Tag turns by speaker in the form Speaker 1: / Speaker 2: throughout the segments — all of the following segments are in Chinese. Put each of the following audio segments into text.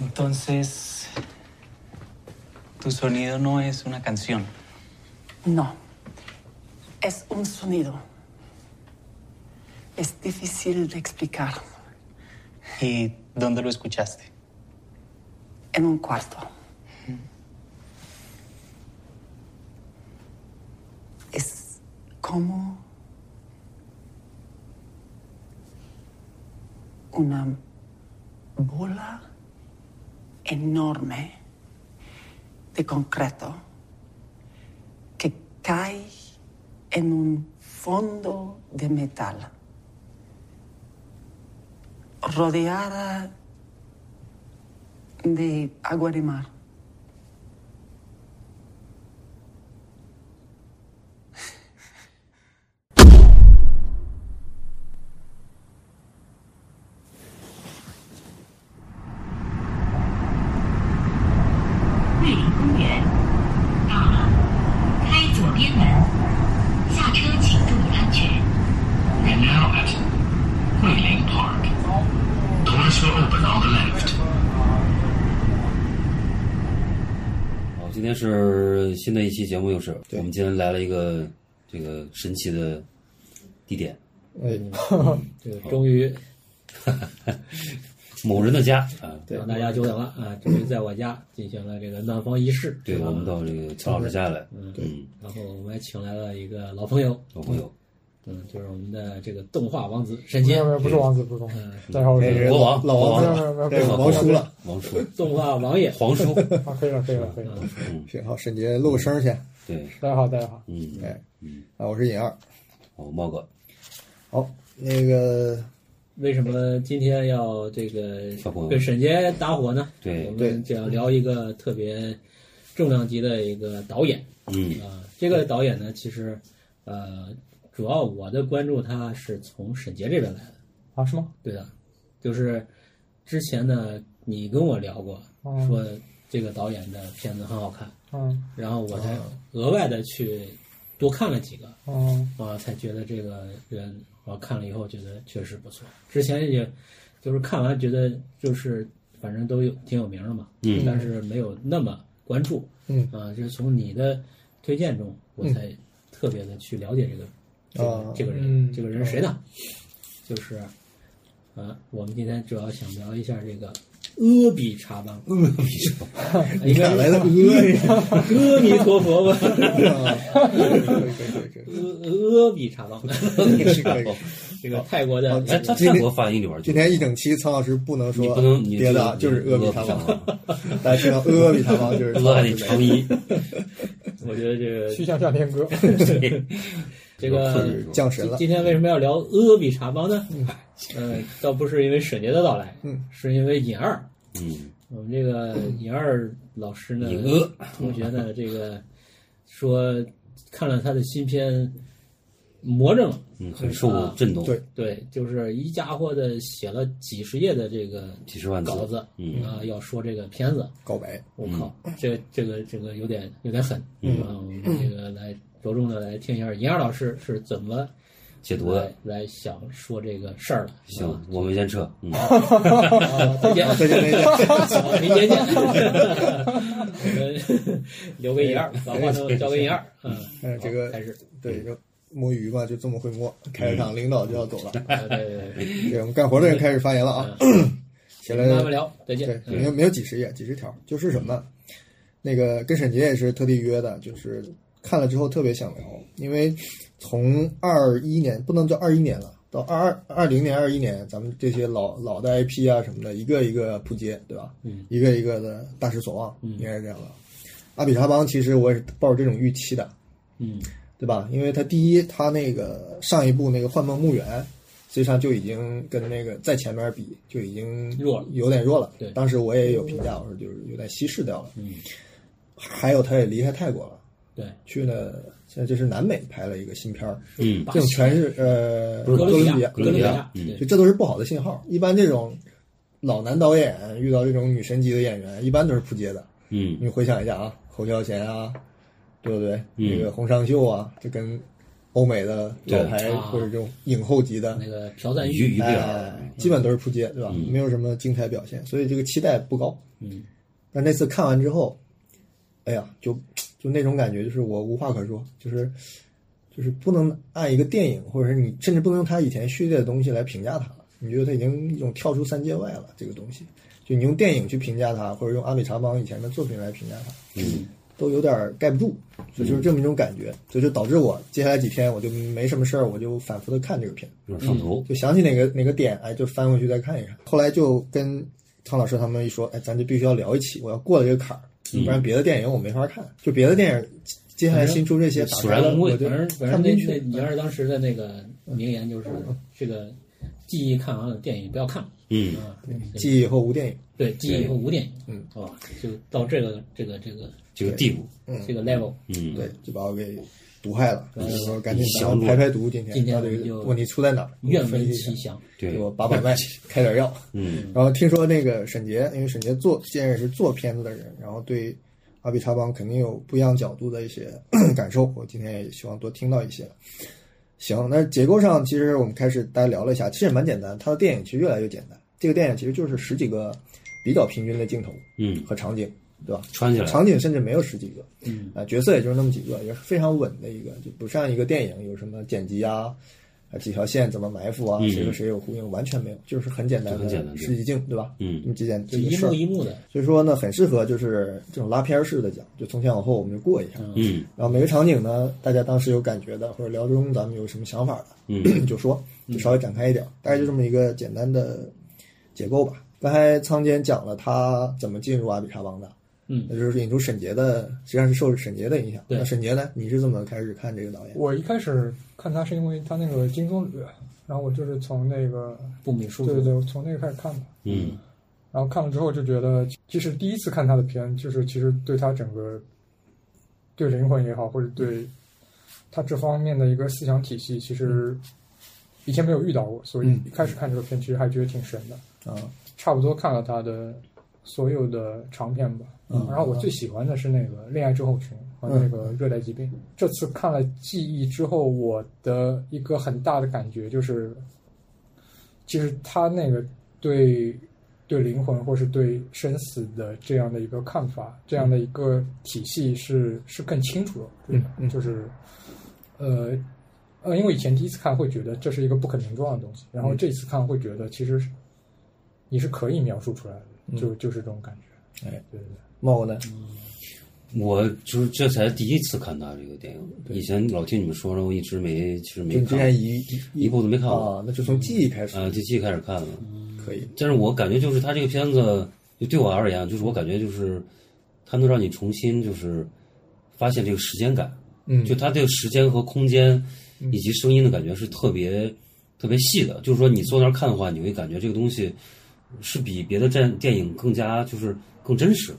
Speaker 1: Entonces, tu sonido no es una canción.
Speaker 2: No. Es un sonido. Es difícil de explicar
Speaker 1: ¿Y dónde lo escuchaste?
Speaker 2: en un cuarto. Es como una bola enorme de concreto que cae en un fondo de metal rodeada de agua de mar.
Speaker 3: 桂林公园。到了，开左边门，下车请注意安全。
Speaker 4: We are now at Guilin Park. Doors will open on the left.
Speaker 5: 好，今天是新的一期节目，又是我们今天来了一个这个神奇的地点，
Speaker 6: 哎，对，终于
Speaker 5: 某人的家啊。
Speaker 6: 对让大家久等了啊！终于在我家进行了这个暖房仪式，
Speaker 5: 对，我们
Speaker 6: 的。
Speaker 5: 到这个乔老师家来，嗯，
Speaker 6: 然后我们还请来了一个老朋友，
Speaker 5: 老朋友，
Speaker 6: 嗯，就是我们的这个动画王子神
Speaker 7: 没
Speaker 6: 仙
Speaker 7: 有没有，不是王子，不是王子，大家好，我
Speaker 8: 那
Speaker 7: 是
Speaker 8: 是
Speaker 5: 呃国王
Speaker 8: 哎老
Speaker 5: 国
Speaker 8: 王
Speaker 5: 王
Speaker 7: 没有没有没
Speaker 8: 对
Speaker 7: 有，，
Speaker 8: 王叔了，
Speaker 5: 王叔，
Speaker 6: 动画王爷。
Speaker 5: 皇 叔，
Speaker 7: 啊，可以了，可以了，可以了。
Speaker 8: 行，好，沈杰露个声去，
Speaker 5: 对，
Speaker 7: 大家好，大家好，
Speaker 5: 嗯，
Speaker 8: 哎，啊，我是尹二，
Speaker 5: 哦，猫哥
Speaker 8: 好，那个
Speaker 6: 为什么今天要这个
Speaker 5: 小朋友
Speaker 6: 跟沈杰搭伙呢？
Speaker 5: 对
Speaker 6: 我
Speaker 8: 对
Speaker 6: 们就要聊一个特别重量级的一个导演
Speaker 5: 嗯
Speaker 6: 啊、这个导演呢，其实呃，主要我的关注他是从沈杰这边来的。
Speaker 7: 啊，是吗？
Speaker 6: 对的，就是之前呢，你跟我聊过，
Speaker 7: 嗯
Speaker 6: 说这个导演的片子很好看，
Speaker 7: 嗯
Speaker 6: 然后我才额外的去多看了几个，
Speaker 7: 嗯，
Speaker 6: 啊，才觉得这个人，我看了以后觉得确实不错。之前也就是看完觉得就是反正都有挺有名的嘛，
Speaker 5: 嗯
Speaker 6: 但是没有那么关注，
Speaker 8: 嗯
Speaker 6: 啊，就是从你的推荐中，我才特别的去了解这个、这个
Speaker 8: 啊
Speaker 6: 这个人，
Speaker 7: 嗯
Speaker 6: 这个人是谁呢？就是啊，我们今天主要想聊一下这个阿比查邦，
Speaker 5: 阿比查
Speaker 6: 应
Speaker 8: 哪
Speaker 6: 该
Speaker 8: 来
Speaker 6: 是
Speaker 8: 的鹅呀？
Speaker 6: 阿弥陀佛吧，
Speaker 8: 啊对对对对对
Speaker 6: 阿阿比查 邦，
Speaker 8: 对可以可以
Speaker 6: 这个泰国的
Speaker 8: 好。
Speaker 5: 哎，他
Speaker 8: 今
Speaker 5: 泰
Speaker 8: 天
Speaker 5: 国发音里边就
Speaker 8: 今天一整期，苍老师不能
Speaker 5: 你
Speaker 8: 说
Speaker 5: 不能你
Speaker 8: 别的啊，
Speaker 5: 你
Speaker 8: 就是阿比
Speaker 5: 阿
Speaker 8: 塔
Speaker 5: 比查
Speaker 8: 王，
Speaker 5: 邦，
Speaker 8: 大家听到阿比塔王就是苍
Speaker 5: 阿
Speaker 8: 老
Speaker 5: 还
Speaker 8: 师
Speaker 5: 得
Speaker 8: 的
Speaker 5: 成 一，
Speaker 6: 我觉得这个
Speaker 7: 曲项向天歌，
Speaker 6: 这个
Speaker 5: 对
Speaker 8: 降神了
Speaker 6: 今，天为什么要聊阿比查邦呢？嗯，倒不是因为沈杰的到来，
Speaker 8: 嗯，
Speaker 6: 是因为尹二，
Speaker 5: 嗯，
Speaker 6: 我们这个尹二老师呢，
Speaker 5: 尹阿
Speaker 6: 同学呢，这个说看了他的新片《魔怔》，
Speaker 5: 嗯，很受震动，
Speaker 8: 啊对
Speaker 6: 对，就是一家伙的写了几十页的这个
Speaker 5: 几十万
Speaker 6: 稿
Speaker 5: 字，
Speaker 6: 子，
Speaker 5: 嗯
Speaker 6: 啊，要说这个片子，
Speaker 8: 告白，
Speaker 6: 我靠，这这个这个有点有点狠，
Speaker 5: 嗯
Speaker 6: 啊，我们这个来着重的来听一下尹二老师是怎么。
Speaker 5: 解读
Speaker 6: 来
Speaker 5: 的。
Speaker 6: 来想说这个事儿了。
Speaker 5: 行，我们先撤，嗯，
Speaker 6: 啊，再 见，
Speaker 8: 再见再见，
Speaker 6: 好明天见。我们留给一二，把话筒交给一二。 嗯，
Speaker 8: 哎这个
Speaker 6: 好开始。
Speaker 8: 对，就摸鱼嘛，就这么会摸，开个场领导就要走了，
Speaker 6: 啊对对对
Speaker 8: 对，我们干活的人开始发言了啊， 起来
Speaker 5: 呃
Speaker 6: 对，慢慢聊，再见嗯
Speaker 8: 对。，没有没有几十页，几十条，就是什么，那个跟沈杰也是特地约的，就是看了之后特别想聊，因为从二一年不能叫二一年了，到二二二零年、二一年，咱们这些老老的 IP 啊什么的，一个一个扑街，对吧？
Speaker 6: 嗯，
Speaker 8: 一个一个的大失所望，
Speaker 6: 嗯
Speaker 8: 应该是这样的。阿比查邦其实我也是抱着这种预期的，
Speaker 6: 嗯
Speaker 8: 对吧？因为他第一，他那个上一部那个《幻梦墓园》，实际上就已经跟那个在前面比就已经
Speaker 6: 弱了
Speaker 8: 有点弱了。
Speaker 6: 对
Speaker 8: 当时我也有评价，我说就是有点稀释掉了。
Speaker 6: 嗯，
Speaker 8: 还有，他也离开泰国了，
Speaker 6: 对，
Speaker 8: 去了现在这是南美拍了一个新片儿，
Speaker 5: 嗯，
Speaker 8: 这种全是呃
Speaker 6: 哥
Speaker 8: 哥
Speaker 6: 伦
Speaker 8: 伦
Speaker 6: 比
Speaker 8: 比
Speaker 6: 亚，
Speaker 8: 亚，
Speaker 6: 啊哥伦比亚，
Speaker 5: 嗯
Speaker 8: 就
Speaker 6: 对
Speaker 8: 这都是不好的信号。一般这种老男导演遇到这种女神级的演员，一般都是扑街的。
Speaker 5: 嗯，
Speaker 8: 你回想一下啊，侯孝贤啊，对不对？
Speaker 5: 嗯
Speaker 8: 那个洪尚秀啊，这跟欧美的
Speaker 5: 对啊
Speaker 8: 老牌或者这种影后级的
Speaker 6: 那个朴赞
Speaker 5: 于
Speaker 6: 玉
Speaker 5: 于碧
Speaker 8: 哎
Speaker 5: 儿，
Speaker 8: 基本都是扑街，对吧？没有什么精彩表现，所以这个期待不高。
Speaker 6: 嗯，
Speaker 8: 但那次看完之后，哎呀，就就那种感觉，就是我无话可说，就是就是不能按一个电影，或者是你甚至不能用他以前序列的东西来评价它了。你觉得它已经一种跳出三界外了，这个东西，就你用电影去评价它，或者用阿米查邦以前的作品来评价它，
Speaker 5: 嗯，
Speaker 8: 都有点盖不住，所以就是这么一种感觉，所以就导致我接下来几天我就没什么事儿，我就反复的看这个片。
Speaker 5: 有点上头，
Speaker 8: 就想起哪个哪个点，哎，就翻回去再看一看。后来就跟汤老师他们一说，哎，咱就必须要聊一起，我要过了这个坎儿，
Speaker 6: 嗯
Speaker 8: 不然别的电影我没法看。就别的电影，接下来新出这些打
Speaker 5: 索
Speaker 8: 开
Speaker 5: 然
Speaker 8: 了，
Speaker 5: 无味
Speaker 8: 我就
Speaker 6: 反正反
Speaker 8: 看嗯
Speaker 6: 正
Speaker 8: 不
Speaker 6: 那
Speaker 8: 进
Speaker 6: 那
Speaker 8: 去。
Speaker 6: 你要是当时的那个名言就是这个记忆看完了电影不要看了
Speaker 5: 嗯，
Speaker 6: 啊，
Speaker 8: 记忆以后无电影，
Speaker 6: 对记忆以后无电影，
Speaker 8: 嗯，
Speaker 6: 好吧，啊就到这个这个这个
Speaker 5: 这个地步，
Speaker 8: 嗯
Speaker 6: 这个 level，
Speaker 5: 嗯，
Speaker 8: 对，就把我给毒害了。所以说赶紧
Speaker 5: 小
Speaker 8: 咱们
Speaker 5: 鹿
Speaker 8: 排排毒，今
Speaker 6: 嗯
Speaker 8: 天
Speaker 6: 今天
Speaker 8: 到
Speaker 6: 我
Speaker 8: 底
Speaker 6: 们就
Speaker 8: 问题出在哪儿？
Speaker 6: 愿
Speaker 8: 分
Speaker 6: 闻
Speaker 8: 析一下
Speaker 6: 其详。
Speaker 5: 对
Speaker 8: 给我把把脉，开点药。
Speaker 5: 嗯，
Speaker 8: 然后听说那个沈杰，因为沈杰做现在也是做片子的人，然后对阿比查邦肯定有不一样角度的一些 感受。我今天也希望多听到一些。行，那结构上其实我们开始大家聊了一下，其实也蛮简单。他的电影其实越来越简单，这个电影其实就是十几个比较平均的镜头
Speaker 5: 嗯，
Speaker 8: 和场景，对吧？
Speaker 5: 穿起来，
Speaker 8: 场景甚至没有十几个，
Speaker 6: 嗯，
Speaker 8: 啊，角色也就是那么几个，也是非常稳的一个，就不像一个电影有什么剪辑啊，啊几条线怎么埋伏啊，
Speaker 5: 嗯
Speaker 8: 谁和谁有呼应，完全没有，就是很简单
Speaker 5: 就很简单
Speaker 8: 的
Speaker 5: 对
Speaker 8: 十几镜，对吧？
Speaker 5: 嗯
Speaker 8: 这么几件
Speaker 6: 就
Speaker 8: 几个
Speaker 6: 一
Speaker 8: 事儿
Speaker 6: 幕，一幕的，
Speaker 8: 所以说呢，很适合就是这种拉片儿式的讲，就从前往后我们就过一下，
Speaker 5: 嗯
Speaker 8: 然后每个场景呢，大家当时有感觉的，或者聊中咱们有什么想法的，
Speaker 5: 嗯
Speaker 8: 就说，就稍微展开一点，大概就这么一个简单的结构吧。刚才仓坚讲了他怎么进入阿比查邦的，
Speaker 6: 嗯
Speaker 8: 那就是引出沈杰的，实际上是受沈杰的影响。
Speaker 6: 对
Speaker 8: 那沈杰呢？你是怎么开始看这个导演？
Speaker 7: 我一开始看他是因为他那个金棕榈，然后我就是从那个
Speaker 6: 不米叔
Speaker 7: 对
Speaker 6: 叔
Speaker 7: 对，对，我从那个开始看的。
Speaker 5: 嗯
Speaker 7: 然后看了之后就觉得，即使第一次看他的片，就是其实对他整个对灵魂也好，或者对他这方面的一个思想体系，其实以前没有遇到过，所以
Speaker 8: 嗯
Speaker 7: 一开始看这个片，其实还觉得挺神的。
Speaker 8: 啊，
Speaker 7: 差不多看了他的所有的长片吧。
Speaker 8: 嗯
Speaker 7: 然后我最喜欢的是那个《恋爱症候群》和那个《热带疾病》。这次看了《记忆》之后，我的一个很大的感觉就是，其实他那个对对灵魂或是对生死的这样的一个看法，这样的一个体系是是更清楚了。对吧
Speaker 8: 嗯嗯
Speaker 7: 就是呃呃，因为以前第一次看会觉得这是一个不可名状的东西，然
Speaker 8: 嗯
Speaker 7: 后这次看会觉得其实是你是可以描述出来
Speaker 8: 嗯
Speaker 7: 的，就就是这种感觉。
Speaker 8: 哎，
Speaker 7: 对对对。
Speaker 8: 茂呢？
Speaker 5: 我就是这才第一次看他这个电影，以前老听你们说了，我一直没，其实
Speaker 8: 就
Speaker 5: 没
Speaker 8: 你之前
Speaker 5: 看，
Speaker 8: 一
Speaker 5: 一部都没看过，嗯
Speaker 8: 啊，那就从记忆开始，
Speaker 5: 啊，这季开始看了，
Speaker 8: 可以。
Speaker 5: 但是我感觉就是他这个片子，就对我而言，就是我感觉就是他能让你重新就是发现这个时间感，
Speaker 8: 嗯
Speaker 5: 就他这个时间和空间以及声音的感觉是特别特别细的，就是说你坐那儿看的话，你会感觉这个东西是比别的电电影更加就是更真实。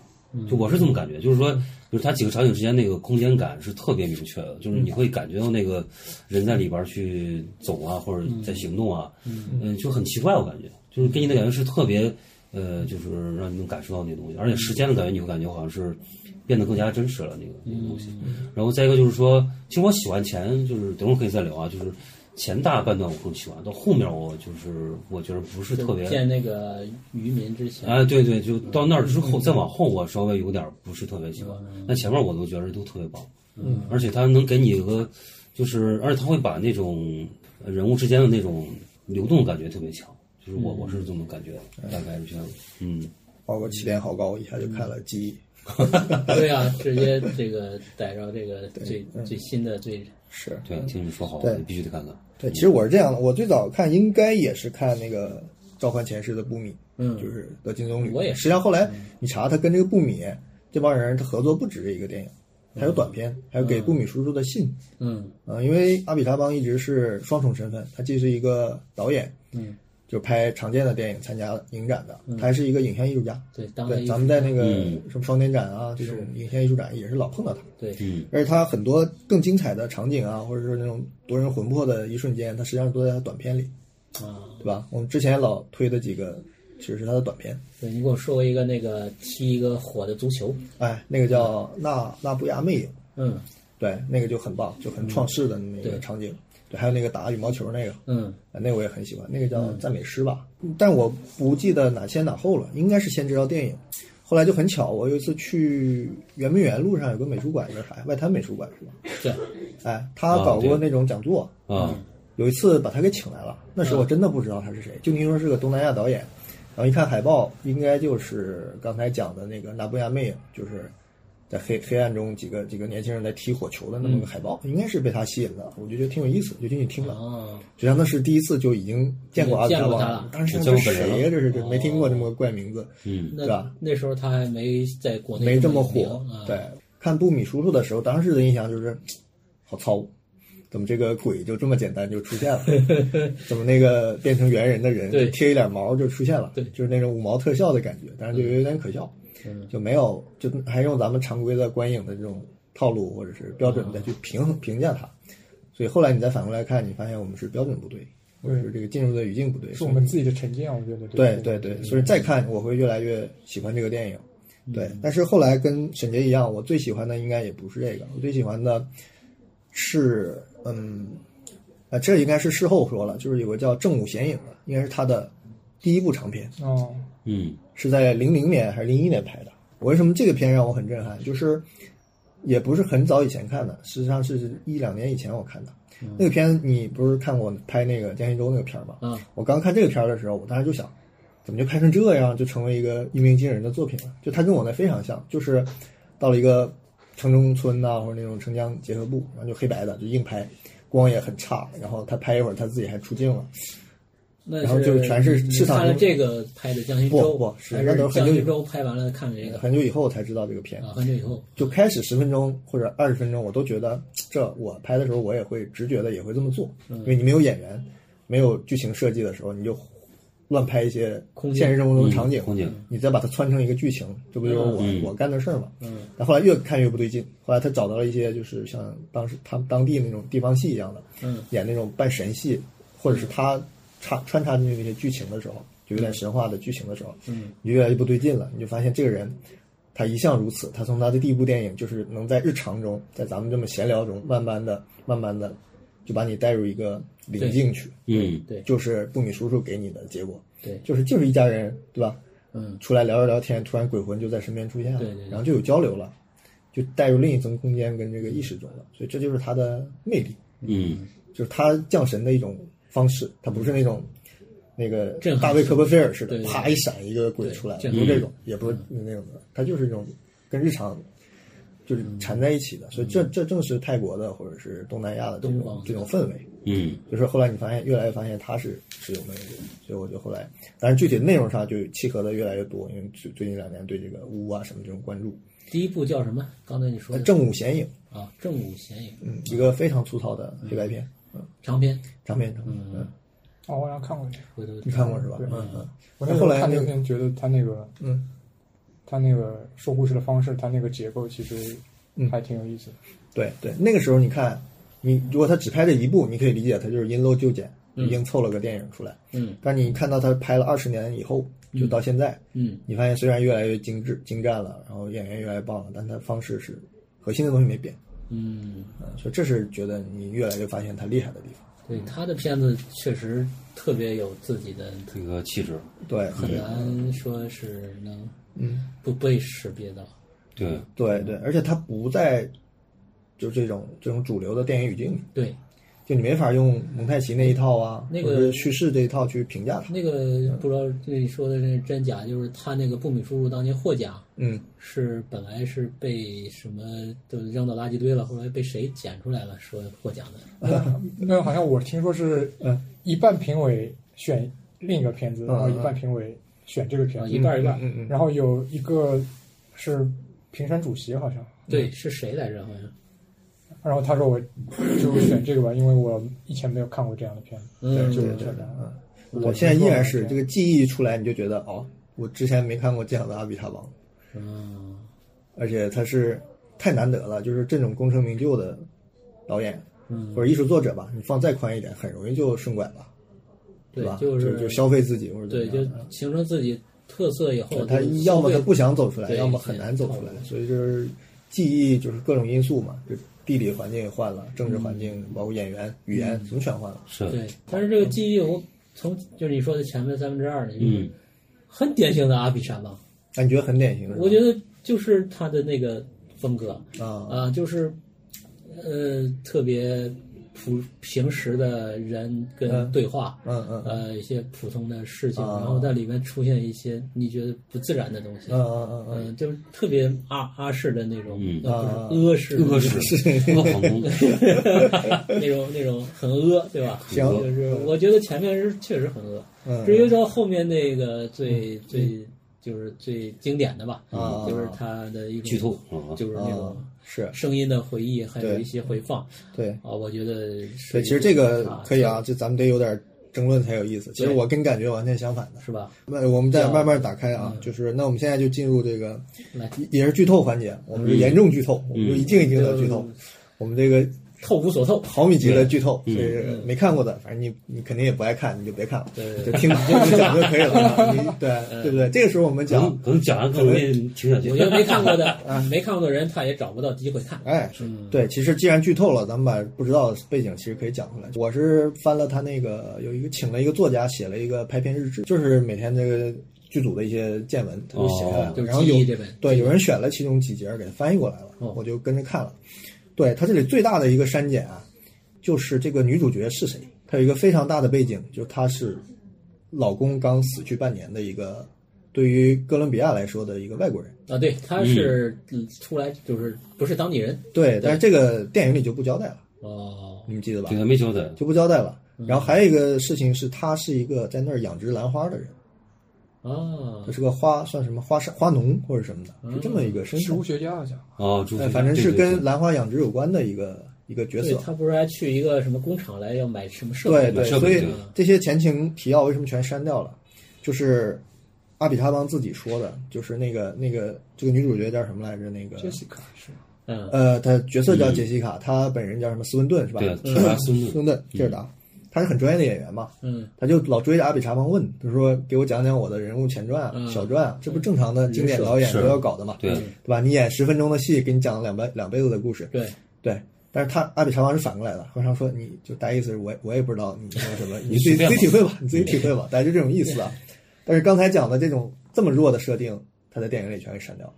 Speaker 5: 就我是这么感觉，就是说，就是它几个场景之间那个空间感是特别明确的，就是你会感觉到那个人在里边儿去走啊，或者在行动啊，嗯，就很奇怪，我感觉，就是给你的感觉是特别，呃，就是让你能感受到那东西，而且时间的感觉，你会感觉好像是变得更加真实了那个那个东西。然后再一个就是说，其实我喜欢前，就是等会儿可以再聊啊，就是前大半段我更喜欢，到后面我就是我觉得不是特别
Speaker 6: 见那个渔民之 前，
Speaker 5: 啊，对对，就
Speaker 8: 嗯
Speaker 5: 到那儿之后，再往后我稍微有点不是特别喜欢，
Speaker 8: 嗯
Speaker 5: 但前面我都觉得都特别棒，嗯，而且他能给你一个，就是而且他会把那种呃人物之间的那种流动感觉特别强，就是我我是这么感觉的，大概是这样的，嗯，
Speaker 8: 包括起点好高，一下就看了记忆。
Speaker 6: 对啊，直接这个逮着这个最
Speaker 8: 嗯
Speaker 6: 最新的最
Speaker 8: 是
Speaker 5: 对，听你说好，
Speaker 8: 对
Speaker 5: 我必须得看看，
Speaker 8: 对，其实我是这样的，我最早看应该也是看那个《召唤前世》的布米，
Speaker 6: 嗯
Speaker 8: 就是的金棕榈。
Speaker 6: 我也是嗯
Speaker 8: 实际上后来你查他跟这个布米这帮人，他合作不止这一个电影，还有短片，还有给布米叔叔的信。
Speaker 6: 嗯
Speaker 8: 嗯，因为阿比查邦一直是双重身份，他既是一个导演，
Speaker 6: 嗯，
Speaker 8: 就拍常见的电影参加影展的，他还是一个影像艺术家。
Speaker 6: 对，当代
Speaker 8: 对，
Speaker 6: 艺
Speaker 8: 咱
Speaker 6: 术
Speaker 8: 们在那个
Speaker 5: 嗯
Speaker 8: 什么双年展啊，
Speaker 6: 嗯
Speaker 8: 这种影像艺术展也是老碰到他。
Speaker 6: 对
Speaker 5: 嗯
Speaker 8: 而且他很多更精彩的场景啊，或者说那种夺人魂魄的一瞬间，他实际上都在他短片里，
Speaker 6: 啊，
Speaker 8: 对吧？我们之前老推的几个，其实是他的短片。
Speaker 6: 对你给我说过一个那个踢一个火的足球，
Speaker 8: 哎，那个叫《那那不亚魅影》，
Speaker 6: 嗯
Speaker 8: 对，那个就很棒，就很创世的那个
Speaker 6: 对
Speaker 8: 场景。对，还有那个打羽毛球那个，
Speaker 6: 嗯，
Speaker 8: 啊那个我也很喜欢，那个叫赞美诗吧，但我不记得哪先哪后了，应该是先知道电影。后来就很巧，我有一次去圆明园路上有个美术馆叫啥呀？外滩美术馆是吧？
Speaker 6: 对，
Speaker 8: 哎，他搞过那种讲座，
Speaker 5: 啊，
Speaker 8: 有一次把他给请来了，那时候
Speaker 6: 嗯
Speaker 8: 我真的不知道他是谁，就听说是个东南亚导演，然后一看海报，应该就是刚才讲的那个《那不亚魅影》，就是在黑黑暗中几个几个年轻人在踢火球的那么
Speaker 6: 嗯
Speaker 8: 个海报，应该是被他吸引的，我就觉得挺有意思，我就进去听了。
Speaker 6: 哦，
Speaker 8: 实际上那是第一次就已经见过阿兹
Speaker 6: 见过
Speaker 8: 王
Speaker 6: 他了
Speaker 8: 当时
Speaker 5: 我
Speaker 8: 想
Speaker 5: 见过
Speaker 8: 这是
Speaker 5: 本人
Speaker 8: 谁呀？这是这
Speaker 6: 哦
Speaker 8: 没听过这么个怪名字，
Speaker 5: 嗯，
Speaker 6: 那
Speaker 8: 对吧
Speaker 6: 那时候他还没在国内
Speaker 8: 没这么
Speaker 6: 有
Speaker 8: 火
Speaker 6: 名啊。
Speaker 8: 对，看布米叔叔的时候，当时的印象就是嘖好糙，怎么这个鬼就这么简单就出现了？ 怎么那个变成猿人的人
Speaker 6: 对
Speaker 8: 就贴一点毛就出现了？
Speaker 6: 对
Speaker 8: 就是那种五毛特效的感觉，但是就有点可笑，
Speaker 6: 嗯
Speaker 8: 就没有就还用咱们常规的观影的这种套路或者是标准再去评衡评价它。所以后来你再反过来看，你发现我们是标准不对，或者是这个进入的语境不对，
Speaker 7: 是
Speaker 8: 所以
Speaker 7: 我们自己的成见，我觉得
Speaker 8: 对
Speaker 7: 对
Speaker 8: 对对，嗯所以再看我会越来越喜欢这个电影。对，但是后来跟沈杰一样，我最喜欢的应该也不是这个，我最喜欢的是嗯，啊，这应该是事后说了，就是有个叫《正午显影》的，应该是他的第一部长片，
Speaker 7: 哦，
Speaker 5: 嗯，
Speaker 8: 是在零零年还是零一年拍的。我为什么这个片让我很震撼？就是也不是很早以前看的，实际上是一两年以前我看的。那个片你不是看过拍那个江一舟那个片儿吗？
Speaker 6: 嗯，
Speaker 8: 我刚看这个片儿的时候，我当时就想，怎么就拍成这样，就成为一个一鸣惊人的作品了？就它跟我那非常像，就是到了一个城中村呐、或者那种城乡结合部，然后就黑白的，就硬拍，光也很差，然后他拍一会儿他自己还出镜了。
Speaker 6: 那
Speaker 8: 然后就全是
Speaker 6: 你
Speaker 8: 市场
Speaker 6: 看了
Speaker 8: 中
Speaker 6: 这个拍的江心
Speaker 8: 不
Speaker 6: 洲，
Speaker 8: 不是
Speaker 6: 还
Speaker 8: 那都
Speaker 6: 是
Speaker 8: 很
Speaker 6: 江
Speaker 8: 久
Speaker 6: 心
Speaker 8: 以
Speaker 6: 洲拍完了看这个
Speaker 8: 很久以后我才知道这个片
Speaker 6: 啊，很久以后，
Speaker 8: 就开始十分钟或者二十分钟，我都觉得这我拍的时候我也会直觉的也会这么做，
Speaker 6: 嗯
Speaker 8: 因为你没有演员，没有剧情设计的时候，你就乱拍一些
Speaker 6: 空间
Speaker 8: 现实生活中的场景，
Speaker 5: 嗯空间
Speaker 8: 你再把它穿成一个剧情，这不就是我、
Speaker 5: 嗯
Speaker 8: 我干的事儿嘛？
Speaker 6: 嗯，
Speaker 8: 但后来越看越不对劲，后来他找到了一些就是像当时他们当地那种地方戏一样的，
Speaker 6: 嗯，
Speaker 8: 演那种半神戏，或者是他插穿插进去那些剧情的时候，就有点神话的剧情的时候，
Speaker 6: 嗯，
Speaker 8: 你就越来越不对劲了，你就发现这个人。他一向如此，他从他的第一部电影就是能在日常中，在咱们这么闲聊中，慢慢的、慢慢的，就把你带入一个
Speaker 6: 对
Speaker 8: 灵境去，
Speaker 5: 嗯，
Speaker 6: 对
Speaker 8: 就是布米叔叔给你的结果，
Speaker 6: 对，
Speaker 8: 就是就是一家人，对吧？
Speaker 6: 嗯，
Speaker 8: 出来聊着聊天，突然鬼魂就在身边出现了，
Speaker 6: 对对对
Speaker 8: 然后就有交流了，就带入另一层空间跟这个意识中了，所以这就是它的魅力，
Speaker 5: 嗯，
Speaker 8: 就是它降神的一种方式，它不是那种那个
Speaker 6: 震撼
Speaker 8: 大卫科波菲尔似的
Speaker 6: 对，对
Speaker 8: 啪
Speaker 6: 对
Speaker 8: 一闪一个鬼出来，
Speaker 6: 对嗯
Speaker 8: 不是这种，也不是那种的，它就是一种跟日常。就是缠在一起的，所以这这正是泰国的或者是东南亚的这
Speaker 6: 嗯东
Speaker 8: 种
Speaker 6: 方
Speaker 8: 这种氛围。
Speaker 5: 嗯，
Speaker 8: 就是后来你发现，越来越发现它是是有魅力的，所以我就后来，但是具体的内容上就契合的越来越多，因为最最近两年对这个巫啊什么这种关注。
Speaker 6: 第一部叫什么？刚才你说
Speaker 8: 呃
Speaker 6: 的
Speaker 8: 正午显影，
Speaker 6: 啊，正午显影
Speaker 8: 嗯，一个非常粗糙的黑白片，
Speaker 6: 嗯长篇，
Speaker 8: 长片长片，嗯，
Speaker 7: 哦，我好像看过那个，
Speaker 6: 回头
Speaker 8: 你看过是吧？
Speaker 7: 对
Speaker 8: 嗯嗯，
Speaker 7: 我
Speaker 8: 那
Speaker 7: 那时
Speaker 8: 后
Speaker 7: 候
Speaker 8: 来
Speaker 7: 看
Speaker 8: 那
Speaker 7: 那
Speaker 8: 个
Speaker 7: 篇，觉得他那个
Speaker 8: 嗯，
Speaker 7: 他那个说故事的方式，他那个结构其实
Speaker 8: 嗯
Speaker 7: 还挺有意思的。
Speaker 8: 对对，那个时候你看，你如果他只拍这一部，你可以理解他就是因陋就简，已经凑了个电影出来。
Speaker 6: 嗯
Speaker 8: 但你看到他拍了二十年以后，就到现在，
Speaker 6: 嗯
Speaker 8: 你发现虽然越来越精致、精湛了，然后演员越来越棒了，但它方式是核心的东西没变，
Speaker 6: 嗯，
Speaker 8: 嗯，所以这是觉得你越来越发现它厉害的地方。
Speaker 6: 对，他的片子确实特别有自己的，
Speaker 5: 这个气质，
Speaker 8: 对，
Speaker 6: 很难说是能
Speaker 8: 嗯，
Speaker 6: 不被识别到。
Speaker 5: 对，
Speaker 8: 对对，而且它不在就这种这种主流的电影语境里，
Speaker 6: 对，
Speaker 8: 就你没法用蒙太奇那一套啊，
Speaker 6: 那个
Speaker 8: 或者是叙事这一套去评价它。
Speaker 6: 那个不知道你说的是真假，就是他那个布米叔叔当年获奖，
Speaker 8: 嗯，
Speaker 6: 是本来是被什么都扔到垃圾堆了，后来被谁捡出来了，说获奖的。
Speaker 7: 那好像我听说是，呃，一半评委选另一个片子，
Speaker 8: 嗯
Speaker 7: 然后一半评委选这个片
Speaker 6: 啊
Speaker 7: 子，
Speaker 6: 一半儿一半儿
Speaker 8: 嗯嗯嗯
Speaker 7: 然后有一个是评审主席，好像，
Speaker 8: 嗯
Speaker 6: 对，是谁来着？好像，
Speaker 7: 然后他说我就选这个吧，因为我以前没有看过这样的片子，
Speaker 6: 嗯，
Speaker 7: 就
Speaker 8: 对
Speaker 7: 是
Speaker 8: 对
Speaker 7: 这
Speaker 8: 对
Speaker 7: 样，
Speaker 8: 嗯，我现在依然是这个记忆出来，你就觉得哦，我之前没看过这样的《阿比塔王》。
Speaker 6: 嗯，
Speaker 8: 而且他是太难得了，就是这种功成名就的导演、
Speaker 6: 嗯
Speaker 8: 或者艺术作者吧，你放再宽一点，很容易就顺拐了，
Speaker 6: 对
Speaker 8: 吧？，
Speaker 6: 就
Speaker 8: 就是就消费自己或者
Speaker 6: 对，
Speaker 8: 怎么
Speaker 6: 就
Speaker 8: 样嗯
Speaker 6: 形成自己特色以后，
Speaker 8: 他
Speaker 6: 就是
Speaker 8: 要么
Speaker 6: 消
Speaker 8: 他
Speaker 6: 费
Speaker 8: 不想走出来，
Speaker 6: 对
Speaker 8: 要么很难走出来
Speaker 6: 对，
Speaker 8: 所以就是记忆就是各种因素嘛，就地理环境也换了，政治环境，
Speaker 6: 嗯
Speaker 8: 包括演员、语言，什么全换了。
Speaker 5: 是
Speaker 6: 对，但是这个记忆我从就是你说的前面三分之二呢，就是
Speaker 5: 嗯
Speaker 6: 很典型的阿比沙邦，
Speaker 8: 那你觉得很典型的？
Speaker 6: 我觉得就是他的那个风格
Speaker 8: 得啊，
Speaker 6: 啊、就是呃特别普平时的人跟
Speaker 8: 嗯
Speaker 6: 对话。
Speaker 8: 嗯嗯嗯
Speaker 6: 呃，一些普通的事情，
Speaker 8: 啊
Speaker 6: 然后在里面出现一些你觉得不自然的东西，
Speaker 8: 嗯嗯嗯
Speaker 6: 嗯，就是特别阿阿式的那种，
Speaker 5: 嗯
Speaker 6: 呃不
Speaker 8: 啊
Speaker 6: 是
Speaker 5: 恶
Speaker 6: 阿
Speaker 5: 是
Speaker 6: 式，
Speaker 5: 恶皇宫，
Speaker 6: 那种那种很阿，对吧？
Speaker 8: 行
Speaker 6: 就是我觉得前面是确实很阿，
Speaker 8: 嗯，
Speaker 6: 至于到后面那个最最就是最经典的吧，
Speaker 8: 啊
Speaker 6: 就是他的一种
Speaker 5: 剧透啊
Speaker 6: 就是那种
Speaker 8: 啊是
Speaker 6: 声音的回忆，还有
Speaker 8: 对
Speaker 6: 一些回放
Speaker 8: 对
Speaker 6: 啊，我觉得是
Speaker 8: 对，
Speaker 6: 一
Speaker 8: 其实这个
Speaker 6: 啊
Speaker 8: 可以啊，就咱们得有点争论才有意思。其实
Speaker 6: 对
Speaker 8: 我跟你感觉完全相反的。
Speaker 6: 是吧？
Speaker 8: 那我们再慢慢打开
Speaker 6: 嗯
Speaker 8: 啊，就是那我们现在就进入这个
Speaker 6: 来
Speaker 8: 也也是剧透环节，我们就严
Speaker 6: 嗯
Speaker 8: 重剧透，我们就一镜一镜的剧透，我们这个
Speaker 6: 透无所透，
Speaker 8: 毫米级
Speaker 6: 嗯
Speaker 8: 的剧透，所以没看过的，反正你你肯定也不爱看，你就别看了，
Speaker 6: 对嗯
Speaker 8: 就听听我们讲就可以了啊。你对对不对？这个时候我们
Speaker 5: 可
Speaker 8: 讲
Speaker 5: 能，可能讲完更容易停下去
Speaker 6: 我。觉得没看过的 啊没看过的人，他也找不到机会看。
Speaker 8: 哎，对，其实既然剧透了，咱们把不知道的背景其实可以讲出来。我是翻了他那个有一个请了一个作家写了一个拍片日志，就是每天这个剧组的一些见闻，他就写下来了
Speaker 5: 哦。
Speaker 6: 就是
Speaker 8: 然后
Speaker 6: 记忆
Speaker 8: 有
Speaker 6: 这本
Speaker 8: 对有人选了其中几节给他翻译过来了，
Speaker 6: 哦
Speaker 8: 我就跟着看了。对他这里最大的一个删减啊，就是这个女主角是谁？她有一个非常大的背景，就是她是老公刚死去半年的一个，对于哥伦比亚来说的一个外国人。
Speaker 6: 啊，对，他是嗯出来就是不是当地人
Speaker 8: 对，但是这个电影里就不交代了，
Speaker 6: 哦，
Speaker 8: 你们记得吧
Speaker 5: 对？他没交代，
Speaker 8: 就不交代了。然后还有一个事情是，他是一个在那儿养殖兰花的人，
Speaker 6: 啊
Speaker 8: 他，是个花算什么花商花农或者什么的，是这么一个身
Speaker 7: 植
Speaker 8: 份
Speaker 7: 物。学家好像。
Speaker 5: 哦，朱
Speaker 8: 哎
Speaker 5: 峰
Speaker 8: 反正是
Speaker 5: 对对对
Speaker 8: 跟兰花养殖有关的一个一个角
Speaker 6: 对
Speaker 8: 色。
Speaker 6: 他不是还去一个什么工厂来要买什么设
Speaker 8: 对
Speaker 6: 备吗
Speaker 8: 对，
Speaker 5: 设
Speaker 8: 所
Speaker 5: 备
Speaker 8: 以这些前情提要为什么全删掉了？就是阿比他邦自己说的，就是那个那个这个女主角叫什么来着？那个
Speaker 7: Jessica 是吗？
Speaker 6: 嗯，
Speaker 8: 呃，她角色叫杰西卡，她本人叫什么？斯文顿是吧？
Speaker 5: 对
Speaker 8: 嗯
Speaker 5: 是吧斯文顿
Speaker 8: 斯文顿，吉尔达，他是很专业的演员嘛。
Speaker 6: 嗯，
Speaker 8: 他就老追着阿比查邦问，他说：“给我讲讲我的人物前传啊、
Speaker 6: 嗯
Speaker 8: 小传啊，这不正常
Speaker 5: 嗯
Speaker 8: 的经典导演都要搞的嘛，
Speaker 5: 对
Speaker 8: 对吧？你演十分钟的戏，给你讲两辈两辈子的故事，
Speaker 6: 对，
Speaker 8: 对。但是他阿比查邦是反过来的，和尚说：你就大意思是我我也不知道你那 什么，你自
Speaker 5: 随
Speaker 8: 己
Speaker 5: 便吧
Speaker 8: 自己体会吧，你自己体会吧，大概就这种意思啊。但是刚才讲的这种这么弱的设定，他在电影里全给删掉了。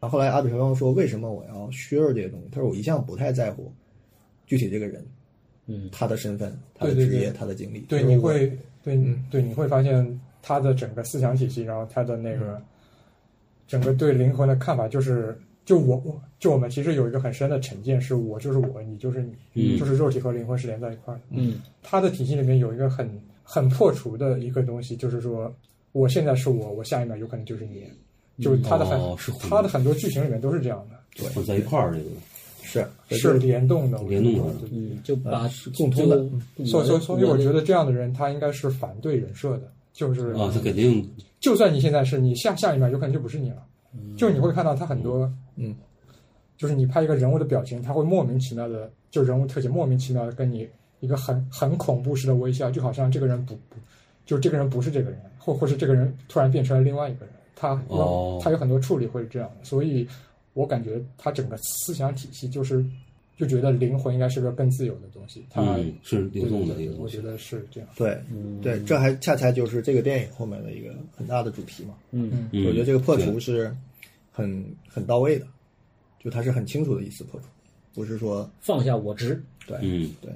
Speaker 8: 然后后来阿比查邦说：为什么我要削弱这些东西？他说我一向不太在乎具体这个人，
Speaker 6: 嗯
Speaker 8: 他的身份、他的
Speaker 7: 对对
Speaker 8: 职业、
Speaker 7: 对
Speaker 8: 他的经历，
Speaker 7: 对，
Speaker 8: 就是
Speaker 7: 你
Speaker 8: 我
Speaker 7: 会对
Speaker 5: 嗯
Speaker 7: 对你会发现他的整个思想体系，然后他的那
Speaker 5: 嗯
Speaker 7: 个整个对灵魂的看法，就是就我我就我们其实有一个很深的成见，是我就是我，你就是你，
Speaker 5: 嗯
Speaker 7: 就是肉体和灵魂是连在一块儿的。
Speaker 6: 嗯，
Speaker 7: 他的体系里面有一个很很破除的一个东西，就是说我现在是我，我下一秒有可能就是你。就是他的很、
Speaker 5: 哦是混
Speaker 7: 他的很多剧情里面都是这样的，
Speaker 5: 混在一块儿这个，
Speaker 8: 是
Speaker 7: 是联动的，我
Speaker 5: 哎联动的嗯
Speaker 7: 觉得对
Speaker 6: 嗯，就
Speaker 8: 呃
Speaker 6: 把
Speaker 8: 共通的
Speaker 6: 就我
Speaker 7: 所以所以所以我觉
Speaker 6: 的
Speaker 7: 得这样的人他应该是反对人设的，就是
Speaker 5: 啊，他肯定
Speaker 7: 就算你现在是你下下一秒有可能就不是你了，
Speaker 5: 嗯
Speaker 7: 就你会看到他很多，
Speaker 8: 嗯，
Speaker 7: 就是你拍一个人物的表情，他会莫名其妙的就人物特写莫名其妙的跟你一个很很恐怖式的微笑，就好像这个人不不，就这个人不是这个人，或或是这个人突然变成了另外一个人，他有、
Speaker 5: 哦
Speaker 7: 他有很多处理会是这样的，所以我感觉他整个思想体系就是就觉得灵魂应该是个更自由的东西，他、
Speaker 5: 嗯是流动的
Speaker 7: 对
Speaker 5: 这
Speaker 7: 对
Speaker 5: 个
Speaker 7: 对我
Speaker 5: 东
Speaker 7: 觉
Speaker 5: 西，
Speaker 7: 得是这样，
Speaker 8: 对，
Speaker 5: 嗯
Speaker 8: 对，这还恰恰就是这个电影后面的一个很大的主题嘛。
Speaker 6: 嗯
Speaker 5: 嗯
Speaker 8: 我觉得这个破除是很很到位的，就它是很清楚的一次破除，不是说
Speaker 6: 放下我执，
Speaker 8: 对、
Speaker 5: 嗯
Speaker 8: 对。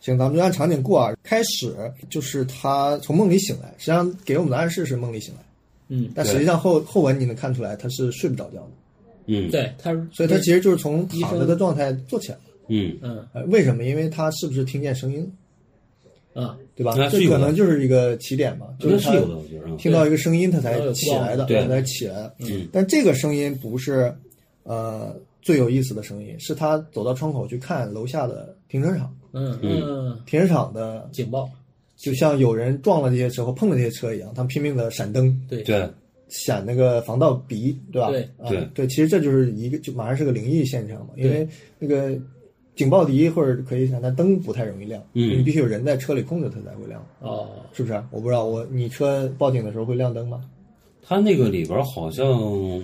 Speaker 8: 行，咱们就按场景过啊。开始就是他从梦里醒来，实际上给我们的暗示是梦里醒来，
Speaker 6: 嗯，
Speaker 8: 但
Speaker 5: 对
Speaker 8: 实际上后后文你能看出来他是睡不着觉的，
Speaker 5: 嗯
Speaker 6: 对，他
Speaker 8: 所以他其实就是从
Speaker 6: 医生
Speaker 8: 躺着的状态坐起来了。
Speaker 5: 嗯
Speaker 6: 嗯
Speaker 8: 呃，为什么？因为他是不是听见声音，
Speaker 6: 啊，
Speaker 8: 对吧
Speaker 5: 那？是
Speaker 8: 这
Speaker 5: 有
Speaker 8: 可
Speaker 5: 的
Speaker 8: 能就是一个起点嘛，就
Speaker 5: 应该
Speaker 8: 是
Speaker 5: 是
Speaker 8: 他
Speaker 5: 有的，我觉得啊，
Speaker 8: 听到一个声音，他才
Speaker 6: 对
Speaker 8: 起来的，
Speaker 5: 对
Speaker 8: 他才起来的。
Speaker 5: 嗯，
Speaker 8: 但这个声音不是呃最有意思的声音，是他走到窗口去看楼下的停车场，
Speaker 6: 嗯
Speaker 5: 嗯
Speaker 6: 嗯，
Speaker 8: 停车场的
Speaker 6: 警报，
Speaker 8: 就像有人撞了这些车或碰了这些车一样，他们拼命的闪灯，
Speaker 6: 对
Speaker 5: 对
Speaker 8: 闪那个防盗鼻，对吧？
Speaker 6: 对
Speaker 8: 啊
Speaker 5: 对
Speaker 8: 对，其实这就是一个就马上是个灵异现象嘛，因为那个。警报笛或者可以闪，但灯不太容易亮，
Speaker 5: 嗯
Speaker 8: 你必须有人在车里控制它才会亮，
Speaker 6: 哦，
Speaker 8: 啊是不是？我不知道，我你车报警的时候会亮灯吗？
Speaker 5: 它那个里边儿好像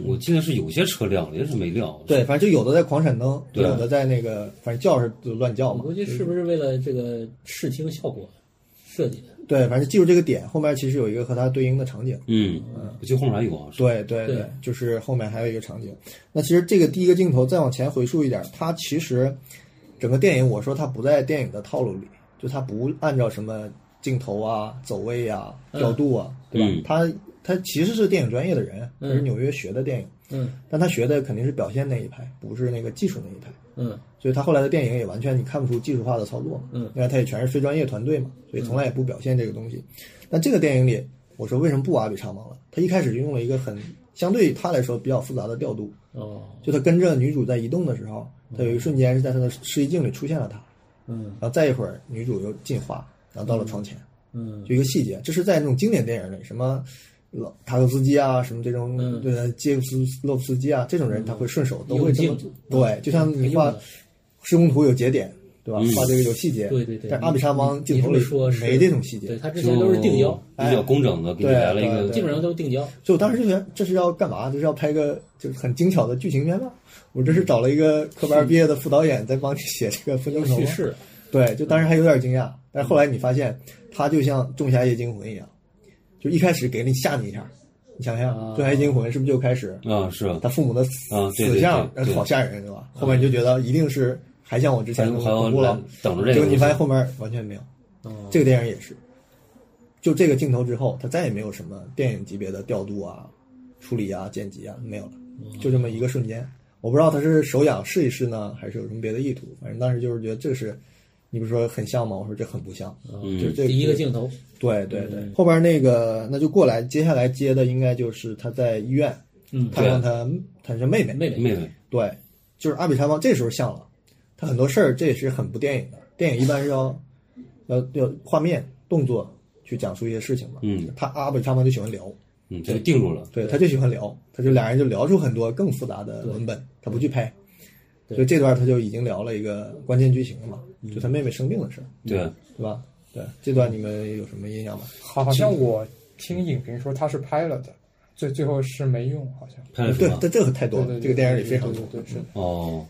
Speaker 5: 我记得是有些车亮了，也是没亮。
Speaker 8: 对，反正就有的在狂闪灯，
Speaker 5: 对
Speaker 8: 有的在那个，反正叫是就乱叫
Speaker 6: 我
Speaker 8: 嘛
Speaker 6: 估。计是不是为了这个视听效果设计的？
Speaker 8: 对，反正记住这个点，后面其实有一个和它对应的场景。
Speaker 5: 嗯，我记得后面还有啊。是吧
Speaker 8: 对对
Speaker 6: 对
Speaker 8: 对，就是后面还有一个场景。那其实这个第一个镜头再往前回溯一点，它其实整个电影，我说它不在电影的套路里，就它不按照什么镜头啊、走位啊、
Speaker 6: 嗯
Speaker 8: 调度啊，对吧？
Speaker 5: 嗯
Speaker 8: 他他其实是电影专业的人，他是
Speaker 6: 嗯
Speaker 8: 纽约学的电影，
Speaker 6: 嗯
Speaker 8: 但他学的肯定是表现那一派，不是那个技术那一派。
Speaker 6: 嗯
Speaker 8: 所以他后来的电影也完全你看不出技术化的操作嘛，
Speaker 6: 嗯
Speaker 8: 因为他也全是非专业团队嘛，所以从来也不表现这个东西。但这个电影里，我说为什么不阿比查芒了？他一开始就用了一个很相对他来说比较复杂的调度，
Speaker 6: 哦
Speaker 8: 就他跟着女主在移动的时候，他有一瞬间是在他的示意镜里出现了他，
Speaker 6: 嗯
Speaker 8: 然后再一会儿女主又进化，然后到了床前，
Speaker 6: 嗯
Speaker 8: 就一个细节，这是在那种经典电影里，什么老塔可夫斯基啊，什么这种、
Speaker 6: 嗯
Speaker 8: 对杰夫斯洛夫斯基啊，这种人他会顺手都会这么
Speaker 6: 用劲
Speaker 8: 对，就像你画
Speaker 6: 嗯
Speaker 8: 施工图有节点，对吧
Speaker 5: 嗯？
Speaker 8: 画这个有细节，
Speaker 6: 对对对
Speaker 8: 但是阿比沙邦镜头
Speaker 6: 你
Speaker 8: 里
Speaker 6: 是说是
Speaker 8: 没这种细节
Speaker 6: 对，他之前都是定焦，
Speaker 5: 就比较工整的，给你
Speaker 8: 对
Speaker 5: 来了一
Speaker 8: 对
Speaker 5: 个
Speaker 8: 对
Speaker 6: 基本上都是定焦。
Speaker 8: 所以我当时就觉得这是要干嘛？这是要拍个就是很精巧的剧情片吗？我
Speaker 6: 嗯
Speaker 8: 这是找了一个科班毕业的副导演在帮你写这个分镜头
Speaker 6: 叙
Speaker 8: 吗？
Speaker 6: 事，
Speaker 8: 对，就当时还有点惊讶，但是后来你发现他就像《仲夏夜惊魂》一样，就一开始给你吓你一下，你想想
Speaker 6: 啊
Speaker 8: 《仲夏夜惊魂》是不是就开始
Speaker 5: 啊，是啊，
Speaker 8: 他父母的
Speaker 5: 啊对对
Speaker 8: 死相
Speaker 5: 对，对
Speaker 8: 好吓人对吧？后面你就觉得一定是还像我之前那么
Speaker 5: 还有
Speaker 8: 恐怖了，
Speaker 5: 等着这个
Speaker 8: 结果
Speaker 5: 东
Speaker 8: 你
Speaker 5: 西
Speaker 8: 发现后面完全没有。
Speaker 6: 哦
Speaker 8: 这个电影也是，就这个镜头之后，他再也没有什么电影级别的调度啊、处理啊、剪辑啊，没有了，就这么一个瞬间。我不知道他是手痒试一试呢，还是有什么别的意图。反正当时就是觉得这是，你不是说很像吗？我说这很不像。
Speaker 6: 嗯
Speaker 8: 就这
Speaker 6: 第一个镜头，
Speaker 8: 对对对，后边那个那就过来，接下来接的应该就是他在医院
Speaker 6: 嗯，
Speaker 8: 探望他他是妹妹，
Speaker 6: 妹妹
Speaker 5: 妹妹，
Speaker 8: 对，就是阿比查邦这时候像了，他很多事儿这也是很不电影的，电影一般是要要要画面动作去讲述一些事情嘛。
Speaker 5: 嗯
Speaker 8: 他阿比查邦就喜欢聊，
Speaker 5: 嗯，这就定住了。
Speaker 8: 对，他就喜欢聊，他就俩人就聊出很多更复杂的文本，他不
Speaker 5: 嗯
Speaker 8: 去拍，
Speaker 6: 对
Speaker 8: 所以这段他就已经聊了一个关键剧情了嘛，
Speaker 5: 嗯
Speaker 8: 就他妹妹生病的事儿，
Speaker 5: 对，
Speaker 8: 对吧？对，这段你们有什么印象吗？
Speaker 7: 好像我听影评说他是拍了的，最最后是没用，好像。
Speaker 5: 拍了什
Speaker 8: 对
Speaker 5: 么，？
Speaker 8: 但这个太多
Speaker 7: 对
Speaker 8: 了，
Speaker 7: 对，
Speaker 8: 这个电影里非常
Speaker 7: 对
Speaker 8: 多，
Speaker 7: 对对，是的。
Speaker 5: 哦，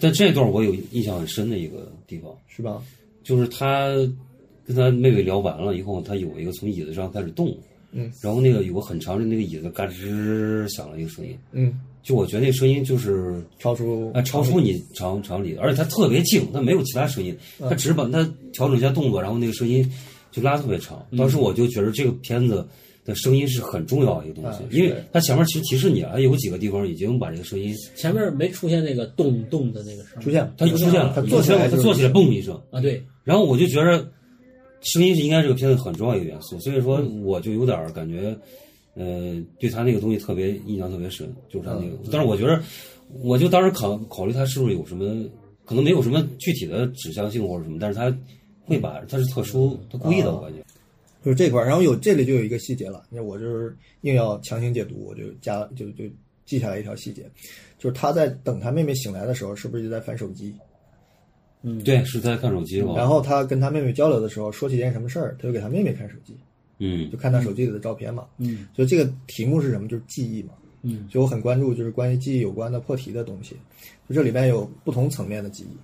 Speaker 5: 但这段我有印象很深的一个地方，
Speaker 8: 是吧？
Speaker 5: 就是他跟他妹妹聊完了以后，他有一个从椅子上开始动，
Speaker 8: 嗯，
Speaker 5: 然后那个有个很长的那个椅子嘎吱响了一个声音，
Speaker 8: 嗯，
Speaker 5: 就我觉得那声音就是
Speaker 8: 超出
Speaker 5: 啊，超出你常常理的，而且它特别静，它没有其他声音，
Speaker 8: 嗯
Speaker 5: 它只是把它调整一下动作，然后那个声音就拉特别长。
Speaker 8: 嗯
Speaker 5: 当时我就觉得这个片子的声音是很重要的一个东西
Speaker 8: 啊，
Speaker 5: 因为它前面其实提示你了，它有几个地方已经把这个声音，
Speaker 6: 前面没出现那个咚咚的那个声儿，
Speaker 8: 出现了，
Speaker 5: 它已经出现了，
Speaker 8: 他坐起来
Speaker 5: 它
Speaker 8: 就是
Speaker 5: 坐起来嘣一声，
Speaker 6: 啊，对，
Speaker 5: 然后我就觉得声音是应该这个片子很重要一个元素，所以说我就有点儿感觉，呃，对他那个东西特别印象特别深，就是他那
Speaker 8: 嗯
Speaker 5: 个。但是我觉得，我就当时考考虑他是不是有什么，可能没有什么具体的指向性或者什么，但是他会把他是特殊，他故意的，我感觉。
Speaker 8: 就是这块儿，然后有这里就有一个细节了，你看我就是硬要强行解读，我就加就就记下来一条细节，就是他在等他妹妹醒来的时候，是不是就在翻手机？
Speaker 5: 对，是在看手机
Speaker 6: 哦
Speaker 5: 嘛。
Speaker 8: 嗯然，后他跟他妹妹交流的时候，说起一件什么事儿，他就给他妹妹看手机，
Speaker 5: 嗯
Speaker 8: 就看他手机里的照片嘛。
Speaker 6: 嗯
Speaker 8: 所以这个题目是什么？就是记忆嘛。
Speaker 6: 嗯
Speaker 8: 所以我很关注就是关于记忆有关的破题的东西，就这里边有不同层面的记忆，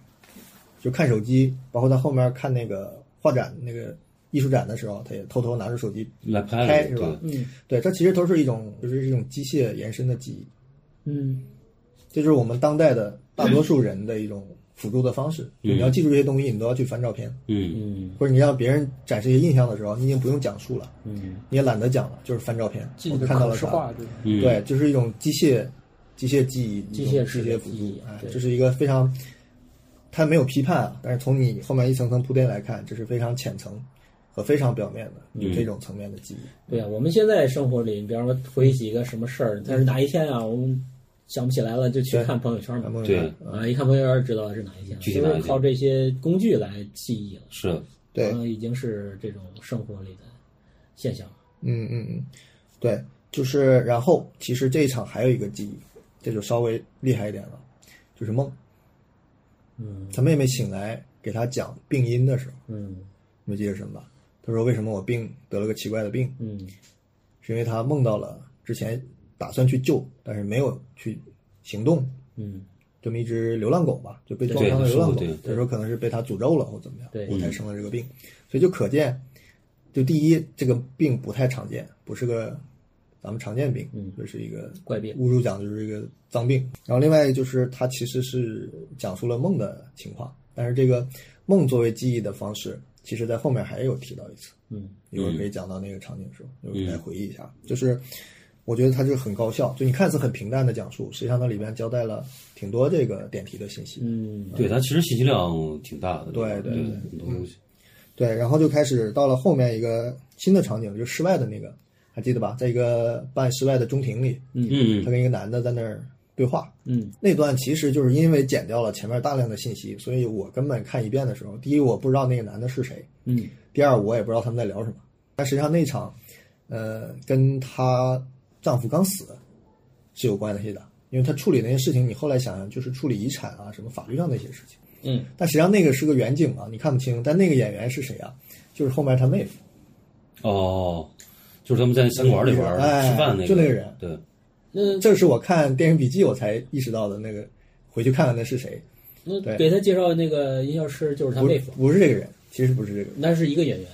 Speaker 8: 就看手机，包括他后面看那个画展那个艺术展的时候，他也偷偷拿出手机
Speaker 5: 来拍
Speaker 8: 拍
Speaker 5: 了，
Speaker 8: 是吧？
Speaker 5: 对，
Speaker 6: 嗯
Speaker 8: 对，它其实都是一种，就是一种机械延伸的记忆，
Speaker 6: 嗯
Speaker 8: 这就是我们当代的大多数人的一种辅助的方式。就你要记住这些东西，你都要去翻照片，
Speaker 5: 嗯
Speaker 6: 嗯
Speaker 8: 或者你让别人展示一些印象的时候，你已经不用讲述了，
Speaker 6: 嗯
Speaker 8: 你也懒得讲了，就是翻照片，
Speaker 7: 记
Speaker 8: 我
Speaker 7: 忆的
Speaker 8: 看到
Speaker 7: 可
Speaker 8: 了
Speaker 7: 视
Speaker 8: 啥
Speaker 7: 化，。这个
Speaker 5: 嗯，
Speaker 8: 对，就是一种机械、机械记忆，
Speaker 6: 机
Speaker 8: 一种
Speaker 6: 械式
Speaker 8: 机
Speaker 6: 的
Speaker 8: 械辅
Speaker 6: 记
Speaker 8: 助
Speaker 6: 忆。
Speaker 8: 哎，
Speaker 6: 对
Speaker 8: 这是一个非常，它没有批判啊，但是从你后面一层层铺垫来看，这是非常浅层和非常表面的
Speaker 5: 嗯
Speaker 8: 有这种层面的记忆。
Speaker 6: 对啊，我们现在生活里，你比方说回忆起一个什么事儿，但是哪一天啊，我们想不起来了，就去
Speaker 8: 对
Speaker 6: 看朋友圈
Speaker 8: 咱
Speaker 6: 嘛。
Speaker 8: 们
Speaker 5: 对
Speaker 6: 啊，一看朋友圈知道是哪一天了，
Speaker 5: 具体
Speaker 6: 就
Speaker 5: 哪一
Speaker 6: 是
Speaker 5: 天
Speaker 6: 靠这些工具来记忆了。
Speaker 5: 是的，
Speaker 8: 对
Speaker 6: 然，后已经是这种生活里的现象了。
Speaker 8: 嗯嗯嗯，对，就是然后其实这一场还有一个记忆，这就稍微厉害一点了，就是梦。
Speaker 6: 嗯
Speaker 8: 他妹妹醒来给他讲病因的时候，
Speaker 6: 嗯
Speaker 8: 你们记得什么吧？他说为什么我病得了个奇怪的病，
Speaker 6: 嗯
Speaker 8: 是因为他梦到了之前打算去救，但是没有去行动，
Speaker 6: 嗯，
Speaker 8: 这么一只流浪狗吧，就被撞
Speaker 5: 对
Speaker 8: 伤的流浪狗
Speaker 5: 对对，
Speaker 8: 他说可能是被他诅咒了或怎么样
Speaker 6: 对，嗯
Speaker 8: 我才生了这个病，所以就可见，就第一这个病不太常见，不是个咱们常见病，
Speaker 6: 嗯
Speaker 8: 这是一个
Speaker 6: 怪病
Speaker 8: 巫术讲就是一个脏病。然后另外一个就是它其实是讲述了梦的情况，但是这个梦作为记忆的方式，其实在后面还有提到一次，
Speaker 6: 嗯，
Speaker 8: 一会儿
Speaker 5: 嗯
Speaker 8: 可以讲到那个场景的时候，一会儿来回忆一下，就是。我觉得它就很高效，就你看似很平淡的讲述，实际上它里边交代了挺多这个点题的信息。
Speaker 6: 嗯，
Speaker 5: 对它其实信息量挺大的，
Speaker 8: 对
Speaker 5: 对
Speaker 8: 对嗯对
Speaker 5: 很多东西，
Speaker 8: 对，然后就开始到了后面一个新的场景，就是室外的那个，还记得吧？在一个半室外的中庭里，
Speaker 5: 嗯
Speaker 8: 他跟一个男的在那儿对话。
Speaker 6: 嗯
Speaker 8: 那段其实就是因为剪掉了前面大量的信息，所以我根本看一遍的时候，第一我不知道那个男的是谁，
Speaker 6: 嗯
Speaker 8: 第二我也不知道他们在聊什么。但实际上那场，呃，跟她丈夫刚死是有关系的，因为她处理那些事情，你后来想想就是处理遗产啊，什么法律上的一些事情。
Speaker 6: 嗯
Speaker 8: 但实际上那个是个远景啊，你看不清。但那个演员是谁啊？就是后面他妹夫，
Speaker 5: 哦，就是他们在餐馆里边儿
Speaker 8: 哎
Speaker 5: 吃饭那个，
Speaker 8: 就那个人
Speaker 5: 对，
Speaker 6: 那
Speaker 8: 这是我看《电影笔记》我才意识到的那个，回去看看那是谁，
Speaker 6: 那
Speaker 8: 对
Speaker 6: 嗯给他介绍那个音效师就是他
Speaker 8: 不
Speaker 6: 妹
Speaker 8: 是
Speaker 6: 夫，
Speaker 8: 不是这个人，其实不是这个人，
Speaker 6: 那是一个演员，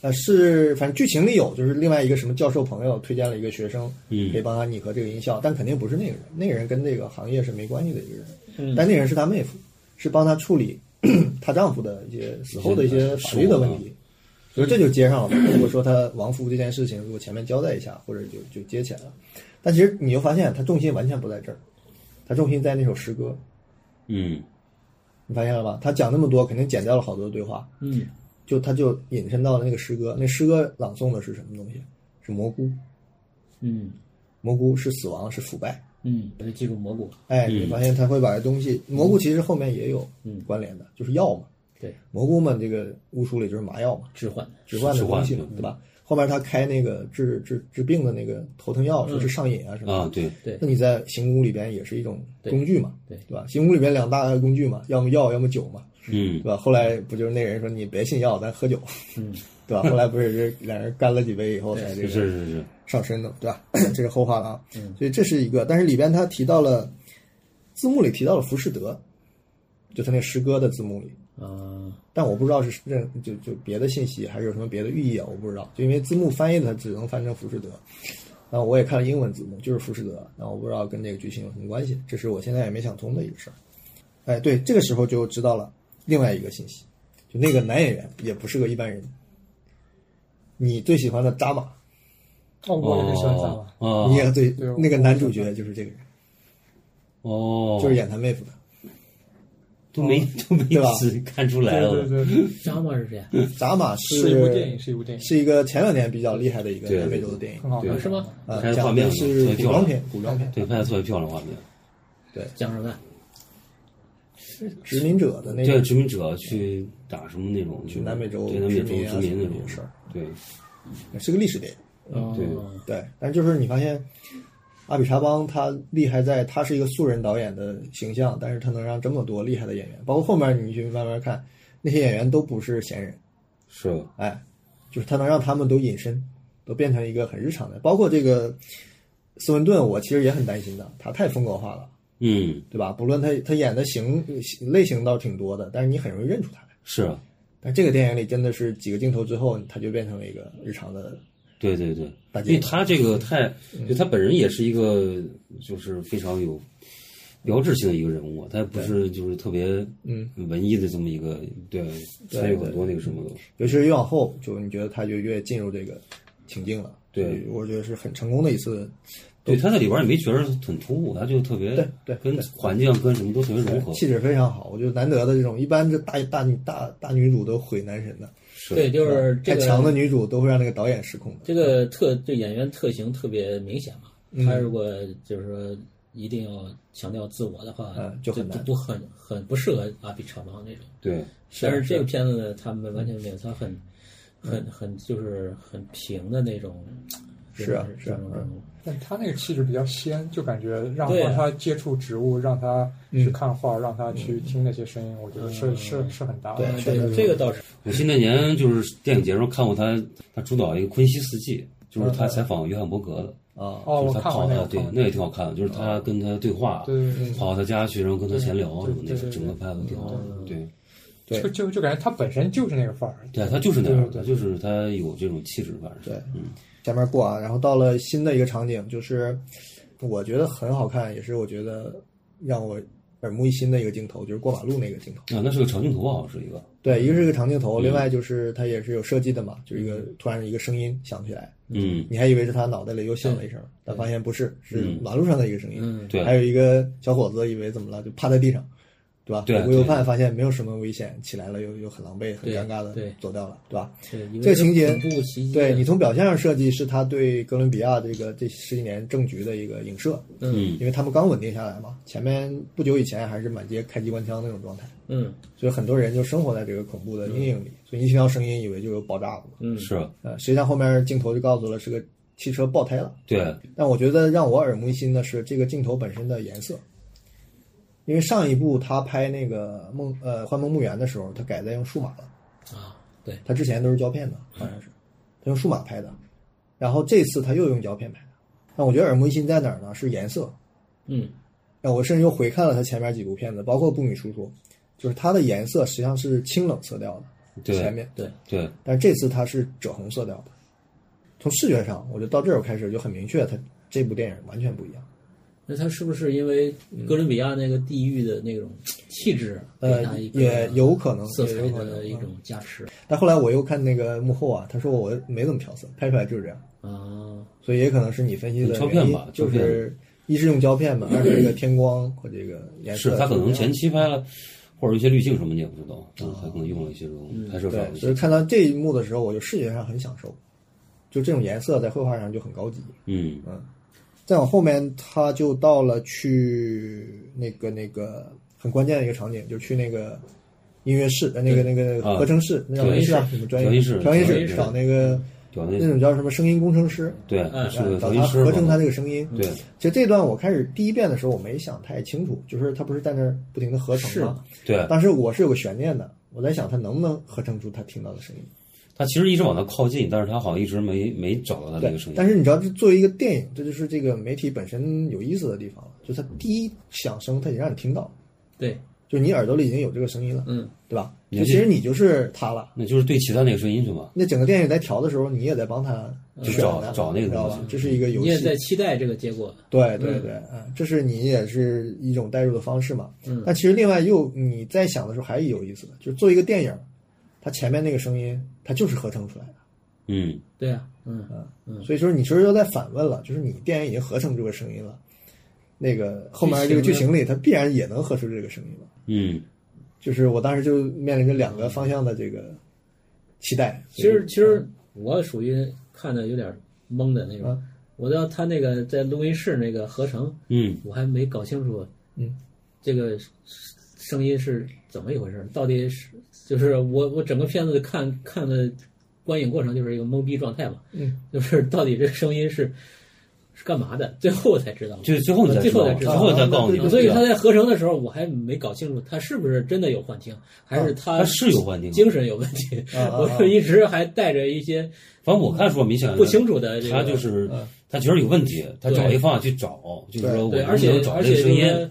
Speaker 8: 呃，是反正剧情里有，就是另外一个什么教授朋友推荐了一个学生，
Speaker 5: 嗯
Speaker 8: 可以帮他拟合这个音效，但肯定不是那个人，那个人跟这个行业是没关系的一个人，
Speaker 6: 嗯
Speaker 8: 但那个人是他妹夫，是帮他处理 她丈夫的一些死后的一些法律的问题。所以这就接上了嘛。如果说他亡夫这件事情，如果前面交代一下，或者就就接起来了，但其实你就发现他重心完全不在这儿，他重心在那首诗歌，
Speaker 5: 嗯
Speaker 8: 你发现了吧？他讲那么多，肯定剪掉了好多对话，
Speaker 6: 嗯
Speaker 8: 就他就引申到了那个诗歌。那诗歌朗诵的是什么东西？是蘑菇，
Speaker 6: 嗯
Speaker 8: 蘑菇是死亡，是腐败。
Speaker 6: 嗯，我就记住蘑菇，
Speaker 8: 哎，你发现他会把这东西，蘑菇其实后面也有
Speaker 6: 嗯
Speaker 8: 关联的，就是药嘛。
Speaker 6: 对，
Speaker 8: 蘑菇嘛，这个巫术里就是麻药嘛，
Speaker 6: 置换，
Speaker 8: 置换的东西
Speaker 5: 置
Speaker 8: 嘛
Speaker 5: 换，
Speaker 8: 对吧？后面他开那个治治治病的那个头疼药，说是上瘾啊什么的
Speaker 5: 啊，对，
Speaker 6: 嗯对
Speaker 8: 那，你在行宫里边也是一种工具嘛，
Speaker 6: 对
Speaker 8: 对吧？行宫里边两大工具嘛，要么药，要么酒嘛，
Speaker 5: 嗯
Speaker 8: 对吧？后来不就是那人说你别信药，咱喝酒，
Speaker 6: 嗯，
Speaker 8: 对吧？后来不是两人干了几杯以后才
Speaker 5: 是嗯
Speaker 8: 这个
Speaker 5: 是是是，
Speaker 8: 上身的，对吧？ 这是后话了啊。所以这是一个，但是里边他提到了字幕里提到了浮士德，就他那诗歌的字幕里，
Speaker 6: 啊，
Speaker 8: 但我不知道是任就就别的信息还是有什么别的寓意啊，我不知道，就因为字幕翻译的它只能翻成浮士德，然后我也看了英文字幕，就是浮士德，那我不知道跟这个剧情有什么关系，这是我现在也没想通的一个事儿。哎，对，这个时候就知道了另外一个信息，就那个男演员也不是个一般人，你最喜欢的扎马，
Speaker 7: 哦，我也很喜欢萨
Speaker 5: 哦
Speaker 7: 瓦，
Speaker 5: 哦
Speaker 8: 啊你也最
Speaker 7: 对
Speaker 8: 那个男主角就是这个人，
Speaker 5: 哦，
Speaker 8: 就是演他妹夫的
Speaker 5: 都没都没
Speaker 8: 对吧
Speaker 5: 仔看出来
Speaker 7: 对
Speaker 5: 了，
Speaker 7: 对对，
Speaker 6: 张默是谁啊？
Speaker 8: 扎马
Speaker 7: 是一部电影，是一部电影，
Speaker 8: 是一个前两年比较厉害的一个
Speaker 5: 对
Speaker 8: 南美洲的电影
Speaker 7: 很。好
Speaker 5: 对
Speaker 7: 看，
Speaker 6: 是吗？
Speaker 8: 啊
Speaker 5: 拍，的画
Speaker 8: 讲
Speaker 5: 面
Speaker 8: 的是
Speaker 5: 特别
Speaker 8: 古
Speaker 5: 漂
Speaker 8: 装
Speaker 5: 亮
Speaker 8: 片，古装片，
Speaker 5: 对，拍的特别漂亮画面。
Speaker 6: 讲什么呀？
Speaker 8: 殖民者的那
Speaker 5: 对
Speaker 8: 个
Speaker 5: 殖民者去打什么那种，
Speaker 8: 哎去南美洲
Speaker 5: 对南美洲
Speaker 8: 殖民啊
Speaker 5: 殖民那
Speaker 8: 什么
Speaker 5: 种
Speaker 8: 的事儿，
Speaker 5: 对，
Speaker 8: 是个历史电影。
Speaker 6: 哦，
Speaker 8: 嗯对，但就是你发现阿比查邦他厉害在，他是一个素人导演的形象，但是他能让这么多厉害的演员，包括后面你去慢慢看，那些演员都不是闲人，
Speaker 5: 是
Speaker 8: 哎，就是他能让他们都隐身，都变成一个很日常的。包括这个斯文顿，我其实也很担心的，他太风格化了，
Speaker 5: 嗯，
Speaker 8: 对吧？不论他他演的型类型倒挺多的，但是你很容易认出他来。
Speaker 5: 是，
Speaker 8: 但这个电影里真的是几个镜头之后，他就变成了一个日常的
Speaker 5: 对对对，
Speaker 8: 大嗯姐
Speaker 5: 因为他这个太，就他本人也是一个就是非常有标志性的一个人物啊，他不是就是特别
Speaker 8: 嗯
Speaker 5: 文艺的这么一个，对，
Speaker 8: 对
Speaker 5: 他有很多那个什么的，
Speaker 8: 尤其是越往后，就你觉得他就越进入这个情境了。
Speaker 5: 对
Speaker 8: 所以我觉得是很成功的一次。
Speaker 5: 对，他在里边也没觉得很突兀，他就特别
Speaker 8: 对对
Speaker 5: 跟
Speaker 8: 对
Speaker 5: 环境跟什么都特别融合，
Speaker 8: 气质非常好，我觉得难得的这种，一般这大大女大大女主都毁男神的，
Speaker 5: 是
Speaker 6: 对，就是这
Speaker 8: 太强的
Speaker 6: 个
Speaker 8: 女主都会让那个导演失控的。
Speaker 6: 这个特这演员特型特别明显嘛。
Speaker 8: 嗯
Speaker 6: 他如果就是说一定要强调自我的话
Speaker 8: 嗯，
Speaker 6: 就
Speaker 8: 就很难
Speaker 6: 不很很不适合阿比查邦那种。
Speaker 5: 对，
Speaker 8: 啊
Speaker 6: 但是这个片子呢，他们完全没有，他很很很就是很平的那种，
Speaker 8: 是啊是
Speaker 6: 这种
Speaker 8: 啊
Speaker 6: 这种
Speaker 7: 但他那个气质比较鲜，就感觉让
Speaker 6: 对啊
Speaker 7: 让他接触植物，让他去
Speaker 8: 嗯
Speaker 7: 看画，让他去听那些声音，我觉得是是是很搭的。
Speaker 8: 对
Speaker 6: 这个这个倒是
Speaker 5: 我新那
Speaker 8: 嗯
Speaker 5: 年就是电影节上看过他，他主导一个《昆西四季》，就是他采访约翰伯格的，啊，
Speaker 7: 哦
Speaker 5: 就是他
Speaker 7: 我看过
Speaker 5: 跑
Speaker 7: 那
Speaker 5: 到
Speaker 7: 个
Speaker 5: 对
Speaker 7: 看过，
Speaker 5: 那也挺好看的，就是他跟他对话，
Speaker 7: 对对对
Speaker 5: 跑到他家去，然后跟他闲聊
Speaker 7: 对
Speaker 5: 什么的，
Speaker 7: 对对对哦
Speaker 5: 整个拍的挺好的，对，
Speaker 8: 对
Speaker 7: 就就就感觉他本身就是那个范儿，
Speaker 5: 对，他就是那样，
Speaker 7: 对对
Speaker 5: 他就是他有这种气质，反正是嗯
Speaker 8: 对，前面过啊，然后到了新的一个场景，就是我觉得很好看，也是我觉得让我耳目一新的一个镜头，就是过马路那个镜头。
Speaker 5: 啊，那是个长镜头，好像是一个，
Speaker 8: 对，一个是一个长镜
Speaker 5: 嗯
Speaker 8: 头，另外就是它也是有设计的嘛，就是一个突然一个声音响起来，
Speaker 5: 嗯，
Speaker 8: 你还以为是他脑袋里又响了一声，但发现不是，是
Speaker 5: 嗯
Speaker 8: 马路上的一个声音。
Speaker 6: 嗯
Speaker 5: 对
Speaker 8: 还有一个小伙子以为怎么了，就趴在地上，对吧？
Speaker 5: 对
Speaker 8: 左顾右
Speaker 5: 对
Speaker 8: 盼，发现没有什么危险，起来了又又很狼狈、很
Speaker 6: 对
Speaker 8: 尴尬的
Speaker 6: 对
Speaker 8: 走掉了，对吧？
Speaker 6: 对，一
Speaker 8: 这个
Speaker 6: 是
Speaker 8: 情节
Speaker 6: 恐怖
Speaker 5: 嗯
Speaker 6: 袭击的，
Speaker 8: 对你从表象上设计是他对哥伦比亚这个这十几年政局的一个影射，
Speaker 5: 嗯
Speaker 8: 因为他们刚稳定下来嘛，前面不久以前还是满街开机关枪那种状态，
Speaker 6: 嗯
Speaker 8: 所以很多人就生活在这个恐怖的阴影里，所以一听到声音以为就有爆炸了嘛，
Speaker 6: 嗯，
Speaker 5: 是，
Speaker 8: 呃，实际上后面镜头就告诉了是个汽车爆胎了，
Speaker 5: 对，
Speaker 8: 但我觉得让我耳目一新的是这个镜头本身的颜色，因为上一部他拍那个梦呃《幻梦墓园》的时候，他改在用数码了。
Speaker 6: 啊，对，
Speaker 8: 他之前都是胶片的，好像是，他用数码拍的，然后这次他又用胶片拍的。但我觉得耳目一新在哪儿呢？是颜色。
Speaker 6: 嗯
Speaker 8: 让我甚至又回看了他前面几部片子，包括《步米叔叔》，就是他的颜色实际上是清冷色调的，
Speaker 5: 对
Speaker 8: 前面，
Speaker 6: 对，
Speaker 5: 对，
Speaker 8: 但是这次他是赭红色调的。从视觉上，我就到这儿我开始就很明确，他这部电影完全不一样。
Speaker 6: 那他是不是因为哥伦比亚那个地域的那种气质，
Speaker 8: 呃
Speaker 6: 给他一个
Speaker 8: 也有可能
Speaker 6: 色
Speaker 8: 也
Speaker 6: 彩
Speaker 8: 有可能嗯
Speaker 6: 的一种加持
Speaker 8: 但后来我又看那个幕后啊，他说我没怎么调色，拍出来就是这样。
Speaker 6: 啊？
Speaker 8: 所以也可能是你分析的
Speaker 5: 胶片吧
Speaker 8: 原因
Speaker 5: 胶
Speaker 8: 就
Speaker 5: 片
Speaker 8: 是一是用胶 片吧，二是这个天光和这个颜色，
Speaker 5: 是他可能前期
Speaker 7: 嗯
Speaker 5: 拍了，或者一些滤镜什么你也不知
Speaker 7: 哦
Speaker 5: 道，就是他可能用了一些这种
Speaker 7: 嗯
Speaker 5: 拍摄上
Speaker 8: 对，
Speaker 5: 的一
Speaker 8: 所以
Speaker 5: 些，
Speaker 8: 看到这一幕的时候，我就视觉上很享受，就这种颜色在绘画上就很高级。
Speaker 5: 嗯，
Speaker 8: 再往后面，他就到了去那个那个很关键的一个场景，就去那个音乐室，呃那个那个
Speaker 5: 啊
Speaker 8: 合成室，那叫
Speaker 5: 调
Speaker 8: 什
Speaker 5: 音
Speaker 8: 么
Speaker 5: 室
Speaker 8: 啊？什么专业？
Speaker 5: 调音室
Speaker 8: 调音
Speaker 5: 调音
Speaker 8: 室
Speaker 5: 室
Speaker 8: 找那个
Speaker 5: 对吧？
Speaker 8: 那
Speaker 5: 那
Speaker 8: 种叫什么声音工程师，
Speaker 7: 嗯
Speaker 5: 对是
Speaker 8: 哎
Speaker 5: 个调
Speaker 8: 找他
Speaker 5: 音师
Speaker 8: 合成
Speaker 5: 嘛
Speaker 8: 他这个声音。
Speaker 5: 对，
Speaker 8: 其实这段我开始第一遍的时候，我没想太清楚，就是他不是在那儿不停的合成吗？
Speaker 5: 对，
Speaker 8: 当时我是有个悬念的，我在想他能不能合成出他听到的声音。
Speaker 5: 他其实一直往他靠近，但是他好像一直没没找到他嗯那
Speaker 8: 对
Speaker 5: 个声，音。
Speaker 8: 但是你知道，这作为一个电影，这就是这个媒体本身有意思的地方了，就它第一响声，它已经让你听到，
Speaker 6: 对，
Speaker 8: 就你耳朵里已经有这个声音了，
Speaker 6: 嗯，
Speaker 8: 对吧？
Speaker 5: 你
Speaker 8: 就其
Speaker 5: 这
Speaker 8: 实你就是他了。
Speaker 5: 那就是对齐他那个声音去嘛，
Speaker 8: 那整个电影在调的时候，你也在帮他
Speaker 5: 去
Speaker 8: 选
Speaker 5: 找
Speaker 8: 的
Speaker 5: 找那个
Speaker 8: 你知道吧
Speaker 5: 东？西
Speaker 8: 这是一个游
Speaker 6: 你
Speaker 8: 戏，
Speaker 6: 也在期待这个结果，
Speaker 8: 对对对，嗯，这是你也是一种代入的方式嘛。
Speaker 6: 嗯
Speaker 8: 但其实另外又你在想的时候还有意思的，就是做一个电影，它前面那个声音它就是合成出来的，
Speaker 5: 嗯，
Speaker 6: 对啊，嗯嗯
Speaker 8: 所以说你其实又在反问了，就是你电影已经合成这个声音了，那个后面这个剧
Speaker 6: 剧情
Speaker 8: 情里它必然也能合出这个声音了。
Speaker 5: 嗯，
Speaker 8: 就是我当时就面临着两个方向的这个期待。
Speaker 6: 其实其实我属于看的有点懵的那种
Speaker 8: 啊，
Speaker 6: 我到他那个在录音室那个合成，
Speaker 5: 嗯，
Speaker 6: 我还没搞清楚，
Speaker 8: 嗯，
Speaker 6: 这个声音是怎么一回事？到底是就是我我整个片子看看的观影过程就是一个懵逼状态嘛，
Speaker 8: 嗯，
Speaker 6: 就是到底这个声音是是干嘛的？最后我才知道，
Speaker 5: 就最后你才
Speaker 6: 最
Speaker 5: 知道，
Speaker 6: 后才
Speaker 5: 最
Speaker 6: 知道
Speaker 5: 后才告诉你
Speaker 8: 啊，
Speaker 6: 所以他
Speaker 5: 对
Speaker 6: 在合成的时候，我还没搞清楚他是不是真的有幻听，还是他
Speaker 5: 啊他是有幻听，
Speaker 6: 精神有问题。
Speaker 8: 啊啊啊
Speaker 6: 我一直还带着一些
Speaker 5: 反正我看的时候没想
Speaker 6: 不清楚的这个，
Speaker 5: 他就是
Speaker 8: 嗯
Speaker 5: 他觉得有问题，他找
Speaker 6: 对
Speaker 5: 一个方法去找，就是说我
Speaker 6: 对，
Speaker 5: 能
Speaker 6: 而
Speaker 5: 不
Speaker 6: 且
Speaker 5: 能找
Speaker 6: 而
Speaker 5: 这个
Speaker 6: 且
Speaker 5: 声
Speaker 6: 就是
Speaker 5: 音
Speaker 6: 说，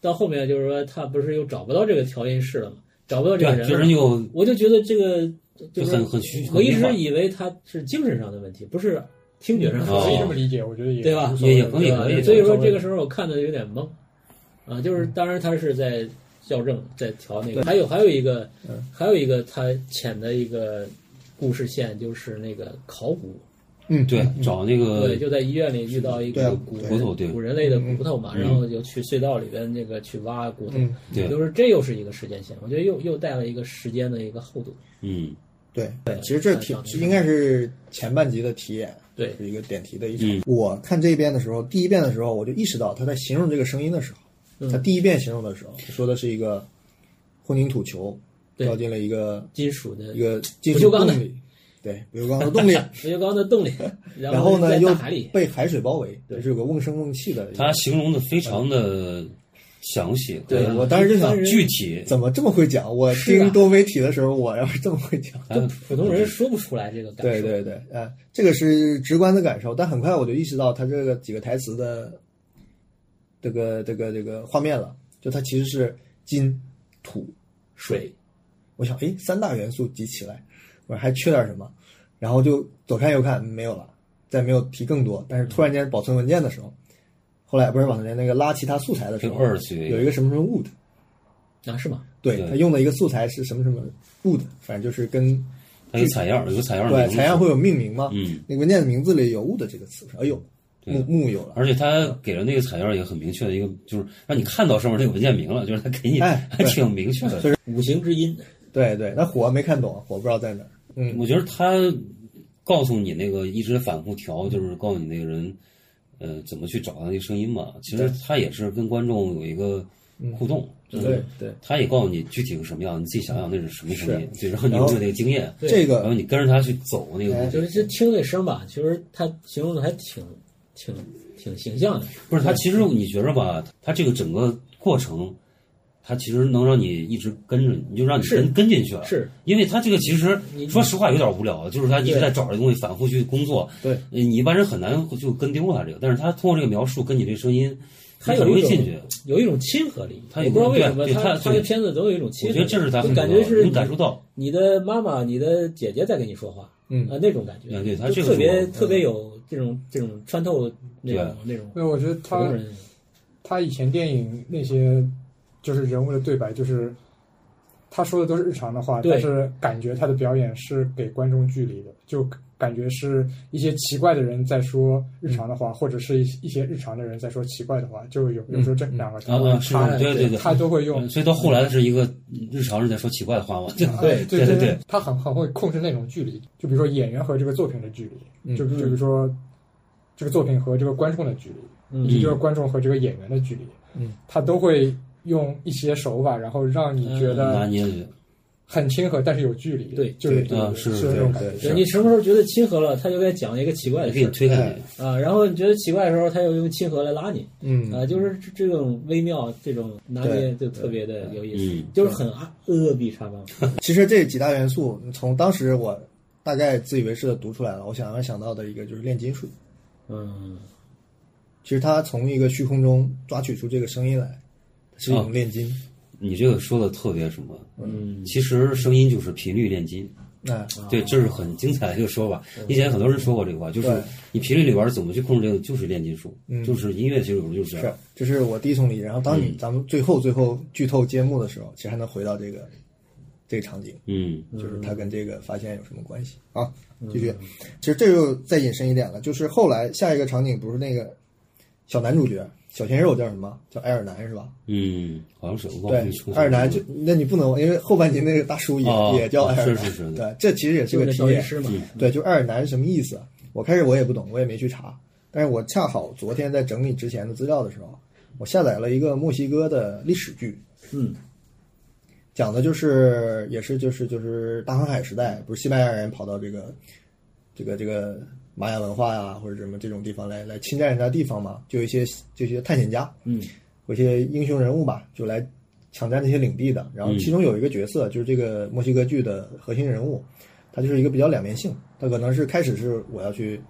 Speaker 6: 到后面就是说他不是又找不到这个调音室了嘛，找不到
Speaker 5: 对
Speaker 6: 这个
Speaker 5: 啊，
Speaker 6: 人
Speaker 5: 这
Speaker 6: 了
Speaker 5: 人又
Speaker 6: 我就觉得这个
Speaker 5: 就是很很虚
Speaker 6: 我一
Speaker 5: 很迷
Speaker 6: 直
Speaker 5: 幻
Speaker 6: 以为他是精神上的问题，不是听觉上的
Speaker 7: 可
Speaker 5: 哦
Speaker 6: 问
Speaker 7: 以
Speaker 6: 题，
Speaker 7: 这么理解，我觉得也
Speaker 6: 对吧
Speaker 7: 无所谓
Speaker 5: 也也可以
Speaker 6: 对吧
Speaker 5: 可以，嗯
Speaker 6: 所以说
Speaker 5: 无所
Speaker 6: 这
Speaker 5: 谓
Speaker 6: 个时候我看的有点懵，啊，就是当然他是在校正，在调那个，还有还有一个，
Speaker 5: 嗯
Speaker 6: 还有一个他潜的一个故事线就是那个考古，
Speaker 8: 嗯，
Speaker 5: 对
Speaker 8: 嗯
Speaker 5: 找那个
Speaker 6: 对，就在医院里遇到一
Speaker 8: 对
Speaker 6: 个
Speaker 8: 啊
Speaker 6: 古
Speaker 5: 骨头，对
Speaker 6: 古人类的骨头嘛，
Speaker 5: 嗯
Speaker 6: 然后就去隧道里边那个去挖骨头，
Speaker 8: 嗯
Speaker 5: 对，
Speaker 6: 就是这又是一个时间线，我觉得又又带了一个时间的一个厚度。
Speaker 5: 嗯
Speaker 8: 对对，其实这挺应该是前半集的题眼，
Speaker 6: 对
Speaker 8: 是一个点题的一
Speaker 5: 嗯
Speaker 8: 场。我看这一遍的时候，第一遍的时候我就意识到他在形容这个声音的时候，
Speaker 6: 嗯
Speaker 8: 他第一遍形容的时候说的是一个混凝土球
Speaker 6: 对
Speaker 8: 掉进了一个
Speaker 6: 金属的
Speaker 8: 一个金
Speaker 6: 不
Speaker 8: 属
Speaker 6: 锈钢的
Speaker 8: 洞里，对，不锈钢的 洞里，
Speaker 6: 不锈钢 的洞里，然
Speaker 8: 然后呢
Speaker 6: 在
Speaker 8: 又
Speaker 6: 大海里，
Speaker 8: 被海水包围，就是有个瓮声瓮气的一个。
Speaker 5: 他形容的非常的详细和
Speaker 6: 对
Speaker 8: 我当时就想
Speaker 6: 一般人
Speaker 5: 具体，
Speaker 8: 怎么这么会讲？我
Speaker 6: 是啊
Speaker 8: 听多媒体的时候，我要是这么会讲，
Speaker 5: 咱
Speaker 6: 普通人说不出来这个感
Speaker 8: 对
Speaker 6: 受。
Speaker 8: 对对，呃，这个是直观的感受，但很快我就意识到他这个几个台词的这个这个这个画面了，就它其实是金、土、水。我想，诶，三大元素集起来，我还缺点什么？然后就左看右看，没有了，再没有提更多。但是突然间保存文件的时候，后来不是保存文件那个拉其他素材的时候，
Speaker 5: 跟二次元
Speaker 8: 有一个什么什么 wood，
Speaker 6: 啊，是吗？
Speaker 8: 对
Speaker 5: 对
Speaker 8: 他用的一个素材是什么什么 wood，反正就是跟
Speaker 5: 它有采样，有个采样
Speaker 8: 对
Speaker 5: 名字
Speaker 8: 采样会有命名吗？
Speaker 5: 嗯，
Speaker 8: 那个文件的名字里有“物”的这个词，哎呦，木木有了，
Speaker 5: 而且他给了那个采样也很明确的一个，就是让你看到上面这个文件名了，就是他给你
Speaker 8: 哎
Speaker 5: 还挺明确的。
Speaker 6: 五行之音，
Speaker 8: 对对，那火没看懂，啊火不知道在哪儿，嗯，
Speaker 5: 我觉得他告诉你那个一直反复调，就是告诉你那个人，呃，怎么去找到那个声音嘛。其实
Speaker 8: 对
Speaker 5: 他也是跟观众有一个互动，就是
Speaker 8: 对对，
Speaker 5: 他也告诉你具体是什么样，你自己想想那是什么声音，对，然后你
Speaker 8: 然后
Speaker 5: 有那个经验，
Speaker 6: 对
Speaker 8: 这
Speaker 5: 然后
Speaker 8: 个
Speaker 5: 你跟着他去走那个
Speaker 8: 哎
Speaker 5: 路
Speaker 6: 就是这听那声吧，其实他形容的还挺挺挺形象的。
Speaker 5: 不是他，其实你觉着吧，他这个整个过程，他其实能让你一直跟着，你就让你
Speaker 6: 是
Speaker 5: 跟跟进去了。
Speaker 6: 是，
Speaker 5: 因为他这个其实
Speaker 6: 你
Speaker 5: 说实话有点无聊，啊就是他一直
Speaker 6: 对
Speaker 5: 在找这东西反复去工作。
Speaker 8: 对
Speaker 5: 呃，你一般人很难就跟丢他这个，但是他通过这个描述跟你这个声音，
Speaker 6: 他
Speaker 5: 你
Speaker 6: 有
Speaker 5: 很容易
Speaker 6: 一种
Speaker 5: 进去。
Speaker 6: 有一种亲和力，
Speaker 5: 他
Speaker 6: 我
Speaker 5: 有
Speaker 6: 不知道为什么
Speaker 5: 对对
Speaker 6: 他
Speaker 5: 他
Speaker 6: 他
Speaker 5: 对
Speaker 6: 的片子总有一种
Speaker 5: 我
Speaker 6: 亲
Speaker 5: 觉
Speaker 6: 和
Speaker 5: 得
Speaker 6: 力，
Speaker 5: 这是他
Speaker 6: 就
Speaker 5: 很
Speaker 6: 感
Speaker 5: 重
Speaker 6: 觉
Speaker 5: 要的
Speaker 6: 是
Speaker 5: 能
Speaker 6: 你
Speaker 5: 感受到，
Speaker 6: 你的妈妈、你的姐姐在跟你说话，
Speaker 8: 嗯
Speaker 6: 啊那种感觉，
Speaker 5: 嗯对他
Speaker 6: 就
Speaker 5: 这个嗯
Speaker 6: 特别
Speaker 5: 是我
Speaker 6: 特别有这种这种穿透那
Speaker 5: 啊
Speaker 6: 种那种
Speaker 7: 因为我觉得
Speaker 6: 普
Speaker 7: 他
Speaker 6: 通人
Speaker 7: 他以前电影那些就是人物的对白，就是他说的都是日常的话，
Speaker 6: 对
Speaker 7: 但是感觉他的表演是给观众距离的，就感觉是一些奇怪的人在说日常的话，
Speaker 5: 嗯
Speaker 7: 或者是一一些日常的人在说奇怪的话，就有有时候这两个他
Speaker 5: 啊
Speaker 7: 会
Speaker 6: 嗯
Speaker 5: 啊，是
Speaker 7: 他
Speaker 5: 吗？对对对，
Speaker 7: 他都会用
Speaker 5: 嗯。所以到后来的是一个日常人在说奇怪的话嘛，对
Speaker 6: 对
Speaker 7: 对
Speaker 5: 对
Speaker 7: 对，，他很很会控制那种距离，就比如说演员和这个作品的距离，就就比如说这个作品和这个观众的距离，
Speaker 6: 嗯
Speaker 7: 以及就是观众和这个演员的距离，
Speaker 8: 嗯，
Speaker 7: 他都会用一些手法，然后让你觉
Speaker 5: 嗯拿
Speaker 7: 得
Speaker 5: 捏
Speaker 7: 很亲和，但是有距离，
Speaker 6: 对
Speaker 7: 就是
Speaker 8: 对
Speaker 5: 啊是
Speaker 7: 是那种感觉，
Speaker 8: 是
Speaker 6: 对你什么时候觉得亲和了，他就该讲一个奇怪的
Speaker 5: 给你
Speaker 6: 事
Speaker 5: 推开
Speaker 8: 哎
Speaker 5: 你，
Speaker 6: 啊，然后你觉得奇怪的时候，他又用亲和来拉你
Speaker 8: 嗯，
Speaker 6: 啊，就是这这种微妙这种拿捏就特别的有意思
Speaker 5: 嗯，
Speaker 6: 就是很阿阿比查邦，
Speaker 8: 其实这几大元素，从当时我大概自以为是的读出来了，我想要想到的一个就是炼金术，
Speaker 6: 嗯，
Speaker 8: 其实他从一个虚空中抓取出这个声音来，是一
Speaker 5: 哦
Speaker 8: 种炼金，
Speaker 5: 你这个说的特别什么？
Speaker 6: 嗯，
Speaker 5: 其实声音就是频率炼金，
Speaker 8: 哎，
Speaker 5: 对，这是很精彩的一个说法。以前很多人说过这个话，就是
Speaker 8: 嗯对嗯
Speaker 5: 你频率里边怎么去控制这个，就是炼金术，就是音乐，其实有时候就是这
Speaker 8: 是
Speaker 5: 样。，
Speaker 8: 这是我第一重理解。然后当你咱们最后最后剧透揭幕的时候，其实还能回到这个这个场景。
Speaker 5: 嗯，
Speaker 8: 就是它跟这个发现有什么关系啊？继续，其实这就再引申一点了，就是后来下一个场景不是那个小男主角小鲜肉叫什么？叫爱尔南是吧？
Speaker 5: 嗯，好像是我忘了
Speaker 8: 对
Speaker 5: 你说，什么
Speaker 8: 爱尔南就那你不能，因为后半集那个大叔也、
Speaker 5: 哦
Speaker 8: 也叫爱尔南，
Speaker 5: 是是嗯是
Speaker 8: 对，这其实也是
Speaker 6: 就
Speaker 8: 个
Speaker 6: 是
Speaker 8: 题
Speaker 6: 调音
Speaker 8: 眼。
Speaker 6: 师嘛，
Speaker 8: 对，就爱尔南是什么意思啊？我开始我也不懂，我也没去查，但是我恰好昨天在整理之前的资料的时候，我下载了一个墨西哥的历史剧，
Speaker 6: 嗯，
Speaker 8: 讲的就是也是就是就是大航海时代，不是西班牙人跑到这个这个这个玛雅文化呀、或者什么这种地方来来侵占人家地方嘛，就有一些就一些探险家，
Speaker 6: 嗯，
Speaker 8: 有一些英雄人物吧，就来抢占这些领地的。然后其中有一个角色、就是这个墨西哥剧的核心人物，他就是一个比较两面性，他可能是开始是我要去。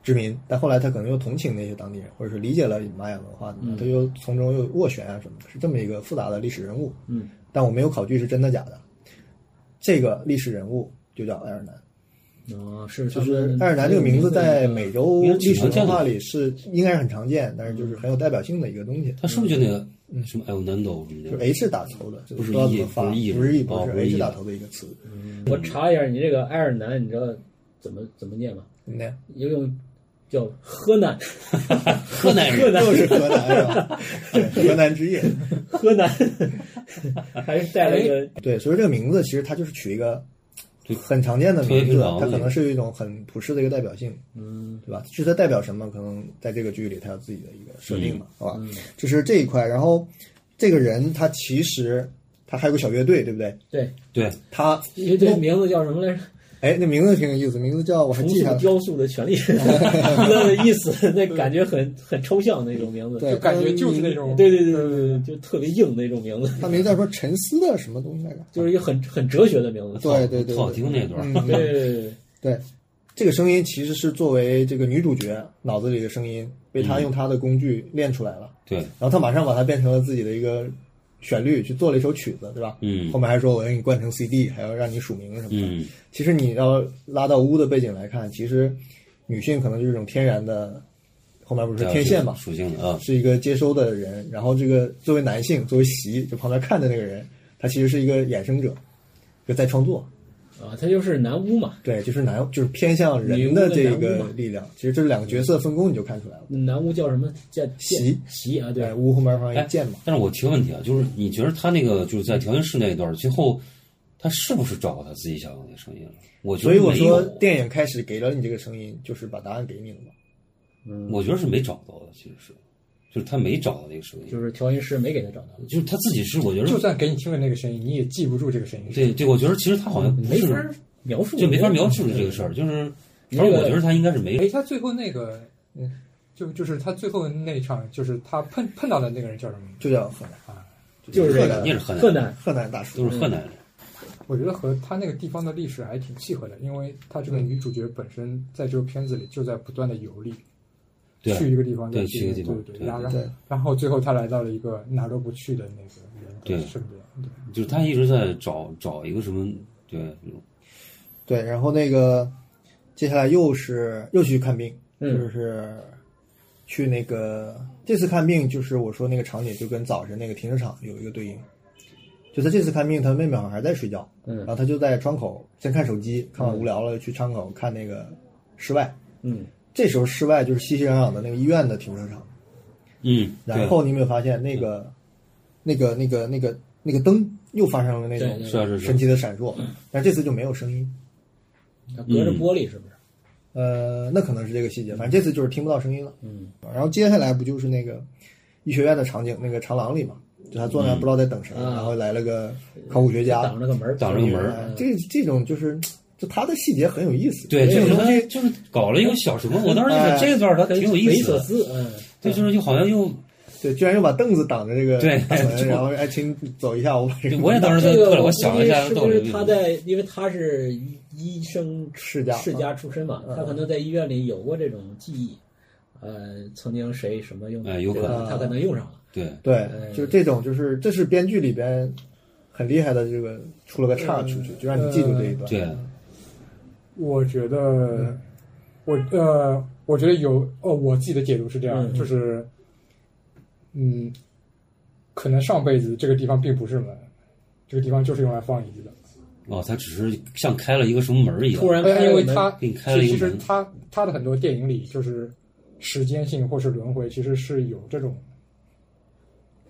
Speaker 8: 殖民，但后来他可能又同情那些当地人，或者是理解了玛雅文化，他又从中又斡旋啊什么的，是这么一个复杂的历史人物。
Speaker 6: 嗯，
Speaker 8: 但我没有考据是真的假的。这个历史人物就叫爱尔兰，
Speaker 6: 啊，是
Speaker 8: 就
Speaker 6: 他
Speaker 8: 是
Speaker 6: 们嗯
Speaker 8: 爱尔兰这个名字在美洲
Speaker 5: 应该
Speaker 8: 历
Speaker 5: 挺
Speaker 8: 史
Speaker 5: 常见
Speaker 8: 文
Speaker 5: 的
Speaker 8: 化里是应该是很常见，但是就是很有代表性的一个东西。
Speaker 5: 他是不是就那个什么 El Nando 什么
Speaker 8: 嗯就是
Speaker 5: 的？
Speaker 8: H 打头的，
Speaker 5: 不是
Speaker 8: 知道怎
Speaker 5: E，
Speaker 8: 么发，
Speaker 5: 不是 E
Speaker 8: 不是 E，
Speaker 5: 吧
Speaker 8: 不
Speaker 5: 哦
Speaker 8: 是
Speaker 5: 不是 E
Speaker 8: H
Speaker 5: 吧
Speaker 8: 打头的一个词。嗯
Speaker 6: 我查一下你这个爱尔兰，你知道怎么怎么念吗？
Speaker 8: 那样
Speaker 6: 有一种叫河南，
Speaker 5: 河南人
Speaker 6: 河南
Speaker 8: 又是河南是 吧？对河南之夜。
Speaker 6: 河南，哎还是带了一个
Speaker 8: 对，所以这个名字其实它就是取一个很常见的
Speaker 5: 特别
Speaker 8: 名
Speaker 5: 平
Speaker 8: 字
Speaker 5: 常，的
Speaker 8: 它可能是有一种很普世的一个代表性，嗯，对吧？至于它代表什么，可能在这个剧里它有自己的一个设定
Speaker 5: 嗯
Speaker 8: 嘛，好吧？这是这一块。然后这个人他其实他还有个小乐队，对不对？
Speaker 6: 对，
Speaker 5: 对，
Speaker 8: 他
Speaker 6: 因为这个名字叫什么来着？
Speaker 8: 哎，那名字挺有意思，名字叫我还
Speaker 6: 重
Speaker 8: 记
Speaker 6: 塑
Speaker 8: 下来。
Speaker 6: 雕塑 的权利，那个意思，那感觉很很抽象那种名字。
Speaker 8: 对，
Speaker 7: 感觉就是那种
Speaker 6: 对对对对对，就特别硬那种名字，
Speaker 8: 他名字叫说沉思的什么东西来着？
Speaker 6: 就是一个很很哲学的名字。
Speaker 8: 对对对，
Speaker 5: 特好听那段儿
Speaker 8: 嗯
Speaker 6: 对对对对
Speaker 8: 对，这个声音其实是作为这个女主角脑子里的声音，被她用她的工具练出来了，
Speaker 5: 对，
Speaker 8: 然后她马上把它变成了自己的一个旋律，去做了一首曲子，对吧？
Speaker 5: 嗯
Speaker 8: 后面还说我要给你灌成 CD，还要让你署名什么的。
Speaker 5: 嗯，
Speaker 8: 其实你要拉到屋的背景来看，其实女性可能就是一种天然的，后面不是说天线嘛，
Speaker 5: 属性的啊，
Speaker 8: 是一个接收的人，然后这个作为男性，作为席，就旁边看的那个人，他其实是一个衍生者，就在创作。
Speaker 6: 啊，他就是南巫嘛，
Speaker 8: 对，就是男，就是偏向人的这个力量。其实这两个角色分工你就看出来了。
Speaker 6: 南巫叫什么？叫
Speaker 8: 席
Speaker 6: 席啊，
Speaker 8: 对，
Speaker 6: 对，
Speaker 8: 屋后面放
Speaker 5: 哎
Speaker 8: 一剑嘛，
Speaker 5: 但是我提个问题啊，就是你觉得他那个就是在调音室那一段儿，最后他是不是找到他自己想要的声音了？我觉
Speaker 8: 所
Speaker 5: 得
Speaker 8: 以我
Speaker 5: 没
Speaker 8: 说
Speaker 5: 有
Speaker 8: 电影开始给了你这个声音，就是把答案给你了嘛。
Speaker 5: 我觉得是没找到的，其实是，就是他没找到那个声音，
Speaker 6: 就是调音师没给他找到。
Speaker 5: 就是他自己是，我觉
Speaker 7: 就
Speaker 5: 得
Speaker 7: 算给你听了那个声音，你也记不住这个声音。
Speaker 5: 对对，我觉得其实他好
Speaker 8: 嗯
Speaker 5: 像不
Speaker 6: 哦没法
Speaker 5: 是，
Speaker 6: 描述，
Speaker 5: 就没法描述这
Speaker 6: 嗯
Speaker 5: 个事儿，就是，反
Speaker 6: 那
Speaker 5: 正
Speaker 6: 个
Speaker 5: 我觉得他应该是没
Speaker 7: 哎，他最后那个，嗯，就就是他最后那一场，就是他碰碰到的那个人叫什么名字？
Speaker 8: 就叫河南，
Speaker 6: 就是这
Speaker 5: 肯定是
Speaker 6: 个
Speaker 5: 河南
Speaker 6: 河南，
Speaker 8: 河南大叔
Speaker 5: 都是河南人，
Speaker 7: 我觉得和他那个地方的历史还挺契合的，因为他这个
Speaker 5: 嗯
Speaker 7: 女主角本身在这个片子里就在不断的游历，
Speaker 5: 对
Speaker 7: 去一个地方，
Speaker 5: 对
Speaker 7: 再
Speaker 5: 去一
Speaker 7: 一
Speaker 5: 个地方
Speaker 7: 对
Speaker 5: 对
Speaker 7: 然后
Speaker 8: 对
Speaker 7: 然后最后他来到了一个哪儿都不去的那个人
Speaker 5: 对
Speaker 7: 的身边，对，
Speaker 5: 就是他一直在找找一个什么，对，这种
Speaker 8: 对，然后那个接下来又是又去看病，
Speaker 6: 嗯
Speaker 8: 就是去那个这次看病，就是我说那个场景就跟早晨那个停车场有一个对应。就他这次看病，他妹妹好像还在睡觉，
Speaker 6: 嗯
Speaker 8: 然后他就在窗口先看手机，看完无聊了就去窗口看那个室外。
Speaker 6: 嗯，
Speaker 8: 这时候室外就是熙熙攘攘的那个医院的停车场，
Speaker 5: 嗯，
Speaker 8: 然后你有没有发现那
Speaker 6: 嗯
Speaker 8: 个、那个、那个、那个、那个灯又发生了那
Speaker 6: 对
Speaker 8: 种
Speaker 5: 对是啊是啊是啊
Speaker 8: 神奇的闪烁，但这次就没有声音。
Speaker 6: 他隔
Speaker 5: 嗯
Speaker 6: 着玻璃是不是？
Speaker 8: 呃，那可能是这个细节，反正这次就是听不到声音了。
Speaker 6: 嗯，
Speaker 8: 然后接下来不就是那个医学院的场景，那个长廊里嘛，就他坐那儿不知道在等谁，
Speaker 6: 啊
Speaker 8: 然后来了个考古学家，
Speaker 6: 挡着个门儿，
Speaker 5: 嗯
Speaker 6: 嗯
Speaker 5: 挡着个门儿
Speaker 8: 哎这这种就是就他的细节很有意思。
Speaker 5: 对，就
Speaker 8: 这种
Speaker 5: 是
Speaker 8: 东
Speaker 5: 他
Speaker 8: 西
Speaker 5: 就是搞了一个小什么，我当时就
Speaker 8: 哎
Speaker 5: 是这段他挺有
Speaker 6: 匪
Speaker 5: 意
Speaker 6: 夷
Speaker 5: 思
Speaker 6: 所
Speaker 5: 的，
Speaker 6: 思，嗯，
Speaker 5: 对，就是又好像又，
Speaker 8: 对，居然又把凳子挡着这个
Speaker 5: 对
Speaker 8: 大门，
Speaker 5: 就
Speaker 8: 然后哎，请走一下，我把这个
Speaker 5: 我 也当时在
Speaker 6: 这
Speaker 5: 特
Speaker 6: 个
Speaker 5: 我
Speaker 6: 我
Speaker 5: 想
Speaker 6: 估
Speaker 5: 了一
Speaker 6: 计
Speaker 5: 下，
Speaker 6: 是
Speaker 5: 逗
Speaker 6: 不
Speaker 5: 了
Speaker 6: 是
Speaker 5: 一
Speaker 6: 他
Speaker 5: 句
Speaker 6: 在，因为他是医医生
Speaker 8: 世家
Speaker 6: 世家出身嘛，
Speaker 8: 嗯
Speaker 6: 他可能在医院里有过这种记忆，呃，曾经谁什么用，
Speaker 5: 哎有可能
Speaker 6: 对吧他可能用上了。
Speaker 5: 对，
Speaker 8: 对，就是这种，就是这是编剧里边很厉害的，这个出了个岔出去，就让你记住这一段。
Speaker 5: 嗯对，
Speaker 7: 我觉得，
Speaker 5: 嗯
Speaker 7: 我呃，我觉得有哦，我自己的解读是这样，
Speaker 6: 嗯
Speaker 7: 就是，嗯，可能上辈子这个地方并不是门，这个地方就是用来放椅子的。
Speaker 5: 哦，他只是像开了一个什么门儿一样，
Speaker 6: 突然
Speaker 7: 呃
Speaker 6: 开
Speaker 7: 因为
Speaker 6: 了门
Speaker 7: 他
Speaker 5: 给你开了一
Speaker 7: 其
Speaker 5: 个
Speaker 7: 实
Speaker 5: 门
Speaker 7: 他他的很多电影里就是时间性或是轮回，其实是有这种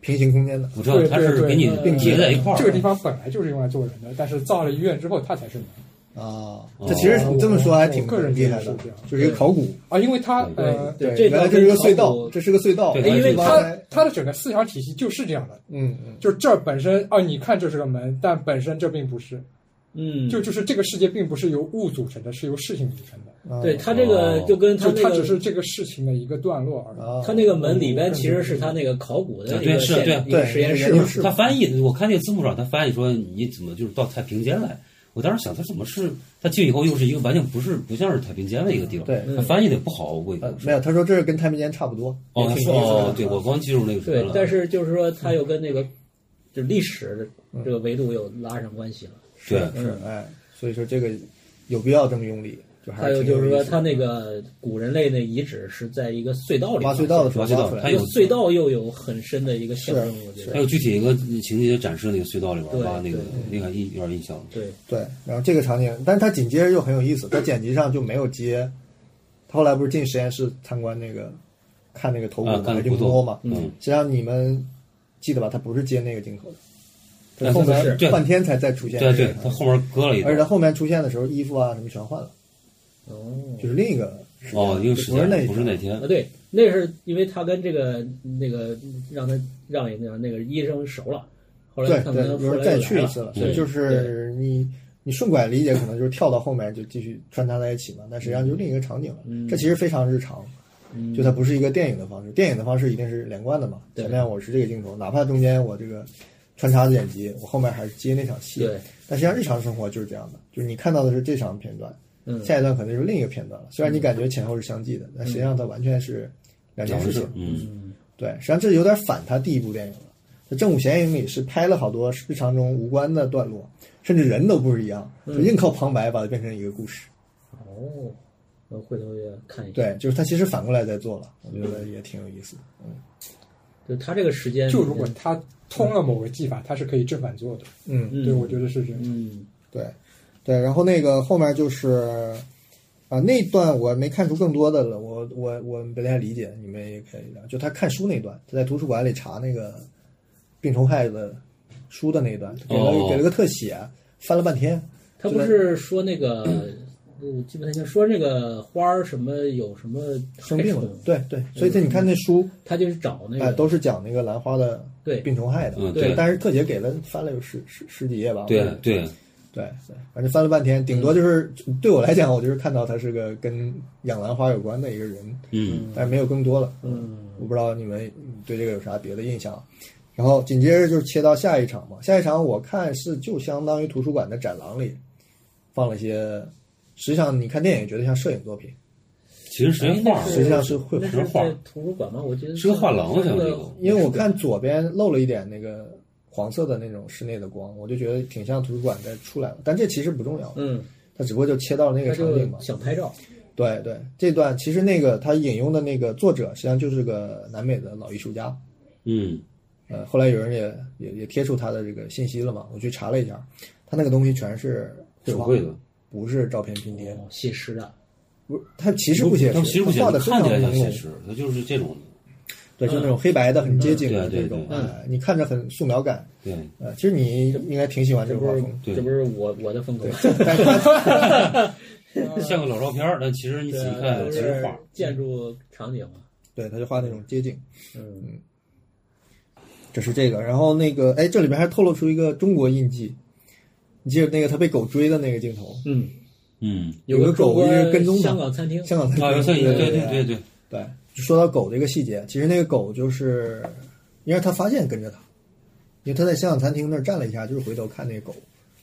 Speaker 8: 平行空间的，
Speaker 5: 我知道他是给你
Speaker 7: 对
Speaker 6: 对对
Speaker 5: 叠在一块儿，
Speaker 7: 这个地方本来就是用来做人的，但是造了医院之后，它才是门
Speaker 8: 啊，这其
Speaker 5: 哦
Speaker 8: 实你这么说还挺厉害的，就是一个考古，
Speaker 7: 啊，因为它
Speaker 5: 对
Speaker 7: 呃，
Speaker 6: 对
Speaker 8: 原来这是个隧
Speaker 6: 这个
Speaker 8: 道，
Speaker 6: 跟
Speaker 8: 这是个隧道，哎
Speaker 5: 对
Speaker 8: 然后
Speaker 5: 因为
Speaker 8: 挖
Speaker 7: 它
Speaker 8: 开
Speaker 7: 它的整个思想体系就是这样的，
Speaker 8: 嗯嗯，
Speaker 7: 就这儿本身啊，你看这是个门，但本身这并不是，
Speaker 6: 嗯，
Speaker 7: 就就是这个世界并不是由物组成的，是由事情组成的，
Speaker 8: 啊
Speaker 6: 对他这个
Speaker 5: 哦
Speaker 6: 就跟他
Speaker 7: 就它
Speaker 6: 那
Speaker 7: 只
Speaker 6: 个
Speaker 7: 是这个事情的一个段落而已。
Speaker 8: 啊，
Speaker 6: 他那个门里边其实是他那个考古的
Speaker 5: 对
Speaker 6: 一个
Speaker 5: 嗯对是
Speaker 6: 现
Speaker 5: 对
Speaker 6: 一个
Speaker 8: 对
Speaker 6: 实验室
Speaker 8: 那个
Speaker 6: 嘛
Speaker 8: 研究。室
Speaker 5: 他翻译，我看那个字幕上，他翻译说你怎么就是到太平间来？我当时想，他怎么是他进以后又是一个完全不是不像是太平间的一个地方？
Speaker 8: 对
Speaker 5: 他翻译的不好，我估计
Speaker 8: 呃没有，他说这是跟太平间差不多，
Speaker 5: 哦，
Speaker 8: 也
Speaker 5: 他
Speaker 8: 挺
Speaker 5: 说
Speaker 8: 有意思的
Speaker 5: 哦，对我光记住那个什么
Speaker 6: 对
Speaker 5: 了，，
Speaker 6: 但是就是说他又跟那
Speaker 5: 嗯
Speaker 6: 个就历史的这个维度又拉上关系了。嗯
Speaker 5: 对
Speaker 8: 是哎，所以说这个有必要这么用力，就还
Speaker 6: 还
Speaker 8: 是
Speaker 6: 有
Speaker 8: 挺
Speaker 6: 就是
Speaker 8: 意
Speaker 6: 说，
Speaker 8: 思
Speaker 6: 他那个古人类的遗址是在一个隧道里
Speaker 8: 嗯挖隧道的
Speaker 6: 的，
Speaker 8: 时候
Speaker 5: 挖隧道
Speaker 8: 挖出来
Speaker 5: 它
Speaker 6: 这
Speaker 5: 有
Speaker 6: 个隧道又有很深的一个象征，我觉
Speaker 5: 还
Speaker 6: 得
Speaker 5: 有具体一个情节展示那个隧道里边
Speaker 6: 对
Speaker 5: 挖那个
Speaker 6: 对
Speaker 5: 那个印有点印象，
Speaker 6: 对，
Speaker 8: 对，然后这个场景，但是他紧接着又很有意思，他剪辑上就没有接，他后来不是进实验室参观那个看那个头骨
Speaker 5: 啊，
Speaker 8: 嘛，
Speaker 5: 看
Speaker 8: 还
Speaker 5: 了
Speaker 8: 去
Speaker 5: 不
Speaker 8: 摸
Speaker 5: 错
Speaker 8: 嘛，
Speaker 5: 嗯，
Speaker 8: 实际上你们记得吧？他不是接那个镜头
Speaker 5: 哎
Speaker 8: 的，他后
Speaker 5: 是
Speaker 8: 面
Speaker 5: 对
Speaker 8: 半天才再出现，
Speaker 5: 对对，他后面割了一
Speaker 8: 而且他
Speaker 5: 段，
Speaker 8: 后面出现的时候，衣服啊什么全换了，
Speaker 6: 哦，
Speaker 8: 就是另一个时间
Speaker 5: 哦，一个时
Speaker 8: 就不是
Speaker 5: 间
Speaker 8: 那一
Speaker 5: 不是那
Speaker 8: 天
Speaker 5: 天
Speaker 8: 呃
Speaker 6: 啊，，对，那是因为他跟这个那个让他让那个那个医生熟了，后来
Speaker 8: 对
Speaker 6: 他
Speaker 8: 对，
Speaker 6: 们
Speaker 8: 比
Speaker 6: 后
Speaker 8: 如
Speaker 6: 来
Speaker 8: 再
Speaker 6: 又
Speaker 8: 去
Speaker 6: 来
Speaker 8: 一
Speaker 6: 了
Speaker 8: 次了，
Speaker 5: 对
Speaker 8: 就是你。你顺拐理解可能就是跳到后面就继续穿插在一起嘛，但实际上就是另一个场景了。
Speaker 6: 嗯
Speaker 8: 这其实非常日常，就它不是一个电影的方式，电影的方式一定是连贯的嘛。
Speaker 6: 对
Speaker 8: 前面我是这个镜头，哪怕中间我这个穿插剪辑，我后面还是接那场戏。
Speaker 6: 对，
Speaker 8: 但实际上日常生活就是这样的，就是你看到的是这场片段，
Speaker 6: 嗯
Speaker 8: 下一段可能就是另一个片段了。虽然你感觉前后是相继的，但实际上它完全是两件
Speaker 5: 两
Speaker 8: 事
Speaker 5: 回
Speaker 8: 情
Speaker 5: 事。。嗯，
Speaker 8: 对，实际上这有点反他第一部电影了。在《正午闲影》里是拍了好多日常中无关的段落，甚至人都不是一样，就硬靠旁白把它变成一个故事。
Speaker 6: 哦，我回头也看一下。
Speaker 8: 对，就是他其实反过来在做了，我觉得也挺有意思的。
Speaker 6: 对，就他这个时间，
Speaker 7: 就如果他通了某个技法，他是可以正反做的。
Speaker 8: 嗯，
Speaker 6: 嗯
Speaker 7: 对，我觉得是这样。
Speaker 6: 嗯，
Speaker 8: 对，对，然后那个后面就是，啊、那段我没看出更多的了，我我我不太理解，你们也可以聊。就他看书那段，他在图书馆里查那个病虫害的书的那一段，给了、
Speaker 5: 哦
Speaker 8: 给了个特写，翻了半天。
Speaker 6: 他不是说那个，呃，基本上说那个花儿什么有什么
Speaker 8: 生
Speaker 6: 害
Speaker 8: 病
Speaker 6: 虫
Speaker 8: 了，对对，所以这你看那书，
Speaker 6: 他就是找那
Speaker 8: 哎、
Speaker 6: 个，
Speaker 8: 都是讲那个兰花的
Speaker 6: 对
Speaker 8: 病虫害的，
Speaker 5: 嗯对
Speaker 8: 但是特写给了翻了有十十十几页吧，
Speaker 5: 对
Speaker 8: 我觉得
Speaker 5: 对，
Speaker 8: 对对，反正翻了半天，顶多就是、
Speaker 6: 嗯
Speaker 8: 对我来讲，我就是看到他是个跟养兰花有关的一个人，
Speaker 5: 嗯，
Speaker 8: 但是没有更多了。
Speaker 6: 嗯，
Speaker 8: 我不知道你们对这个有啥别的印象。然后紧接着就切到下一场嘛，下一场我看是就相当于图书馆的展廊里放了一些，实际上你看电影觉得像摄影作品，
Speaker 5: 其实是一画
Speaker 8: 实际
Speaker 5: 儿，
Speaker 8: 上是绘
Speaker 6: 那
Speaker 8: 画。
Speaker 6: 是
Speaker 5: 画
Speaker 6: 在图书馆吗？我觉得
Speaker 5: 是个画廊，好像
Speaker 6: 是
Speaker 5: 这
Speaker 6: 个
Speaker 5: 个。
Speaker 8: 因为我看左边漏了一点那个黄色的那种室内的光，我就觉得挺像图书馆再出来了。但这其实不重要，
Speaker 6: 嗯，
Speaker 8: 它只不过就切到了那
Speaker 6: 他
Speaker 8: 个场景嘛
Speaker 6: 就。想拍照，
Speaker 8: 对对，这段其实那个他引用的那个作者实际上就是个南美的老艺术家，
Speaker 5: 嗯，
Speaker 8: 呃，后来有人也也也贴出他的这个信息了嘛，我去查了一下，他那个东西全是绘
Speaker 5: 手
Speaker 8: 画，
Speaker 5: 绘的，
Speaker 8: 不是照片拼贴，
Speaker 6: 哦写实的，
Speaker 8: 不是他其实不写
Speaker 5: 他
Speaker 8: 实，
Speaker 5: 其实不写
Speaker 8: 他画的
Speaker 5: 实，
Speaker 8: 非
Speaker 5: 看
Speaker 8: 常
Speaker 5: 起来像
Speaker 8: 浓
Speaker 5: 写
Speaker 8: 浓，
Speaker 5: 实，他就是这种，
Speaker 8: 对，就那种黑白的，很接近
Speaker 5: 嗯
Speaker 8: 的
Speaker 5: 对
Speaker 8: 那
Speaker 5: 对
Speaker 8: 种，
Speaker 5: 对
Speaker 8: 哎，你看着很素描感，
Speaker 5: 对，
Speaker 8: 呃，其实你应该挺喜欢这
Speaker 6: 这
Speaker 8: 个
Speaker 6: 不
Speaker 8: 画
Speaker 6: 是
Speaker 8: 风，
Speaker 5: 对
Speaker 6: 这不是我我的风格
Speaker 8: 对
Speaker 6: 吗，
Speaker 8: 但是他嗯
Speaker 5: 像个老照片儿，但其实你仔 细看，
Speaker 6: 啊都
Speaker 5: 其哎实
Speaker 6: 是
Speaker 5: 画儿。
Speaker 6: 建筑场景嘛，
Speaker 8: 对他就画那种接近，
Speaker 6: 嗯，
Speaker 8: 这是这个，然后那个哎，这里边还透露出一个中国印记，你记得那个他被狗追的那个镜头，
Speaker 6: 嗯，
Speaker 5: 嗯，
Speaker 8: 有个狗
Speaker 6: 中国
Speaker 8: 一直跟踪他
Speaker 6: 香港餐厅，
Speaker 8: 香港
Speaker 5: 啊，有摄影，
Speaker 8: 对
Speaker 5: 对
Speaker 8: 对
Speaker 5: 对对，
Speaker 8: 对，说到狗这个细节，其实那个狗就是，因为他发现跟着他，因为他在香港餐厅那儿站了一下，就是回头看那个狗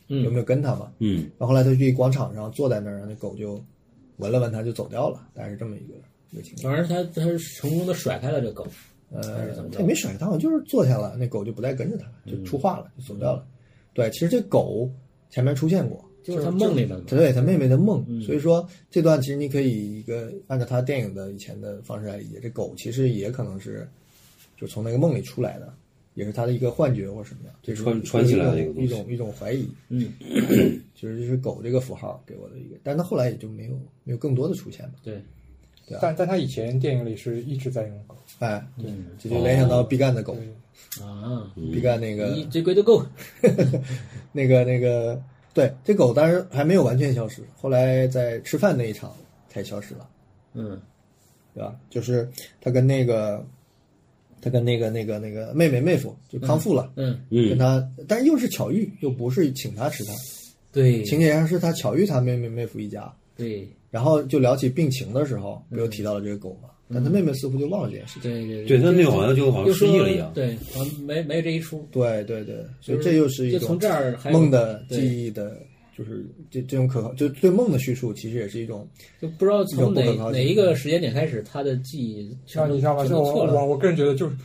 Speaker 8: 有没
Speaker 6: 嗯，
Speaker 8: 有跟他嘛。
Speaker 5: 嗯，
Speaker 8: 然后后来他去广场上坐在那儿，然后那狗就闻了闻他，就走掉了，大概是这么一个一个情况。
Speaker 6: 反正他他是成功的甩开了这狗，
Speaker 8: 呃
Speaker 6: 是怎么，着
Speaker 8: 他也没甩，他好像就是坐下了，那狗就不再跟着他了，就
Speaker 5: 嗯
Speaker 8: 出画了，就走掉了。对，其实这狗前面出现过，
Speaker 6: 就是他梦里面的，
Speaker 8: 对他妹妹的梦，
Speaker 5: 嗯
Speaker 8: 所以说这段其实你可以一个按照他电影的以前的方式来理解，这狗其实也可能是就从那个梦里出来的，也是他的一个幻觉或什么样，就是
Speaker 5: 穿穿起来的一
Speaker 8: 一
Speaker 5: 个
Speaker 8: 种
Speaker 5: 东西
Speaker 8: 一种一种怀疑，
Speaker 6: 嗯，
Speaker 8: 其实就是狗这个符号给我的一个，但是他后来也就没有没有更多的出现嘛，
Speaker 6: 对，
Speaker 8: 对
Speaker 7: 但但他以前电影里是一直在用狗，
Speaker 8: 哎，
Speaker 6: 嗯
Speaker 8: 这就联
Speaker 5: 哦
Speaker 8: 想到毕赣的狗，
Speaker 7: 对
Speaker 6: 啊，
Speaker 8: 毕赣那个
Speaker 5: 嗯
Speaker 6: 一最贵的狗，
Speaker 8: 那个那个，对，这狗当然还没有完全消失，后来在吃饭那一场才消失了。
Speaker 6: 嗯
Speaker 8: 对吧？就是他跟那个，他跟那个那个那个妹妹妹夫就康复了，
Speaker 6: 嗯，
Speaker 8: 跟
Speaker 5: 嗯，
Speaker 8: 他，但是又是巧遇，又不是请他吃饭，
Speaker 6: 对
Speaker 8: 情节上是他巧遇他妹妹妹夫一家，
Speaker 6: 对
Speaker 8: 然后就聊起病情的时候，不
Speaker 6: 嗯
Speaker 8: 又提到了这个狗嘛？但他妹妹似乎就忘了这件事情。
Speaker 6: 对对
Speaker 5: 对他那个好像就好
Speaker 6: 又
Speaker 5: 像失
Speaker 6: 说
Speaker 5: 忆了一样，
Speaker 6: 对，好像没没这一出，
Speaker 8: 对对对，所以
Speaker 6: 就是
Speaker 8: 这又是一
Speaker 6: 就
Speaker 8: 种
Speaker 6: 从这儿还有
Speaker 8: 梦的
Speaker 6: 对
Speaker 8: 记忆的，就是这这种可靠，就对梦的叙述，其实也是一种
Speaker 6: 就不知道
Speaker 8: 有
Speaker 6: 从
Speaker 8: 不可
Speaker 6: 哪
Speaker 8: 靠性
Speaker 6: 哪一个时间点开始，他的记忆
Speaker 7: 那
Speaker 6: 全都
Speaker 7: 你知道吗？
Speaker 6: 全
Speaker 7: 就
Speaker 6: 都
Speaker 7: 我
Speaker 6: 错
Speaker 7: 我
Speaker 6: 了，
Speaker 7: 我个人觉得就是。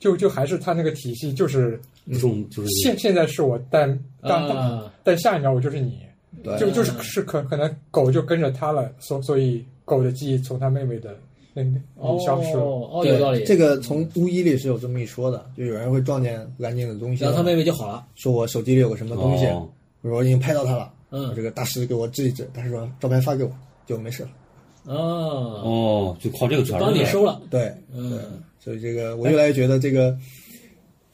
Speaker 7: 就就还是他那个体系，就是
Speaker 5: 这种就是
Speaker 7: 现现在是我，但但但
Speaker 6: 啊，
Speaker 7: 但下一秒我就是你，
Speaker 8: 对啊
Speaker 7: 就就是是可可能狗就跟着他了，所所以狗的记忆从他妹妹的那那
Speaker 6: 哦
Speaker 7: 里消失了。
Speaker 6: 哦，
Speaker 8: 对
Speaker 6: 有道理，
Speaker 8: 这个从巫医里是有这么一说的，就有人会撞见不干净的东西，
Speaker 6: 然后他妹妹就好了，
Speaker 8: 说我手机里有个什么东西，
Speaker 5: 哦
Speaker 8: 我说我已经拍到他了，
Speaker 6: 嗯
Speaker 8: 我这个大师给我治一治，大师说照片发给我就没事了，
Speaker 6: 啊，
Speaker 5: 哦，就靠这个传
Speaker 6: 帮你收了，
Speaker 8: 对，
Speaker 6: 嗯
Speaker 8: 对，所以这个我越来越觉得这个、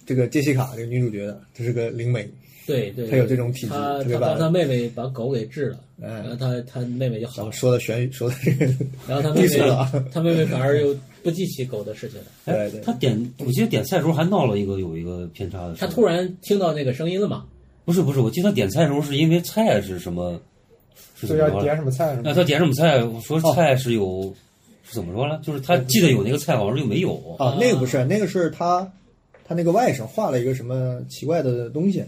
Speaker 8: 这个杰西卡这个女主角的，她是个灵媒，
Speaker 6: 对对，
Speaker 8: 她有这种体质
Speaker 6: 他
Speaker 8: 特别
Speaker 6: 他
Speaker 8: 完
Speaker 6: 帮他妹妹把狗给治了，
Speaker 8: 哎
Speaker 6: 然后他他妹妹就
Speaker 8: 然
Speaker 6: 好
Speaker 8: 后
Speaker 6: 了，
Speaker 8: 说的玄说的这 个，
Speaker 6: 然后他妹
Speaker 8: 低俗了啊
Speaker 6: 妹他妹妹反而又不记起狗的事情了，
Speaker 5: 哎
Speaker 8: 对对，
Speaker 5: 他点，我记得点菜的时候还闹了一个有一个偏差的事儿，
Speaker 6: 他突然听到那个声音了嘛，
Speaker 5: 不是不是，我记得点菜的时候是因为菜是什么，是怎
Speaker 7: 就
Speaker 5: 么
Speaker 7: 要
Speaker 5: 着
Speaker 7: 点
Speaker 5: 来？
Speaker 7: 什么菜什
Speaker 5: 那
Speaker 7: 么。
Speaker 5: 他点什么菜？我说菜是有、
Speaker 8: 哦
Speaker 5: 是怎么说呢？就是他记得有那个菜，好像就没有。
Speaker 8: 啊，那个不是，那个是他他那个外甥画了一个什么奇怪的东西，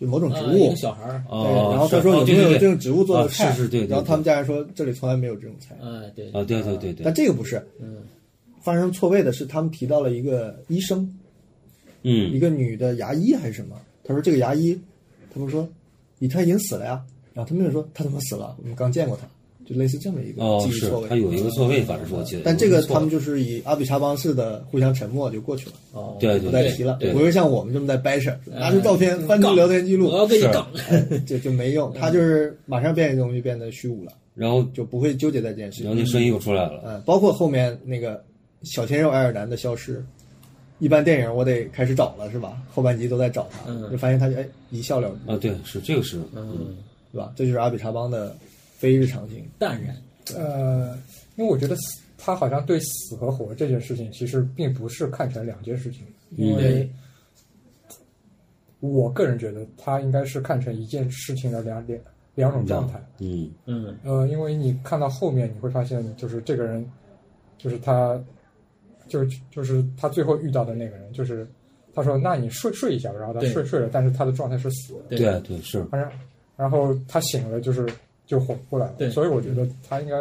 Speaker 8: 就某种植
Speaker 6: 啊，一
Speaker 8: 物
Speaker 6: 个。小孩儿，
Speaker 8: 对，
Speaker 5: 哦，
Speaker 8: 然后他
Speaker 5: 是
Speaker 8: 说
Speaker 5: 哦
Speaker 8: 有没
Speaker 5: 对
Speaker 8: 有
Speaker 5: 对
Speaker 8: 这
Speaker 5: 对
Speaker 8: 种植物做的菜？
Speaker 5: 啊是是对对对
Speaker 8: 然后他们家人说这里从来没有这种菜。
Speaker 6: 啊，对，
Speaker 8: 哦
Speaker 5: 啊，对对对对
Speaker 8: 但，这个不是，
Speaker 6: 嗯，
Speaker 8: 发生错位的是他们提到了一个医生，一
Speaker 5: 嗯，
Speaker 8: 个女的牙医还是什么？他说这个牙医，他们说你他已经死了呀。然后他妹妹说他怎么死了？我们刚见过他，就类似这么一个
Speaker 5: 哦
Speaker 8: 记忆
Speaker 5: 是
Speaker 8: 错位。嗯
Speaker 5: 他有一个错位，反正是我记得。
Speaker 8: 但这个
Speaker 5: 有一错
Speaker 8: 他们就是以阿比查邦式的互相沉默就过去了，
Speaker 6: 哦，
Speaker 5: 对
Speaker 8: 不
Speaker 5: 对
Speaker 8: 再
Speaker 5: 对
Speaker 8: 提了。
Speaker 5: 对嗯
Speaker 8: 不是像我们这么在掰扯，拿出照片翻出聊天记录
Speaker 6: 嗯我，要跟你
Speaker 5: 是
Speaker 6: 杠，
Speaker 5: 嗯
Speaker 8: 就就没用。他就是马上变这东西变得虚无了，
Speaker 5: 然后
Speaker 8: 就不会纠结在这件事
Speaker 5: 然后
Speaker 8: 情。
Speaker 5: 那声音又出来了。
Speaker 8: 嗯，包括后面那个小鲜肉爱尔兰的消失，一般电影我得开始找了是吧？后半集都在找他，
Speaker 6: 嗯
Speaker 8: 就发现他就哎一笑了之，
Speaker 5: 啊，对，是这个是，
Speaker 6: 嗯，
Speaker 8: 对吧？这就是阿比查邦的非日常性。
Speaker 6: 淡然，
Speaker 7: 呃，因为我觉得死他好像对死和活这件事情其实并不是看成两件事情，
Speaker 8: 嗯
Speaker 7: 因为我个人觉得他应该是看成一件事情的两两两种状态。
Speaker 5: 嗯
Speaker 6: 嗯
Speaker 7: 呃，因为你看到后面，你会发现，就是这个人，就是他，就就是他最后遇到的那个人，就是他说：“那你睡睡一下吧。”然后他
Speaker 6: 对
Speaker 7: 睡睡了，但是他的状态是死的，
Speaker 6: 对
Speaker 8: 啊
Speaker 5: 对对是，
Speaker 7: 然后然后他醒了，就是就活过来
Speaker 6: 对
Speaker 7: 了。所以我觉得他应该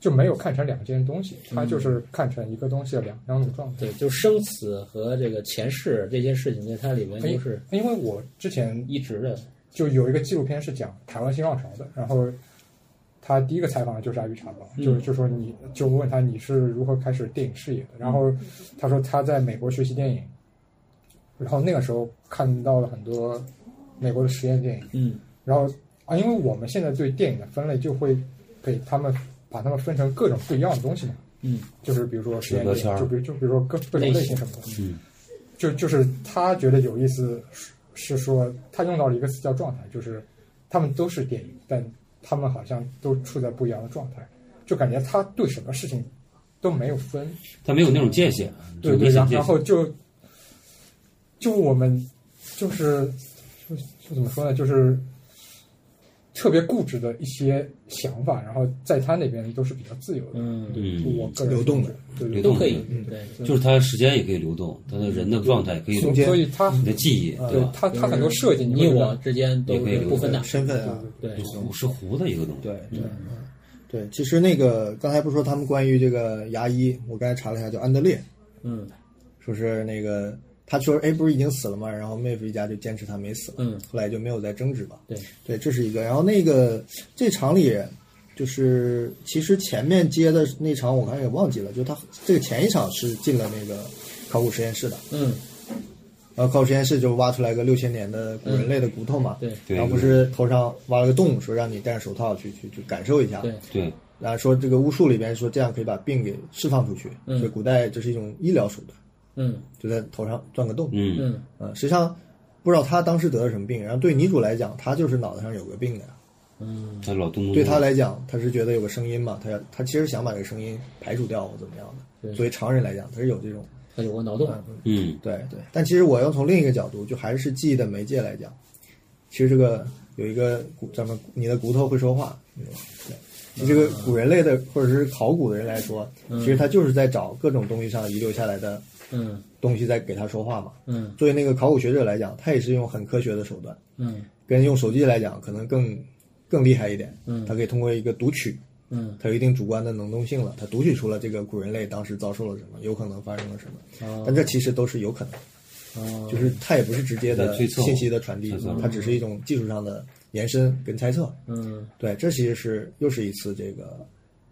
Speaker 7: 就没有看成两件东西，
Speaker 6: 嗯
Speaker 7: 他就是看成一个东西的两两种状态。
Speaker 6: 对，就生死和这个前世这些事情，在它里
Speaker 8: 哎
Speaker 6: 面都是
Speaker 7: 因为我之前
Speaker 6: 一直的，
Speaker 7: 就有一个纪录片是讲台湾新浪潮的，然后他第一个采访的就是阿玉查
Speaker 6: 嗯
Speaker 7: 邦，就就说你就问他你是如何开始电影事业的，然后他说他在美国学习电影，然后那个时候看到了很多美国的实验电影，
Speaker 6: 嗯
Speaker 7: 然后啊，因为我们现在对电影的分类就会给他们把它们分成各种不一样的东西嘛，
Speaker 6: 嗯，
Speaker 7: 就是比如说实验
Speaker 5: 有
Speaker 7: 电
Speaker 5: 标签
Speaker 7: 影，
Speaker 5: 儿
Speaker 7: 就比如就比如说各各种类型什么的，
Speaker 5: 嗯，
Speaker 7: 就就是他觉得有意思是是说他用到了一个词叫状态，就是他们都是电影，但他们好像都处在不一样的状态，就感觉他对什么事情都没有分，
Speaker 5: 他没有那种界限，啊
Speaker 7: 对
Speaker 5: 就
Speaker 7: 对，
Speaker 5: 是
Speaker 7: 然
Speaker 5: 明显界限
Speaker 7: 然后就就我们就是就就怎么说呢，就是特别固执的一些想法，然后在他那边都是比较自由的，
Speaker 6: 嗯，
Speaker 5: 嗯，
Speaker 7: 我个人
Speaker 8: 流动的
Speaker 7: 觉得，对
Speaker 5: 流动
Speaker 7: 对对
Speaker 6: 都可以，
Speaker 8: 嗯
Speaker 6: 对，
Speaker 5: 就是他时间也可以流动，他的人的状态也可以流动，
Speaker 8: 空间啊
Speaker 7: 所以他
Speaker 5: 你的记忆对
Speaker 7: 对
Speaker 5: 吧？
Speaker 7: 他他很多
Speaker 8: 嗯
Speaker 7: 设计，
Speaker 6: 呃你
Speaker 7: 会觉得
Speaker 6: 我之间都是不分的，
Speaker 8: 身份啊，
Speaker 6: 对，
Speaker 5: 糊是糊的一个东西，
Speaker 8: 对对嗯对。其实那个刚才不是说他们关于这个牙医，我刚才查了一下，叫安德烈，
Speaker 6: 嗯
Speaker 8: 说是那个他说哎不是已经死了吗？然后妹夫一家就坚持他没死，
Speaker 6: 嗯，
Speaker 8: 后来就没有再争执吧。
Speaker 6: 对，
Speaker 8: 对，这是一个。然后那个这场里，就是其实前面接的那场我刚才也忘记了，就他这个前一场是进了那个考古实验室的，
Speaker 6: 嗯
Speaker 8: 然后考古实验室就挖出来个六千年的古人类的骨头嘛，
Speaker 6: 嗯对
Speaker 5: 对
Speaker 8: 然后不是头上挖了个洞，说让你戴上手套去去去感受一下，
Speaker 6: 对，
Speaker 5: 对
Speaker 8: 然后说这个巫术里边说这样可以把病给释放出去，
Speaker 6: 嗯
Speaker 8: 所以古代这是一种医疗手段，
Speaker 6: 嗯
Speaker 8: 就在头上钻个洞，
Speaker 5: 嗯，
Speaker 6: 嗯
Speaker 8: 呃，实际上不知道他当时得了什么病，然后对女主来讲，她就是脑袋上有个病的呀。
Speaker 6: 嗯
Speaker 5: 他老动不动
Speaker 8: 对他来讲，他是觉得有个声音嘛，他他其实想把这个声音排除掉或怎么样的。
Speaker 6: 对
Speaker 8: 作为常人来讲，他是有这种，
Speaker 6: 他有个脑洞，
Speaker 8: 嗯，
Speaker 5: 嗯
Speaker 8: 对对。但其实我要从另一个角度，就还是记忆的媒介来讲，其实这个有一个骨，咱们你的骨头会说话，嗯对。你这个
Speaker 6: 嗯
Speaker 8: 古人类的或者是考古的人来说，其实他就是在找各种东西上遗留下来的
Speaker 6: 嗯
Speaker 8: 东西在给他说话嘛。
Speaker 6: 嗯
Speaker 8: 作为那个考古学者来讲，他也是用很科学的手段，
Speaker 6: 嗯
Speaker 8: 跟用手机来讲可能更更厉害一点。
Speaker 6: 嗯
Speaker 8: 他可以通过一个读取，
Speaker 6: 嗯，
Speaker 8: 它有一定主观的能动性了，它读取出了这个古人类当时遭受了什么，有可能发生了什么，
Speaker 6: 哦
Speaker 8: 但这其实都是有可能，嗯
Speaker 6: 哦
Speaker 8: 就是它也不是直接的
Speaker 5: 在推测
Speaker 8: 信息的传递
Speaker 5: 推测，
Speaker 8: 它只是一种技术上的延伸跟猜测。
Speaker 6: 嗯
Speaker 8: 对，这其实是又是一次这个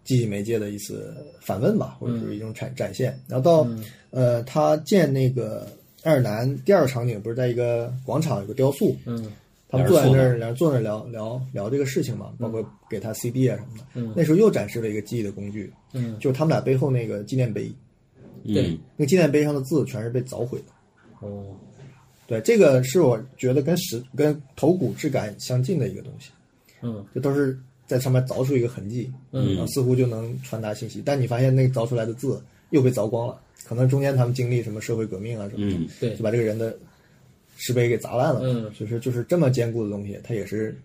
Speaker 8: 记忆媒介的一次反问吧，或者
Speaker 6: 嗯
Speaker 8: 是一种展展现。然后到呃，他见那个爱尔兰第二个场景，不是在一个广场有个雕塑，
Speaker 6: 嗯
Speaker 8: 他们坐在那儿，然后坐那儿聊聊聊这个事情嘛，包括给他 CD 啊什么的。
Speaker 6: 嗯
Speaker 8: 那时候又展示了一个记忆的工具，
Speaker 6: 嗯
Speaker 8: 就是他们俩背后那个纪念碑，
Speaker 5: 嗯
Speaker 8: 那个纪念碑上的字全是被凿毁的。
Speaker 6: 哦
Speaker 8: 对，这个是我觉得跟石跟头骨质感相近的一个东西，
Speaker 6: 嗯
Speaker 8: 这都是在上面凿出一个痕迹，然后
Speaker 5: 嗯
Speaker 8: 似乎就能传达信息。但你发现那个凿出来的字又被凿光了，可能中间他们经历什么社会革命啊什么的，
Speaker 5: 嗯
Speaker 6: 对
Speaker 8: 就把这个人的石碑给砸烂了，
Speaker 6: 嗯
Speaker 8: 就是就是这么坚固的东西，它也是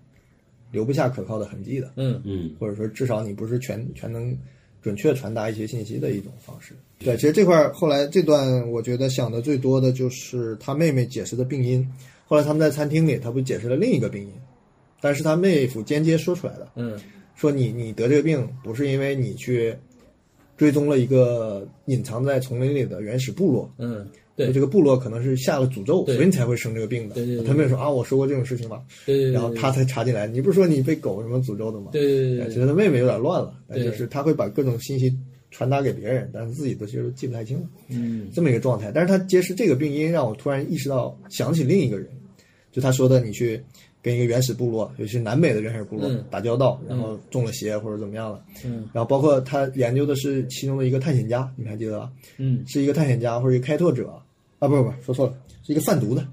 Speaker 8: 留不下可靠的痕迹的，
Speaker 6: 嗯
Speaker 5: 嗯，
Speaker 8: 或者说至少你不是全全能准确传达一些信息的一种方式。对，其实这块儿后来这段我觉得想的最多的就是他妹妹解释的病因，后来他们在餐厅里，他不解释了另一个病因，但是他妹夫间接说出来的，
Speaker 6: 嗯
Speaker 8: 说你你得这个病不是因为你去追踪了一个隐藏在丛林里的原始部落，
Speaker 6: 嗯，对
Speaker 8: 这个部落可能是下了诅咒，
Speaker 6: 对
Speaker 8: 所以你才会生这个病的。
Speaker 6: 对对对
Speaker 8: 他妹妹说啊，我说过这种事情吧，
Speaker 6: 对对对，
Speaker 8: 然后他才查进来，你不是说你被狗什么诅咒的吗？
Speaker 6: 对对
Speaker 8: 哎
Speaker 6: 对
Speaker 8: 其
Speaker 6: 对
Speaker 8: 实他妹妹有点乱了，哎
Speaker 6: 对
Speaker 8: 就是他会把各种信息传达给别人，但是自己都其实记不太清了，
Speaker 6: 嗯
Speaker 8: 这么一个状态。但是他揭示这个病因，让我突然意识到，想起另一个人，就他说的，你去跟一个原始部落，尤其是南美的原始部落、
Speaker 6: 嗯
Speaker 8: 打交道，然后中了邪或者怎么样了，
Speaker 6: 嗯
Speaker 8: 然后包括他研究的是其中的一个探险家，你们还记得吧？
Speaker 6: 嗯
Speaker 8: 是一个探险家或者一个开拓者啊，不是不是说错了，是一个贩毒的，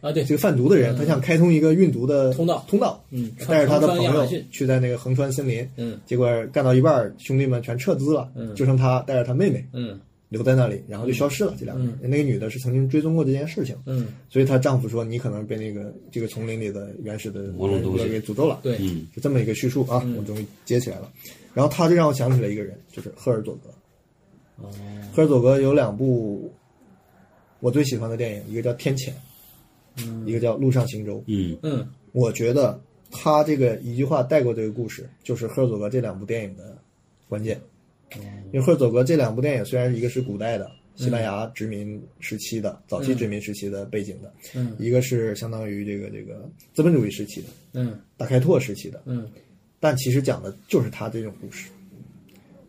Speaker 6: 啊对，
Speaker 8: 这个贩毒的人，他想开通一个运毒的
Speaker 6: 通道
Speaker 8: 通道，
Speaker 6: 嗯
Speaker 8: 带着他的朋
Speaker 6: 横穿亚
Speaker 8: 友
Speaker 6: 马逊
Speaker 8: 去在那个横穿森林，
Speaker 6: 嗯
Speaker 8: 结果干到一半儿，兄弟们全撤资了，
Speaker 6: 嗯
Speaker 8: 就剩他带着他妹妹
Speaker 6: 嗯
Speaker 8: 留在那里，然后就消失了。这两个人，那个女的是曾经追踪过这件事情，
Speaker 6: 嗯
Speaker 8: 所以她丈夫说你可能被那个这个丛林里的原始的
Speaker 5: 某种东西
Speaker 8: 给诅咒了，
Speaker 6: 对
Speaker 5: 嗯，
Speaker 8: 就这么一个叙述啊，我终于接起来了。然后他就让我想起了一个人，就是赫尔佐格。赫尔佐格有两部我最喜欢的电影，一个叫《天谴》，一个叫《陆上行舟》。
Speaker 5: 嗯
Speaker 6: 嗯
Speaker 8: 我觉得他这个一句话带过这个故事，就是赫尔佐格这两部电影的关键。
Speaker 6: 嗯
Speaker 8: 因为赫尔佐格这两部电影虽然一个是古代的西班牙殖民时期的、早期殖民时期的背景的，
Speaker 6: 嗯
Speaker 8: 一个是相当于这个这个资本主义时期的
Speaker 6: 嗯
Speaker 8: 大开拓时期的，
Speaker 6: 嗯
Speaker 8: 但其实讲的就是他这种故事，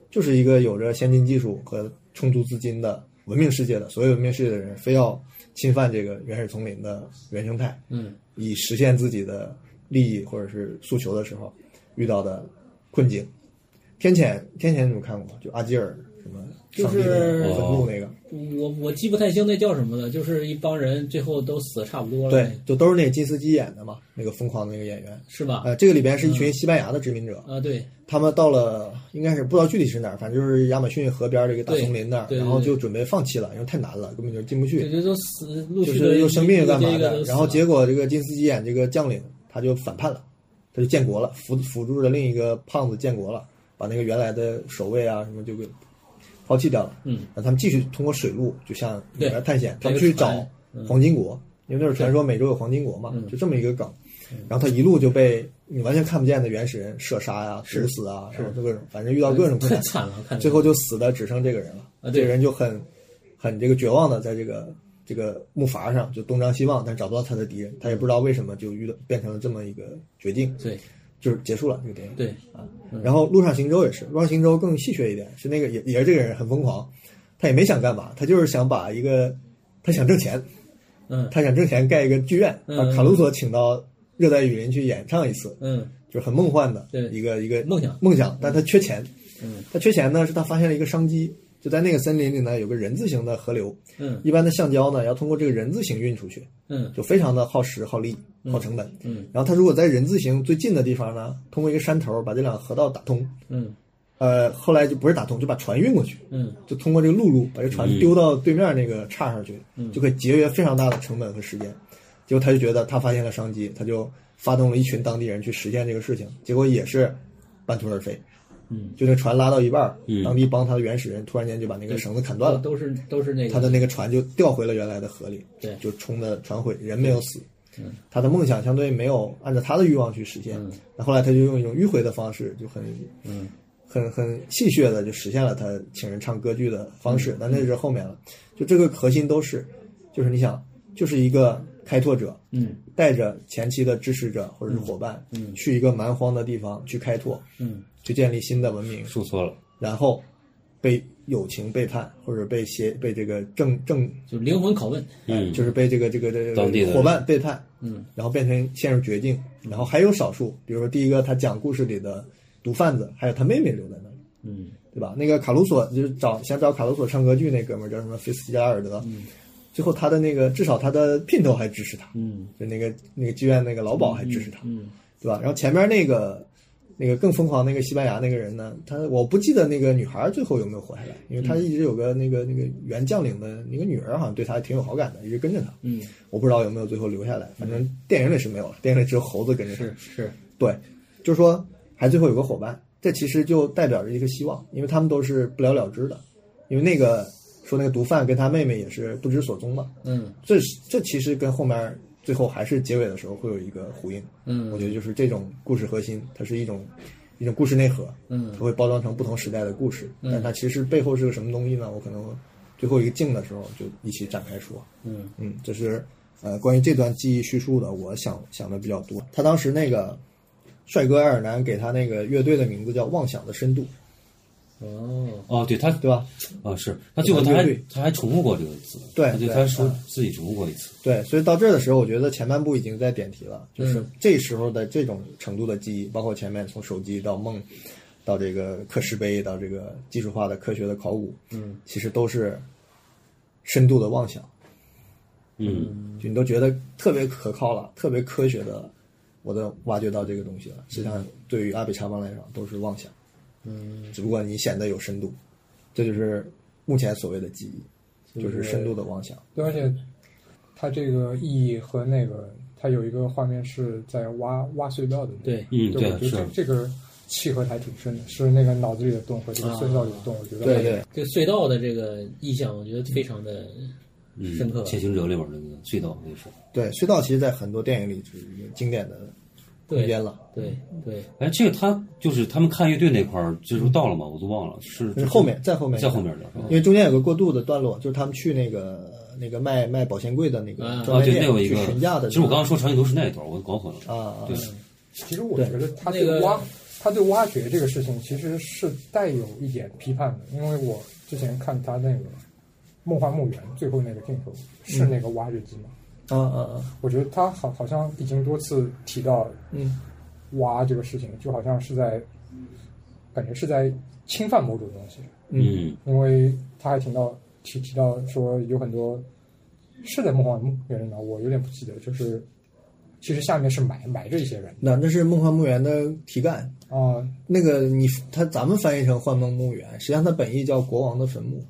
Speaker 8: 就是一个有着先进技术和充足资金的文明世界的所谓文明世界的人，非要侵犯这个原始丛林的原生态，
Speaker 6: 嗯
Speaker 8: 以实现自己的利益或者是诉求的时候遇到的困境。天谴，天谴你们看过吗？就阿基尔什么上帝
Speaker 6: 就是
Speaker 8: 的愤怒那个，
Speaker 6: 嗯我我记不太清那叫什么了，就是一帮人最后都死的差不多了，
Speaker 8: 对，就都是那金斯基演的嘛，那个疯狂的那个演员。
Speaker 6: 是吧？
Speaker 8: 呃，这个里边是一群西班牙的殖民者，
Speaker 6: 啊对，
Speaker 8: 他们到了，应该是不知道具体是哪儿，反正就是亚马逊河边的一个大丛林那儿，
Speaker 6: 对对对
Speaker 8: 然后就准备放弃了，因为太难了，根本就进不
Speaker 6: 这
Speaker 8: 去，
Speaker 6: 这都死，陆
Speaker 8: 就
Speaker 6: 续的
Speaker 8: 是又生病又干嘛
Speaker 6: 一个一个
Speaker 8: 的。
Speaker 6: 都死
Speaker 8: 然后
Speaker 6: 了
Speaker 8: 结果这个金斯基演这个将领，他就反叛了，他就建国了，扶扶助着另一个胖子建国了，把那个原来的守卫啊什么就给抛弃掉了。
Speaker 6: 嗯
Speaker 8: 让他们继续通过水路，就像里边探险，他
Speaker 6: 对
Speaker 8: 们去
Speaker 6: 这个
Speaker 8: 找
Speaker 6: 船嗯
Speaker 8: 黄金国，因为那是传说美洲有黄金国嘛，
Speaker 6: 嗯
Speaker 8: 就这么一个梗。然后他一路就被你完全看不见的原始人射杀呀、毒死啊，然后就各种，反正遇到各 种困
Speaker 6: 很
Speaker 8: 难，
Speaker 6: 惨了，看着
Speaker 8: 最后就死的只剩这个人了。
Speaker 6: 嗯啊
Speaker 8: 这
Speaker 6: 对
Speaker 8: 个人就很很这个绝望的在这个这个木筏上就东张西望，但找不到他的敌人，他也不知道为什么就遇到变成了这么一个绝境，
Speaker 6: 对
Speaker 8: 就是结束了这个电影。
Speaker 6: 对
Speaker 8: 啊。然后路上行舟也是，路上行舟更戏谑一点，是那个也也是这个人很疯狂，他也没想干嘛，他就是想把一个他想挣钱，
Speaker 6: 嗯
Speaker 8: 他想挣钱盖一个剧院，
Speaker 6: 嗯
Speaker 8: 把卡鲁索请到热带雨林去演唱一次，
Speaker 6: 嗯
Speaker 8: 就是很梦幻的
Speaker 6: 对
Speaker 8: 一个一个
Speaker 6: 梦想
Speaker 8: 梦想，但他缺钱，
Speaker 6: 嗯
Speaker 8: 他缺钱呢是他发现了一个商机，就在那个森林里呢有个人字形的河流，
Speaker 6: 嗯
Speaker 8: 一般的橡胶呢要通过这个人字形运出去，
Speaker 6: 嗯
Speaker 8: 就非常的耗时、耗力、耗成本。
Speaker 6: 嗯
Speaker 8: 然后他如果在人字形最近的地方呢，通过一个山头把这两个河道打通，
Speaker 6: 嗯
Speaker 8: 呃，后来就不是打通，就把船运过去，
Speaker 6: 嗯
Speaker 8: 就通过这个陆路把这船
Speaker 5: 嗯
Speaker 8: 丢到对面那个岔上去，就可以节约非常大的成本和时间。结果他就觉得他发现了商机，他就发动了一群当地人去实现这个事情，结果也是半途而废。
Speaker 6: 嗯，
Speaker 8: 就那船拉到一半儿，
Speaker 5: 嗯
Speaker 8: 当地帮他的原始人突然间就把那个绳子砍断了，
Speaker 6: 嗯都是都是那个
Speaker 8: 他的那个船就掉回了原来的河里，
Speaker 6: 对
Speaker 8: 就冲的船毁，人没有死
Speaker 6: 嗯。
Speaker 8: 他的梦想相对没有按照他的欲望去实现
Speaker 6: 嗯，
Speaker 8: 那后来他就用一种迂回的方式，就很
Speaker 6: 嗯
Speaker 8: 很很戏谑的就实现了他请人唱歌剧的方
Speaker 6: 嗯
Speaker 8: 式，但那是后面了。就这个核心都是，就是你想，就是一个开拓者，
Speaker 6: 嗯
Speaker 8: 带着前期的支持者或者是伙伴，
Speaker 6: 嗯嗯
Speaker 8: 去一个蛮荒的地方去开拓，
Speaker 6: 嗯
Speaker 8: 去建立新的文明，
Speaker 5: 说错了，
Speaker 8: 然后被友情背叛或者被邪被这个正正
Speaker 6: 就灵魂拷问
Speaker 5: 嗯，
Speaker 8: 哎就是被这个这个这个
Speaker 5: 当地的
Speaker 8: 伙伴背叛，
Speaker 6: 嗯，
Speaker 8: 然后变成陷入绝境，然后还有少数，比如说第一个他讲故事里的毒贩子，还有他妹妹留在那里，
Speaker 6: 嗯
Speaker 8: 对吧？那个卡鲁索就是找想找卡鲁索唱歌剧那哥们儿叫什么菲斯加尔德，最后他的那个至少他的姘头还支持他，
Speaker 6: 嗯
Speaker 8: 就那个那个剧院那个老鸨还支持他，
Speaker 6: 嗯
Speaker 8: 对吧？然后前面那个那个更疯狂那个西班牙那个人呢，他我不记得那个女孩最后有没有活下来，因为他一直有个那个那个原将领的那个女儿，好像对他挺有好感的，一直跟着他。
Speaker 6: 嗯，
Speaker 8: 我不知道有没有最后留下来，反正电影里是没有了，电影里只有猴子跟着他。
Speaker 6: 是是，
Speaker 8: 对，就是说还最后有个伙伴，这其实就代表着一个希望，因为他们都是不了了之的，因为那个说那个毒贩跟他妹妹也是不知所踪嘛，
Speaker 6: 嗯
Speaker 8: 这是这其实跟后面最后还是结尾的时候会有一个呼应，
Speaker 6: 嗯
Speaker 8: 我觉得就是这种故事核心，它是一种一种故事内核，它
Speaker 6: 嗯
Speaker 8: 会包装成不同时代的故事，
Speaker 6: 嗯
Speaker 8: 但它其实背后是个什么东西呢？我可能最后一个镜的时候就一起展开说，
Speaker 6: 嗯
Speaker 8: 嗯，这是呃关于这段记忆叙述的，我想想的比较多。他当时那个帅哥爱尔兰给他那个乐队的名字叫《妄想的深度》，
Speaker 6: 哦，
Speaker 5: 哦，对他
Speaker 8: 对吧？
Speaker 5: 啊是，他结果他
Speaker 8: 对
Speaker 5: 还
Speaker 8: 对
Speaker 5: 他还重复过这个词，
Speaker 8: 对
Speaker 5: 他就
Speaker 8: 对
Speaker 5: 他说
Speaker 8: 嗯
Speaker 5: 自己重复过一次，
Speaker 8: 对，所以到这儿的时候，我觉得前半部已经在点题了，就是
Speaker 6: 嗯
Speaker 8: 这时候的这种程度的记忆，包括前面从手机到梦，到这个刻石碑，到这个技术化的科学的考古，
Speaker 6: 嗯，
Speaker 8: 其实都是深度的妄想，
Speaker 5: 嗯
Speaker 8: 就你都觉得特别可靠了，特别科学的，我都挖掘到这个东西了。实际上，对于阿比查邦来讲，都是妄想，
Speaker 6: 嗯，
Speaker 8: 只不过你显得有深度，这就是目前所谓的记忆，就是深度的妄想。
Speaker 7: 对，而且它这个意义和那个，它有一个画面是在挖挖隧道的那个，
Speaker 6: 对，
Speaker 5: 嗯
Speaker 7: 对，我
Speaker 5: 对是
Speaker 7: 觉得，这这个契合还挺深的，是那个脑子里的洞和这个
Speaker 6: 啊
Speaker 7: 隧道里的洞，我觉得
Speaker 8: 对对，
Speaker 6: 这隧道的这个意象，我觉得非常的深刻
Speaker 5: 嗯，。潜行者里边那个隧道那是，
Speaker 8: 对，隧道其实在很多电影里就是一个经典的空
Speaker 6: 对
Speaker 8: 间了，
Speaker 6: 对对，
Speaker 5: 哎，这个他就是他们看乐队那块儿，这时候到了吗？我都忘了，是
Speaker 8: 嗯就是后面在后面
Speaker 5: 在后面的，
Speaker 8: 因为中间有个过渡的段落，就是他们去那个那个卖卖保险柜的那个
Speaker 6: 啊
Speaker 8: 专
Speaker 5: 啊
Speaker 8: 卖
Speaker 5: 对，
Speaker 8: 店
Speaker 5: 那有一
Speaker 8: 去
Speaker 5: 个
Speaker 8: 询价的那个。
Speaker 5: 其实我刚刚说长颈鹿是那一段，我搞混了。
Speaker 8: 啊，啊
Speaker 5: 对，
Speaker 7: 其实我觉得他
Speaker 6: 那
Speaker 7: 对
Speaker 6: 个
Speaker 7: 挖，他对挖掘这个事情其实是带有一点批判的，因为我之前看他那个《梦幻墓园》最后那个镜头
Speaker 6: 嗯
Speaker 7: 是那个挖掘机嘛，
Speaker 8: 啊啊啊，
Speaker 7: 我觉得他好好像已经多次提到
Speaker 8: 嗯，
Speaker 7: 挖这个事情，就好像是在感觉是在侵犯某种东西，
Speaker 5: 嗯
Speaker 7: 因为他还提到提提到说有很多是在《梦幻墓园》里面，我有点不记得，就是其实下面是埋埋着一些人
Speaker 8: 那那是梦幻墓园的题干，
Speaker 7: 啊、
Speaker 8: 那个你他咱们翻译成幻梦墓园，实际上它本意叫国王的坟墓，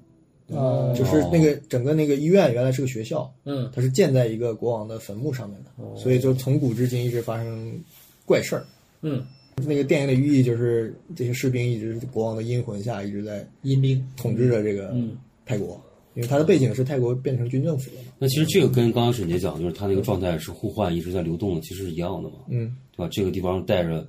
Speaker 7: 呃，
Speaker 8: 就是
Speaker 5: 哦
Speaker 8: 那个整个那个医院原来是个学校，
Speaker 6: 嗯
Speaker 8: 它是建在一个国王的坟墓上面的，所以就从古至今一直发生怪事儿。
Speaker 6: 嗯，
Speaker 8: 那个电影的寓意就是这些士兵一直是国王的阴魂下一直在
Speaker 6: 阴兵，
Speaker 8: 统治着这个
Speaker 6: 嗯
Speaker 8: 泰国，因为它的背景是泰国变成军政府了嘛。
Speaker 5: 那其实这个跟刚刚沈杰讲，就是他那个状态是互换，一直在流动的，其实是一样的嘛，
Speaker 8: 嗯，
Speaker 5: 对吧？这个地方带着，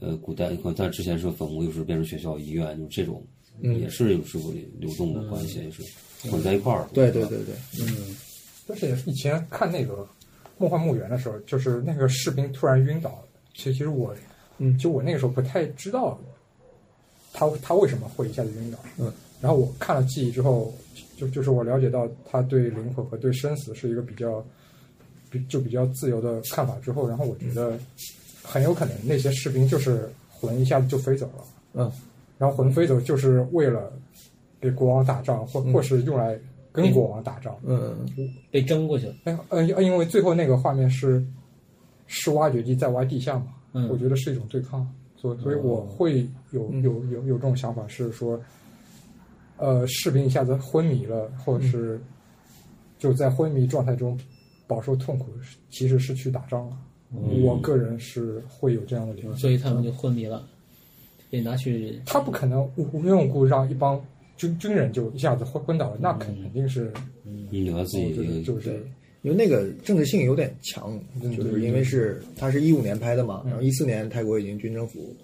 Speaker 5: 呃，古代，可能它之前是个坟墓，又是变成学校、医院，就是这种，
Speaker 8: 嗯
Speaker 5: 也是有时候流动的关系，也是混在一块儿。
Speaker 8: 对对对对，
Speaker 6: 嗯
Speaker 7: 就是以前看那个《梦幻墓园》的时候，就是那个士兵突然晕倒了，其实其实我，
Speaker 8: 嗯
Speaker 7: 就我那个时候不太知道他他为什么会一下子晕倒，
Speaker 8: 嗯，
Speaker 7: 然后我看了记忆之后，就就是我了解到他对灵魂和对生死是一个比较比就比较自由的看法之后，然后我觉得很有可能那些士兵就是魂一下子就飞走了，
Speaker 8: 嗯，
Speaker 7: 然后魂飞走就是为了给国王打仗，或或是用来跟国王打仗，
Speaker 8: 嗯，
Speaker 6: 被蒸过去了。
Speaker 7: 哎，呃，因因为最后那个画面是是挖掘机在挖地下嘛，
Speaker 6: 嗯
Speaker 7: 我觉得是一种对抗，所以所以我会有有有有这种想法，是说，呃，士兵一下子昏迷了，或者是就在昏迷状态中饱受痛苦，其实是去打仗了。我个人是会有这样的理解，
Speaker 6: 所以他们就昏迷了，被拿去
Speaker 7: 他不可能无无缘无故让一帮军军人就一下子昏昏倒了，那肯肯定是，
Speaker 5: 嗯你留下自己
Speaker 7: 我觉得
Speaker 5: 一个，
Speaker 7: 就是
Speaker 8: 因为那个政治性有点强，就是因为是它是一五年拍的嘛，然后一四年泰国已经军政府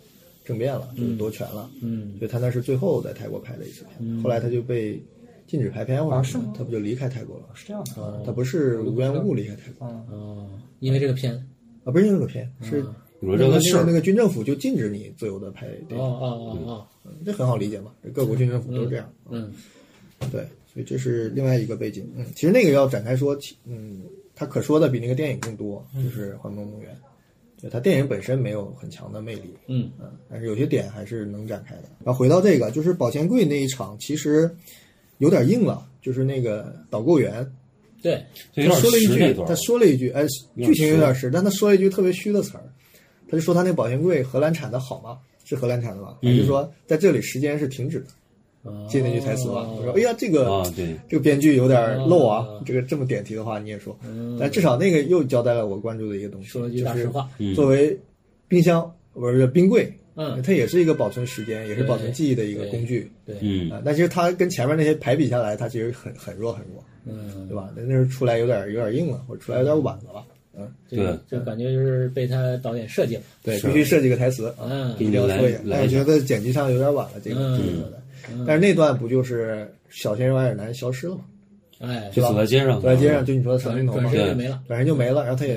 Speaker 8: 政变了，就是夺权了，
Speaker 6: 嗯
Speaker 8: 所以他那是最后在泰国拍的一次片子，后来他就被禁止拍片或
Speaker 7: 啊
Speaker 8: 者
Speaker 7: 是
Speaker 8: 什么
Speaker 7: 吗
Speaker 8: 的，他不就离开泰国了？
Speaker 7: 是这样的，
Speaker 6: 嗯
Speaker 8: 他不是无缘无故离开泰国
Speaker 7: 嗯
Speaker 6: 哦，因为这个片
Speaker 8: 啊，不是因为这个片，
Speaker 6: 嗯
Speaker 8: 是
Speaker 5: 有了这个事
Speaker 8: 那
Speaker 5: 儿
Speaker 8: 个那，个军政府就禁止你自由的拍
Speaker 6: 哦
Speaker 8: 电影，
Speaker 6: 哦哦哦，
Speaker 8: 这很好理解嘛，各国军政府都是这样。
Speaker 6: 嗯
Speaker 8: 对，所以这是另外一个背景。嗯，其实那个要展开说，其嗯，它可说的比那个电影更多，就是《幻梦墓园》。对，它电影本身没有很强的魅力，
Speaker 6: 嗯
Speaker 8: 嗯，但是有些点还是能展开的。然后回到这个，就是保钱柜那一场，其实有点硬了，就是那个导购员
Speaker 6: 对，
Speaker 5: 就有点
Speaker 8: 他说了一
Speaker 5: 实那
Speaker 8: 句，
Speaker 5: 段
Speaker 8: 他，说了一句，哎，
Speaker 5: 有点
Speaker 8: 剧情有
Speaker 5: 实
Speaker 8: 点实，但他说了一句特别虚的词儿，他就说他那保险柜荷兰产的好吗？是荷兰产的吗？他就说在这里时间是停止的，接那句台词吧。我说哎呀，这个、
Speaker 5: 啊对
Speaker 8: 这个编剧有点漏啊，
Speaker 6: 哦
Speaker 8: 这个这么点题的话你也说，
Speaker 6: 嗯
Speaker 8: 但至少那个又交代了我关注的一个东西，
Speaker 6: 说了句大实话
Speaker 8: 就是作为冰箱不是冰柜，
Speaker 6: 嗯
Speaker 8: 它也是一个保存时间，也是保存记忆的一个
Speaker 6: 对
Speaker 8: 工具。
Speaker 6: 对，
Speaker 5: 嗯
Speaker 8: 啊，但其实它跟前面那些排比下来，它其实很很弱很弱，
Speaker 6: 嗯
Speaker 8: 对，吧？那那是出来有点有点硬了，或者出来有点晚了吧？嗯，
Speaker 6: 这个这感觉就是被他导演设计了，
Speaker 8: 对，必须设计个台词啊，
Speaker 6: 嗯
Speaker 5: 给
Speaker 8: 一
Speaker 5: 你
Speaker 8: 定要
Speaker 5: 来
Speaker 8: 说一下。但
Speaker 5: 来
Speaker 8: 我
Speaker 5: 一
Speaker 8: 觉
Speaker 5: 下，
Speaker 8: 得剪辑上有点晚了，这个
Speaker 6: 嗯
Speaker 8: 这个交代。但是那段不就是小鲜肉爱尔兰消失了吗？
Speaker 6: 哎，
Speaker 5: 就走在街上，嗯
Speaker 8: 走在街上，就你说的小
Speaker 6: 转
Speaker 8: 镜头嘛
Speaker 6: 转，身就没了，
Speaker 8: 转身就没了，然后他也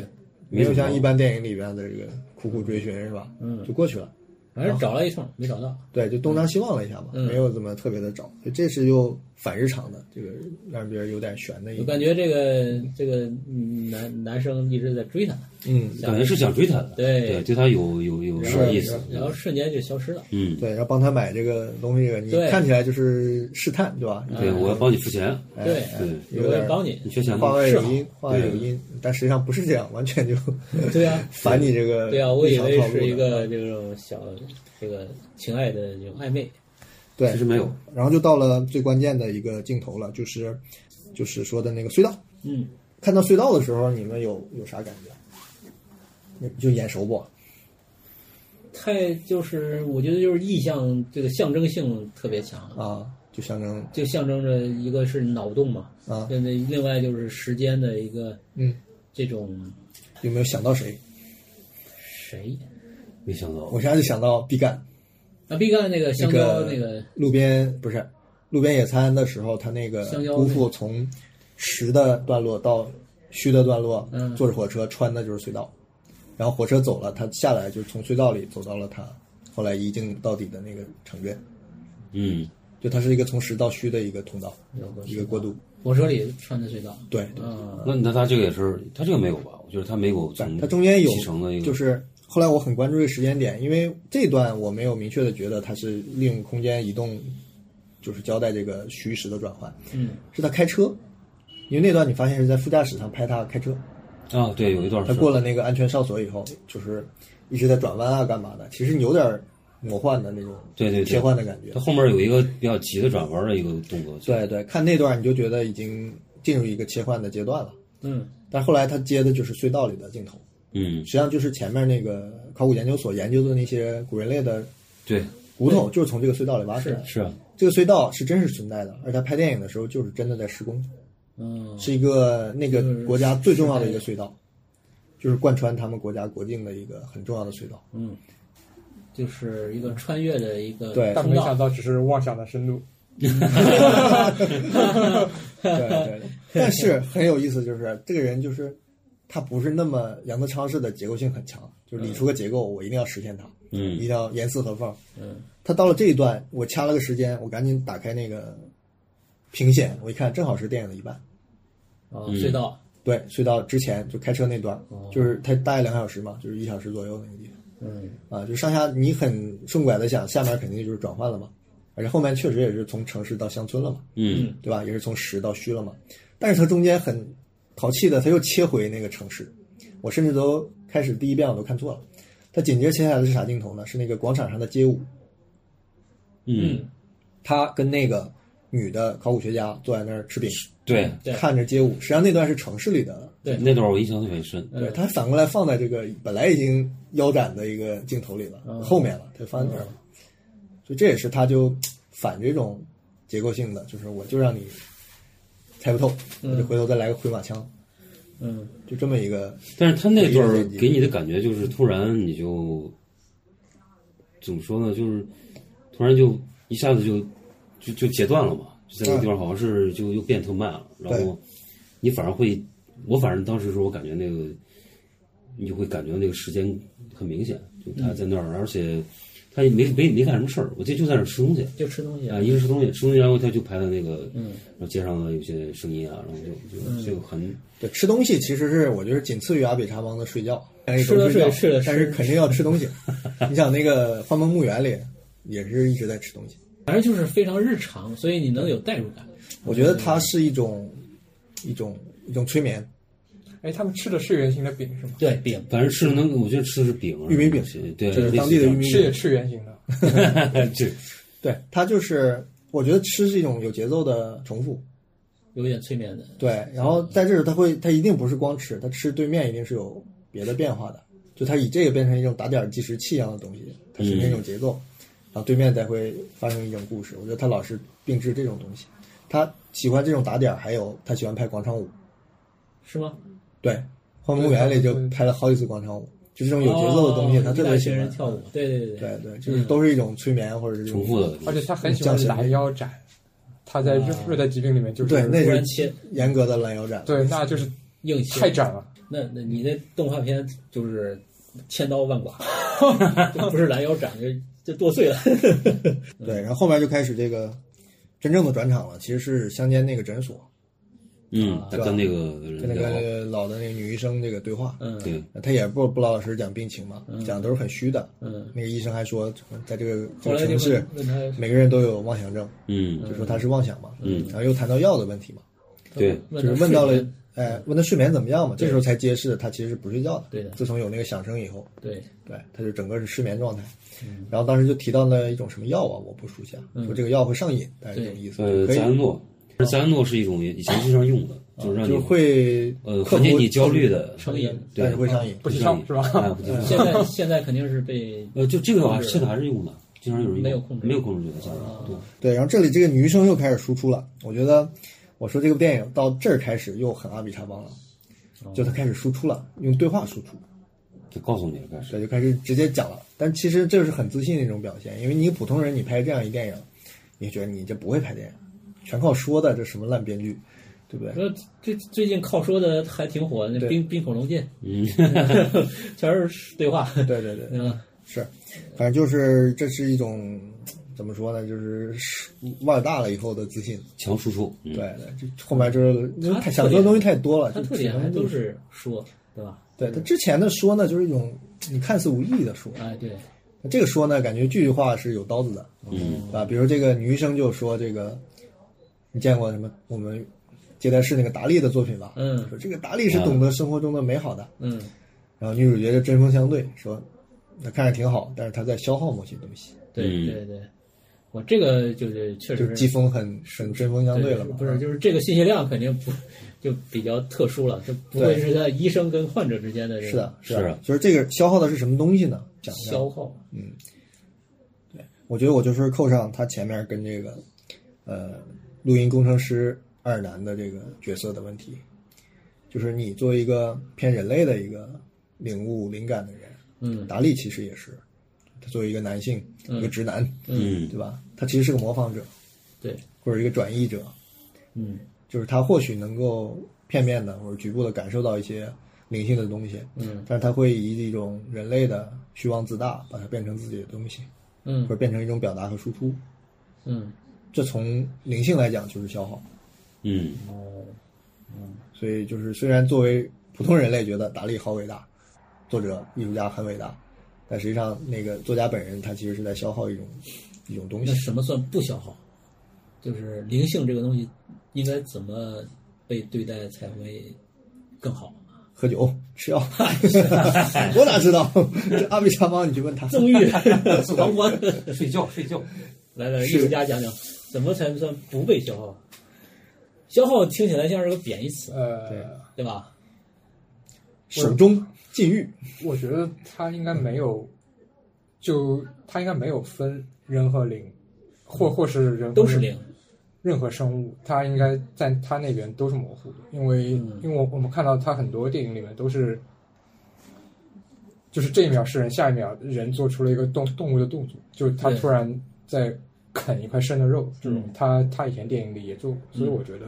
Speaker 8: 没有
Speaker 5: 没什么
Speaker 8: 像一般电影里边的这个苦苦追寻是吧？
Speaker 6: 嗯
Speaker 8: 就过去了。
Speaker 6: 反正找了一通没找到，
Speaker 8: 对，就东张西望了一下嘛，
Speaker 6: 嗯
Speaker 8: 没有怎么特别的找，所以这是又反日常的，这个让别人有点悬的一
Speaker 6: 我
Speaker 8: 个
Speaker 6: 感觉这个这个嗯男男生一直在追她，
Speaker 8: 嗯，
Speaker 5: 感觉是想追他的，
Speaker 6: 对
Speaker 5: 对，对他有有有
Speaker 6: 然
Speaker 5: 什
Speaker 6: 后
Speaker 5: 么意思？
Speaker 6: 然后瞬间就消失了，
Speaker 5: 嗯，
Speaker 8: 对，要帮他买这个东西，你
Speaker 6: 对
Speaker 8: 看起来就是试探，对吧？
Speaker 5: 对我要帮你付钱，
Speaker 8: 哎
Speaker 6: 对
Speaker 8: 哎
Speaker 5: 对
Speaker 8: 有
Speaker 6: 我会
Speaker 8: 点
Speaker 6: 帮你
Speaker 5: 你缺钱
Speaker 8: 话
Speaker 5: 吗？
Speaker 8: 外
Speaker 6: 是
Speaker 8: 有
Speaker 6: 好
Speaker 8: 音，话外有
Speaker 5: 对
Speaker 8: 音，但实际上不是这样，完全就
Speaker 6: 对啊
Speaker 8: 反你这个
Speaker 6: 对啊，我以
Speaker 8: 日
Speaker 6: 为
Speaker 8: 常套路
Speaker 6: 是一
Speaker 8: 的
Speaker 6: 个这种小这个情爱的这种暧昧，
Speaker 8: 对
Speaker 5: 其实，没有，
Speaker 8: 然后就到了最关键的一个镜头了，就是就是说的那个隧道。
Speaker 6: 嗯，
Speaker 8: 看到隧道的时候，你们有有啥感觉？你就眼熟不？
Speaker 6: 太就是我觉得就是意象这个象征性特别强了，
Speaker 8: 啊，就象征
Speaker 6: 就象征着一个是脑洞嘛，
Speaker 8: 啊，
Speaker 6: 对对，另外就是时间的一个
Speaker 8: 嗯，
Speaker 6: 这种
Speaker 8: 有没有想到谁？
Speaker 6: 谁
Speaker 5: 没想到
Speaker 8: 我，现在就想到毕赣，
Speaker 6: 啊，毕赣那个香蕉那
Speaker 8: 那
Speaker 6: 个
Speaker 8: 路边不是路边野餐的时候，他那个
Speaker 6: 香蕉
Speaker 8: 姑
Speaker 6: 那
Speaker 8: 父从实的段落到虚的段落，
Speaker 6: 嗯
Speaker 8: 坐着火车穿的就是隧道，然后火车走了，他下来就是从隧道里走到了他后来一镜到底的那个场院，
Speaker 5: 嗯，
Speaker 8: 就它是一个从实到虚的一个通道，
Speaker 6: 有个
Speaker 8: 一个过渡。
Speaker 6: 火车里穿的隧道，
Speaker 8: 对，
Speaker 6: 嗯
Speaker 5: 那那他这个也是，他这个没有吧？我觉得他没有从
Speaker 8: 它中间有
Speaker 5: 启程嗯的一个，
Speaker 8: 就是后来我很关注这个时间点，因为这段我没有明确的觉得它是利用空间移动，就是交代这个虚实的转换，
Speaker 6: 嗯，
Speaker 8: 是他开车，因为那段你发现是在副驾驶上拍他开车，
Speaker 5: 啊，对，有一段
Speaker 8: 他
Speaker 5: 是
Speaker 8: 过了那个安全哨所以后，就是一直在转弯啊干嘛的，其实你有点魔幻的那种
Speaker 5: 对对对
Speaker 8: 切换的感觉
Speaker 5: 他，后面有一个比较急的转弯的一个动作，
Speaker 8: 对对，看那段你就觉得已经进入一个切换的阶段了。
Speaker 6: 嗯
Speaker 8: 但后来他接的就是隧道里的镜头，
Speaker 5: 嗯，
Speaker 8: 实际上就是前面那个考古研究所研究的那些古人类的
Speaker 5: 对，
Speaker 8: 骨头，就是从这个隧道里挖出来的。
Speaker 5: 是啊，
Speaker 8: 这个隧道是真实存在的，而他拍电影的时候就是真的在施工，
Speaker 6: 嗯，
Speaker 8: 是一个那
Speaker 5: 嗯
Speaker 8: 个国家最重要的一个隧道，就是贯穿他们国家国境的一个很重要的隧 道。
Speaker 6: 嗯，就是一个穿越的一个
Speaker 8: 对
Speaker 7: 但
Speaker 6: 通
Speaker 7: 没想
Speaker 6: 道，
Speaker 7: 到只是妄想的深度。
Speaker 8: 对对，对但是很有意思，就是这个人就是他不是那么杨德昌式的结构性很强，就是理出个结构，我一定要实现它，一
Speaker 5: 嗯
Speaker 8: 定要严丝合缝。
Speaker 6: 嗯
Speaker 8: 他到了这一段，我掐了个时间，我赶紧打开那个屏显，我一看正好是电影的一半。
Speaker 6: 啊
Speaker 5: 嗯
Speaker 6: 隧道，
Speaker 8: 对，隧道之前就开车那段，
Speaker 6: 哦
Speaker 8: 就是它大概两小时嘛，就是一小时左右那个地方
Speaker 6: 嗯
Speaker 8: 啊，就上下你很顺拐的想，下面肯定就是转换了嘛，而且后面确实也是从城市到乡村了嘛，
Speaker 5: 嗯，
Speaker 8: 对吧？也是从实到虚了嘛，但是它中间很淘气的，它又切回那个城市，我甚至都开始第一遍我都看错了，它紧接着切下来的是啥镜头呢？是那个广场上的街舞，
Speaker 5: 嗯，
Speaker 8: 他跟那个女的考古学家坐在那儿吃饼，
Speaker 5: 对，
Speaker 6: 对
Speaker 8: 看着街舞。实际上那段是城市里的，
Speaker 6: 对
Speaker 5: 那段我印象特别深，
Speaker 8: 对，他反过来放在这个本来已经腰斩的一个镜头里了，
Speaker 6: 嗯
Speaker 8: 后面了，他放在那儿了。所以这也是他就反这种结构性的，就是我就让你猜不透，我就回头再来个回马枪，
Speaker 6: 嗯，
Speaker 8: 就这么一个。
Speaker 5: 但是他那段儿给你的感觉就是突然你就怎么说呢？就是突然就一下子就就就截断了嘛，就在那个地方好像是就又变特慢了，然后你反而会，我反正当时说我感觉那个你就会感觉那个时间很明显，就他在那儿，而且他也没没没干什么事儿，我记得就在那儿吃东西。
Speaker 6: 就吃东西
Speaker 5: 啊，一个是吃东西，吃东西，然后他就排到那个，
Speaker 6: 嗯，
Speaker 5: 然后街上的有些声音啊，然后就就就很，
Speaker 8: 对，吃东西其实是我觉得仅次于阿比查邦的睡觉，但是
Speaker 6: 吃了
Speaker 8: 都睡觉
Speaker 6: 睡吃了
Speaker 8: 但是
Speaker 6: 吃
Speaker 8: 肯定要吃东西。你想那个《幻梦墓园》里也是一直在吃东西。
Speaker 6: 反正就是非常日常，所以你能有代入感。
Speaker 8: 我觉得它是一种一种一种催眠，
Speaker 7: 哎，他们吃的是圆形的饼是吗？
Speaker 6: 对饼，
Speaker 5: 反正吃的能，我觉得吃的是饼，
Speaker 8: 玉米饼
Speaker 5: 对，
Speaker 8: 就是
Speaker 5: 类似
Speaker 8: 当地的
Speaker 5: 这样
Speaker 8: 玉米
Speaker 7: 吃也吃圆形的，
Speaker 5: 对，
Speaker 8: 对，它就是我觉得吃是一种有节奏的重复，
Speaker 6: 有点催眠的。
Speaker 8: 对，然后在这儿它会，它一定不是光吃，它吃对面一定是有别的变化的，就它以这个变成一种打点计时器一样的东西，它是那种节
Speaker 5: 嗯
Speaker 8: 奏，然后对面才会发生一种故事。我觉得他老是并置这种东西，他喜欢这种打点儿，还有他喜欢拍广场舞，
Speaker 6: 是吗？
Speaker 8: 对，《荒木公园》里就拍了好几次广场舞，就这种有节奏的东西，
Speaker 6: 嗯哦
Speaker 8: 他特
Speaker 6: 一大
Speaker 8: 别喜
Speaker 6: 群
Speaker 8: 欢嗯
Speaker 6: 人。跳舞，对对嗯对
Speaker 8: 对对，就是都是一种催眠或者是这种
Speaker 5: 重复的，
Speaker 7: 而且他很喜欢拦腰斩，他在热热带疾病里面就是
Speaker 8: 对，那
Speaker 6: 突
Speaker 8: 是
Speaker 6: 然切
Speaker 8: 严格的拦腰斩。
Speaker 7: 对，那就是
Speaker 6: 硬
Speaker 7: 太
Speaker 6: 切。
Speaker 7: 斩了。
Speaker 6: 那那你那动画片就是千刀 万剐，就不是拦腰斩，就就剁碎了。
Speaker 8: 对，然后后面就开始这个真正的转场了，其实是乡间那个诊所
Speaker 5: 嗯，他
Speaker 8: 对吧
Speaker 5: 跟那个人
Speaker 8: 跟那
Speaker 5: 聊，
Speaker 8: 个老的那个女医生这个对话。
Speaker 6: 嗯
Speaker 5: 对，
Speaker 8: 他也不不老老实实讲病情嘛，讲的都是很虚的。
Speaker 6: 嗯，
Speaker 8: 那个医生还说，在这个这
Speaker 6: 后
Speaker 8: 个
Speaker 6: 来就
Speaker 8: 城市
Speaker 6: 问，问他，
Speaker 8: 每个人都有妄想症，
Speaker 5: 嗯，
Speaker 8: 就说他是妄想嘛。
Speaker 5: 嗯
Speaker 8: 然后又谈到药的问题嘛，
Speaker 5: 对，
Speaker 8: 就
Speaker 6: 问
Speaker 8: 是
Speaker 6: 他
Speaker 8: 问到
Speaker 6: 睡
Speaker 8: 了
Speaker 6: 眠，
Speaker 8: 哎，问他睡眠怎么样嘛，这时候才揭示他其实是不睡觉的。
Speaker 6: 对的
Speaker 8: 自从有那个响声以后，
Speaker 6: 对，
Speaker 8: 对，他就整个是失眠状态。然后当时就提到了一种什么药啊，我不熟悉啊，说这个药会上瘾，但是这种意思，
Speaker 5: 呃，
Speaker 8: 可以啊
Speaker 5: 赞安诺，赞安诺是一种以前经常用的，就是让你
Speaker 8: 就会
Speaker 5: 呃
Speaker 8: 克
Speaker 5: 缓解
Speaker 8: 服
Speaker 5: 你焦虑的
Speaker 6: 成瘾。
Speaker 5: 对
Speaker 8: 但是会上瘾。
Speaker 7: 不提倡是吧？
Speaker 5: 啊，不
Speaker 8: 嗯
Speaker 5: 就是
Speaker 6: 现在现在肯定是 被
Speaker 5: 呃，就这个还现在还是用的，经常有人用
Speaker 6: 没有控制
Speaker 5: 没有控制这个价格，对，
Speaker 8: 对，然后这里这个女医生又开始输出了。我觉得，我说这个电影到这儿开始又很阿比查邦了，就他开始输出了，用对话输出，
Speaker 5: 就告诉你了，开始，
Speaker 8: 对，就开始直接讲了。但其实这是很自信的一种表现，因为你普通人你拍这样一电影，你觉得你这不会拍电影，全靠说的，这什么烂编剧，对不对？
Speaker 6: 说最最近靠说的还挺火的，那
Speaker 8: 对
Speaker 6: 冰冰口龙介，
Speaker 5: 嗯，
Speaker 6: 全是对话，
Speaker 8: 对对对，
Speaker 6: 嗯，
Speaker 8: 是，反正就是这是一种怎么说呢，就是腕儿大了以后的自信。
Speaker 5: 强输出，嗯
Speaker 8: 对，对，这后面就是因为
Speaker 6: 嗯他
Speaker 8: 太
Speaker 6: 特
Speaker 8: 想说
Speaker 6: 点
Speaker 8: 的东西太多了，
Speaker 6: 他
Speaker 8: 就
Speaker 6: 特
Speaker 8: 只
Speaker 6: 点还
Speaker 8: 能
Speaker 6: 都
Speaker 8: 就是
Speaker 6: 说，对吧？
Speaker 8: 对他之前的说呢，就是一种你看似无意义的说，
Speaker 6: 哎，对，
Speaker 8: 这个说呢，感觉句句话是有刀子的，
Speaker 5: 嗯，
Speaker 8: 啊，比如这个女医生就说这个，你见过什么？我们接待室那个达利的作品吧？
Speaker 6: 嗯
Speaker 8: 说这个达利是懂得生活中的美好的。
Speaker 6: 嗯，
Speaker 8: 然后女主角就针锋相对说，那看着挺好，但是她在消耗某些东西，
Speaker 6: 对
Speaker 5: 嗯
Speaker 6: 对对，我这个就是确
Speaker 8: 就
Speaker 6: 实
Speaker 8: 季风很很针锋相对了嘛？啊
Speaker 6: 不是，就是这个信息量肯定不就比较特殊了，就不会
Speaker 8: 对
Speaker 6: 是在医生跟患者之间的这
Speaker 8: 是
Speaker 6: 个
Speaker 8: 的，
Speaker 5: 是
Speaker 8: 的
Speaker 5: 啊，
Speaker 8: 就是这个消耗的是什么东西呢？想一下
Speaker 6: 消耗，
Speaker 8: 我觉得我就是扣上他前面跟这个呃录音工程师爱尔南的这个角色的问题，就是你作为一个偏人类的一个领悟灵感的人，
Speaker 6: 嗯
Speaker 8: 达利其实也是，他作为一个男性，
Speaker 6: 嗯
Speaker 8: 一个直男，
Speaker 5: 嗯
Speaker 8: 对吧？他其实是个模仿者
Speaker 6: 对，
Speaker 8: 或者一个转译者，
Speaker 6: 嗯
Speaker 8: 就是他或许能够片面的或者局部的感受到一些灵性的东西，
Speaker 6: 嗯
Speaker 8: 但是他会以一种人类的虚妄自大把它变成自己的东西，或者
Speaker 6: 嗯
Speaker 8: 变成一种表达和输出。
Speaker 6: 嗯，
Speaker 8: 这从灵性来讲就是消耗。
Speaker 5: 嗯，
Speaker 6: 哦，
Speaker 8: 所以就是虽然作为普通人类觉得达利好伟大，作者艺术家很伟大，但实际上那个作家本人他其实是在消耗一种一种东
Speaker 6: 那
Speaker 8: 西。
Speaker 6: 什么算不消耗？就是灵性这个东西应该怎么被对待才会更好？
Speaker 8: 喝酒吃药， 我哪知道？ 这阿比查邦你去问他。
Speaker 6: 纵欲、狂欢，
Speaker 5: 睡觉睡觉，
Speaker 6: 来来，艺术家讲讲怎么才算不被消耗？消耗听起来像是个贬义词，
Speaker 8: 对
Speaker 7: 呃，
Speaker 6: 对吧？
Speaker 8: 手中禁欲，
Speaker 7: 我觉得他应该没有，就他应该没有分人和灵，或或是人和
Speaker 6: 都是零，
Speaker 7: 任何生物，它应该在它那边都是模糊的，因为、
Speaker 6: 嗯
Speaker 7: 因为我我们看到它很多电影里面都是，就是这一秒是人，下一秒人做出了一个动动物的动作，就是它
Speaker 6: 对
Speaker 7: 突然在啃一块生的肉，这种
Speaker 6: 嗯
Speaker 7: 它它以前电影里也做过，所以我觉得，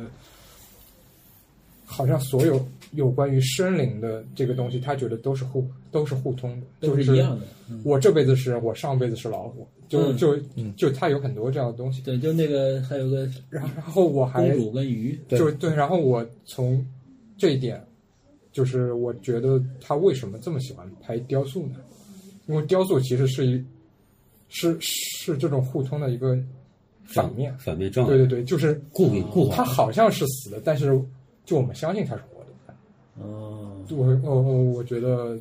Speaker 7: 好像所有有关于生灵的这个东西，他觉得都是互都是互通的，
Speaker 6: 都
Speaker 7: 就是
Speaker 6: 一样的。
Speaker 7: 我这辈子是人，我上辈子是老虎，就、
Speaker 6: 嗯
Speaker 7: 就就它有很多这样的东西。
Speaker 6: 对，就那个还有个
Speaker 7: 然后我还
Speaker 6: 公主跟鱼，
Speaker 8: 对
Speaker 7: 就对，然后我从这一点，就是我觉得他为什么这么喜欢拍雕塑呢？因为雕塑其实是一是是这种互通的一个反面，
Speaker 5: 反面障碍
Speaker 7: 对，对对，就是
Speaker 5: 固固化
Speaker 7: 他好像是死的，但是就我们相信他是活的，
Speaker 6: 哦，
Speaker 7: 我我我我觉得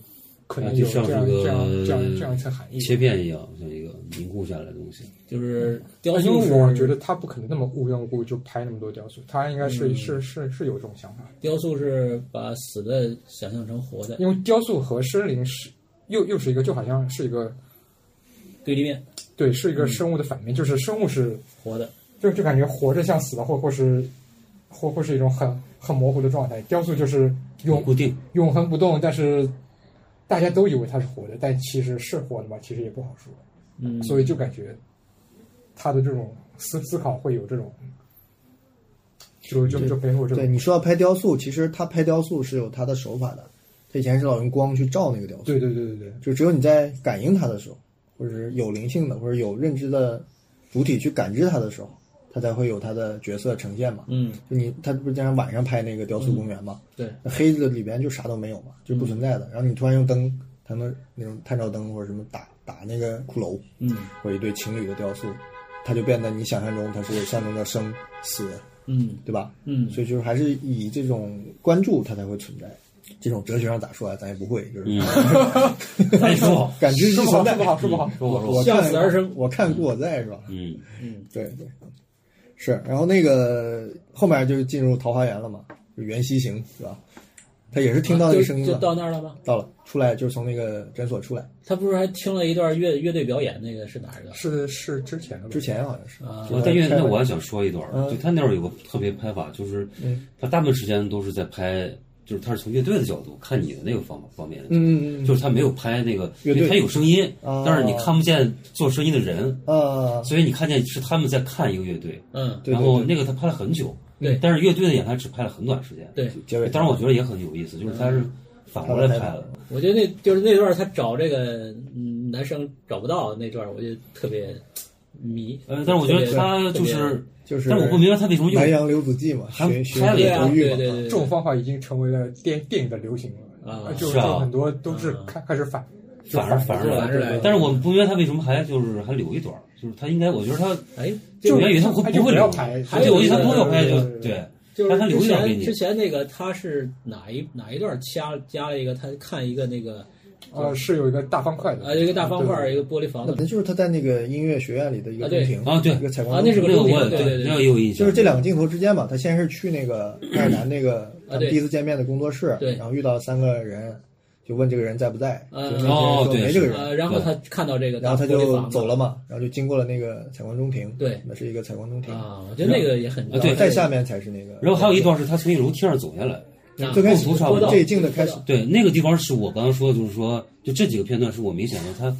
Speaker 7: 可能
Speaker 5: 啊
Speaker 7: 有
Speaker 5: 就
Speaker 7: 这
Speaker 5: 像
Speaker 7: 样
Speaker 5: 是
Speaker 7: 这样
Speaker 5: 个
Speaker 7: 这样这样一层含义。
Speaker 5: 切片一样，像一个凝固下来的东西。
Speaker 6: 就是雕
Speaker 7: 但因
Speaker 6: 塑
Speaker 7: 为
Speaker 6: 是，
Speaker 7: 我觉得他不可能那么无缘无故就拍那么多雕塑，他应该是、是是是有这种想法，
Speaker 6: 雕塑是把死的想象成活的
Speaker 7: 因为雕塑和生灵是又又是一个就好像是一个
Speaker 6: 对立面，
Speaker 7: 对是一个生物的反面，就是生物是
Speaker 6: 活的
Speaker 7: 就就感觉活着像死了，或或是或或是一种很很模糊的状态。雕塑就是永
Speaker 5: 固定，
Speaker 7: 永恒不动，但是大家都以为它是活的，但其实是活的嘛，其实也不好说。
Speaker 6: 嗯
Speaker 7: 所以就感觉他的这种思思考会有这种，就就就背后这
Speaker 8: 对
Speaker 7: 种
Speaker 8: 你说要拍雕塑，其实他拍雕塑是有他的手法的，他以前是老用光去照那个雕塑，
Speaker 7: 对对对对对
Speaker 8: 就只有你在感应它的时候，或者是有灵性的，或者有认知的主体去感知它的时候，它才会有它的角色呈现嘛。
Speaker 6: 嗯
Speaker 8: 就你，他不是经常晚上拍那个雕塑公园嘛？
Speaker 6: 对，
Speaker 8: 那黑的里边就啥都没有嘛，就不存在的。然后你突然用灯，他们那种探照灯或者什么打打那个骷髅，
Speaker 6: 嗯
Speaker 8: 或者一对情侣的雕塑，它就变得你想象中它是象征着生死，
Speaker 6: 嗯
Speaker 8: 对吧？
Speaker 6: 嗯
Speaker 8: 所以就是还是以这种关注它才会存在。这种哲学上咋说啊？咱也不会，就是、
Speaker 5: 哎，说好，
Speaker 8: 感知
Speaker 7: 说
Speaker 8: 是
Speaker 7: 不
Speaker 8: 存
Speaker 7: 好说
Speaker 8: 在
Speaker 7: 不。好说不好，
Speaker 5: 说好，说
Speaker 8: 我
Speaker 5: 好，
Speaker 8: 看
Speaker 6: 向死而生
Speaker 8: 我看故我在是吧？
Speaker 5: 嗯，
Speaker 8: 对对，是。然后那个后面就进入桃花源了嘛，就袁西行是吧？他也是听到那个声音
Speaker 6: 就
Speaker 8: 了，
Speaker 6: 啊就到那儿了吗？
Speaker 8: 到了，出来就是从那个诊所出来，
Speaker 6: 他不是还听了一段乐乐队表演，那个是哪儿的？
Speaker 7: 是是之前的吧
Speaker 8: 之前好像是。
Speaker 6: 啊
Speaker 8: 就
Speaker 5: 我
Speaker 8: 在
Speaker 5: 但愿
Speaker 8: 开
Speaker 5: 那
Speaker 8: 完
Speaker 5: 我还想说一段儿，
Speaker 8: 嗯
Speaker 5: 就他那会儿有个特别拍法，就是
Speaker 8: 嗯
Speaker 5: 他大部分时间都是在拍，就是他是从乐队的角度看你的那个方方面，
Speaker 8: 嗯嗯嗯
Speaker 5: 就是他没有拍那个，
Speaker 8: 乐
Speaker 5: 因
Speaker 8: 队
Speaker 5: 为他有声音，
Speaker 8: 哦
Speaker 5: 但是你看不见做声音的人，
Speaker 8: 啊，
Speaker 5: 所以你看见是他们在看一个乐队，
Speaker 6: 嗯，
Speaker 8: 对
Speaker 5: 然后那个他拍了很久，
Speaker 6: 对
Speaker 5: 但是乐队的演他只拍了很短时间，
Speaker 6: 对，
Speaker 8: 结尾
Speaker 5: 当然我觉得也很有意思，就是他是反过来拍的，
Speaker 6: 我觉得那就是那段他找这个嗯男生找不到那段，我就特别迷。
Speaker 5: 呃，但是我觉得他就是，
Speaker 8: 就是
Speaker 5: 但我不明白他为什么用
Speaker 8: 南洋流子记嘛，
Speaker 5: 还
Speaker 8: 学学
Speaker 5: 拍了一
Speaker 6: 对
Speaker 5: 个
Speaker 6: 啊，
Speaker 8: 刘
Speaker 6: 对
Speaker 8: 裕嘛
Speaker 6: 对，对，
Speaker 7: 这种方法已经成为了电电影的流行了呃
Speaker 6: 啊
Speaker 7: 就是
Speaker 5: 啊
Speaker 7: 就很多都是开开始反就
Speaker 5: 反而反而
Speaker 7: 过
Speaker 6: 反
Speaker 5: 来
Speaker 6: 而来，
Speaker 5: 但是我不明白他为什么还就是还留一段儿，就是他应该，我觉得他
Speaker 6: 哎，
Speaker 5: 就
Speaker 7: 就
Speaker 5: 源于他不
Speaker 7: 他就
Speaker 5: 会
Speaker 7: 不要
Speaker 5: 留，
Speaker 7: 拍
Speaker 5: 他有一他不要拍就
Speaker 7: 对对对
Speaker 5: 对，
Speaker 6: 就
Speaker 5: 但他
Speaker 6: 是
Speaker 5: 留
Speaker 6: 之
Speaker 5: 一段给
Speaker 6: 前
Speaker 5: 你
Speaker 6: 之，前那个他是哪一哪一段加加了一个他看一个那个
Speaker 7: 呃是有一个大方块的
Speaker 8: 呃
Speaker 6: 啊一个大方块儿
Speaker 7: 对
Speaker 6: 一个玻璃房
Speaker 8: 啊那
Speaker 6: 子
Speaker 8: 不就是他在那个音乐学院里的一个
Speaker 6: 啊
Speaker 8: 宫
Speaker 6: 对
Speaker 8: 廷
Speaker 5: 啊对
Speaker 8: 一个采光
Speaker 6: 啊那是
Speaker 5: 这
Speaker 6: 个
Speaker 5: 个
Speaker 6: 重点
Speaker 5: 我
Speaker 6: 对对对
Speaker 5: 那个也有印象，
Speaker 8: 就是这两个镜头之间嘛，他先是去那个爱尔兰那个
Speaker 6: 啊
Speaker 8: 咱
Speaker 6: 对
Speaker 8: 们第一次见面的工作室，
Speaker 6: 对
Speaker 8: 然后遇到了三个人，就问这个人在不在，
Speaker 6: 嗯
Speaker 8: 呃就那个人
Speaker 5: 哦
Speaker 8: 说
Speaker 5: 对
Speaker 8: 没这个
Speaker 5: 是
Speaker 8: 人，
Speaker 6: 呃，然后他看到这个
Speaker 8: 然
Speaker 6: 大
Speaker 8: 后
Speaker 6: 玻
Speaker 8: 他
Speaker 6: 璃
Speaker 8: 就
Speaker 6: 房子
Speaker 8: 走了嘛，然后就经过了那个采光中庭，
Speaker 6: 对
Speaker 8: 那是一个采光中庭，
Speaker 6: 啊，我觉得那个也很
Speaker 5: 啊对
Speaker 8: 在下面才是那个，
Speaker 5: 然后还有一段是他从一楼梯上走下来，
Speaker 6: 啊
Speaker 8: 最开始
Speaker 5: 构图上
Speaker 8: 这一镜的开始
Speaker 6: 过道
Speaker 5: 对，那个地方是我刚刚说的，就是说，就这几个片段是我没想到他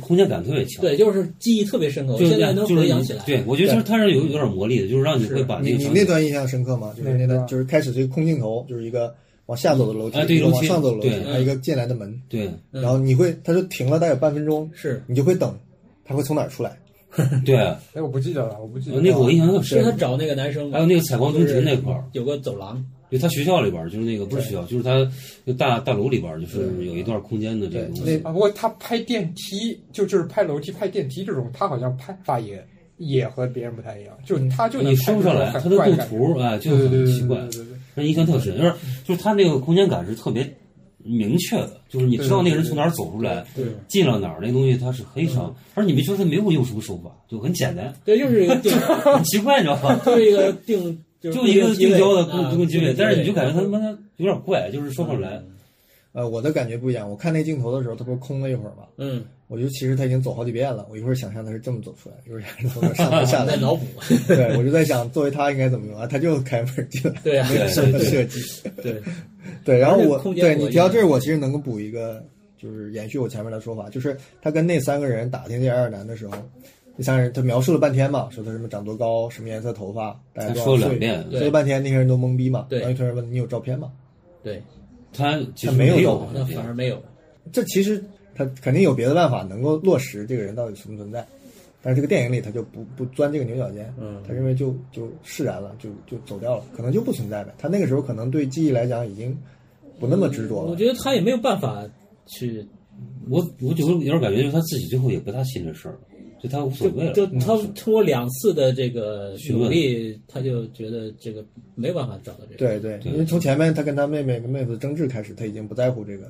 Speaker 5: 空间感特别强，
Speaker 6: 对，就是记忆特别深刻，我
Speaker 5: 就是
Speaker 6: 现在能
Speaker 5: 就是
Speaker 6: 回想
Speaker 5: 你
Speaker 6: 起来。
Speaker 5: 对，我觉得其实它是有有点魔力的，就是让你会把
Speaker 8: 你
Speaker 5: 个
Speaker 8: 你
Speaker 5: 场
Speaker 8: 那
Speaker 5: 景
Speaker 8: 段印象深刻吗？就是那
Speaker 7: 那
Speaker 8: 段
Speaker 7: 段
Speaker 8: 就是开始这个空镜头，就是一个往下走的楼梯，
Speaker 5: 哎对
Speaker 8: 一个
Speaker 5: 楼
Speaker 8: 往
Speaker 5: 梯
Speaker 8: 上走的楼梯，
Speaker 5: 对
Speaker 8: 还有一个进来的门，
Speaker 5: 对
Speaker 6: 嗯
Speaker 8: 然后你会，他就停了大概有半分钟，
Speaker 6: 是
Speaker 8: 你就会等，他会从哪儿出来？
Speaker 5: 对，呃
Speaker 7: 哎我不记得了我不记得
Speaker 5: 啊那个我印象特
Speaker 6: 是
Speaker 5: 深
Speaker 6: 他。找那个男生吗，
Speaker 5: 还有那个采光中庭那块儿，
Speaker 6: 有个走廊，
Speaker 5: 就他学校里边儿，就是那个不是学校，就是他就大大楼里边儿，
Speaker 7: 嗯
Speaker 5: 就是有一段空间的这个东
Speaker 8: 对
Speaker 5: 西
Speaker 8: 那。
Speaker 7: 啊，不过他拍电梯，就就是拍楼梯、拍电梯这种，他好像拍法也也和别人不太一样，就他就
Speaker 5: 啊
Speaker 7: 能
Speaker 5: 你
Speaker 7: 拍
Speaker 5: 说不
Speaker 7: 出
Speaker 5: 上来，
Speaker 7: 很
Speaker 5: 他的
Speaker 7: 怪
Speaker 5: 构
Speaker 7: 的感觉
Speaker 5: 图啊，就
Speaker 7: 对对对
Speaker 5: 很
Speaker 7: 对
Speaker 5: 奇怪
Speaker 7: 对，对对
Speaker 5: 让人印象特深。就是就是他那个空间感是特别明确的，就是你知道那个人从哪儿走出来，进了哪儿，那东西它是黑
Speaker 7: 嗯
Speaker 5: 上，而你没觉得他没有用什么手法，就很简单，
Speaker 6: 对，就是一 个定，
Speaker 5: 很奇怪，你知道 吧？
Speaker 6: 就是一个定，就是
Speaker 5: 就一个
Speaker 6: 定
Speaker 5: 定焦的
Speaker 6: 工
Speaker 5: 公公鸡
Speaker 7: 啊
Speaker 5: 尾，但是你就感觉他他妈的有点怪，就是说不上来。
Speaker 7: 嗯
Speaker 8: 呃，我的感觉不一样。我看那镜头的时候，他不是空了一会儿吗？
Speaker 6: 嗯，
Speaker 8: 我就其实他已经走好几遍了。我一会儿想象他是这么走出来，一会儿想象他从这儿上来下
Speaker 6: 在
Speaker 8: 来。
Speaker 6: 脑补，
Speaker 8: 对，我就在想，作为他应该怎么用啊？他就 开门进来，
Speaker 6: 对啊，
Speaker 8: 没有什么
Speaker 5: 对对
Speaker 8: 设计。
Speaker 6: 对，
Speaker 8: 对，然后
Speaker 6: 而且
Speaker 8: 我
Speaker 6: 空间
Speaker 8: 对
Speaker 6: 我
Speaker 8: 你
Speaker 6: 一
Speaker 8: 提到
Speaker 6: 样
Speaker 8: 这儿，我其实能够补一个，就是延续我前面的说法，就是他跟那三个人打听这爱尔兰的时候，那三个人他描述了半天嘛，说他什么长多高，什么颜色头发，大概
Speaker 5: 他
Speaker 8: 多
Speaker 5: 说
Speaker 8: 少
Speaker 5: 了
Speaker 8: 岁，
Speaker 5: 两
Speaker 7: 嗯
Speaker 5: 遍
Speaker 8: 说了半天那些人都懵逼嘛。
Speaker 6: 对
Speaker 8: 然后一群人问你有照片吗？
Speaker 6: 对，
Speaker 5: 他其实
Speaker 8: 他没有
Speaker 5: 有
Speaker 8: 用
Speaker 6: 那反而没有，
Speaker 8: 这其实他肯定有别的办法能够落实这个人到底存不存在，但是这个电影里他就不不钻这个牛角尖，
Speaker 6: 嗯
Speaker 8: 他认为就就释然了，就就走掉了，可能就不存在呗。他那个时候可能对记忆来讲已经不那么执着了。
Speaker 6: 我觉得他也没有办法去，
Speaker 5: 我我就有点感觉，就是他自己最后也不大信这事儿，就他无所
Speaker 6: 就
Speaker 5: 谓了。嗯
Speaker 6: 就他通过两次的这个
Speaker 5: 询问
Speaker 6: 努力，他就觉得这个没有办法找到这个。
Speaker 8: 对对，因为从前面他跟他妹妹跟妹夫的争执开始，他已经不在乎这个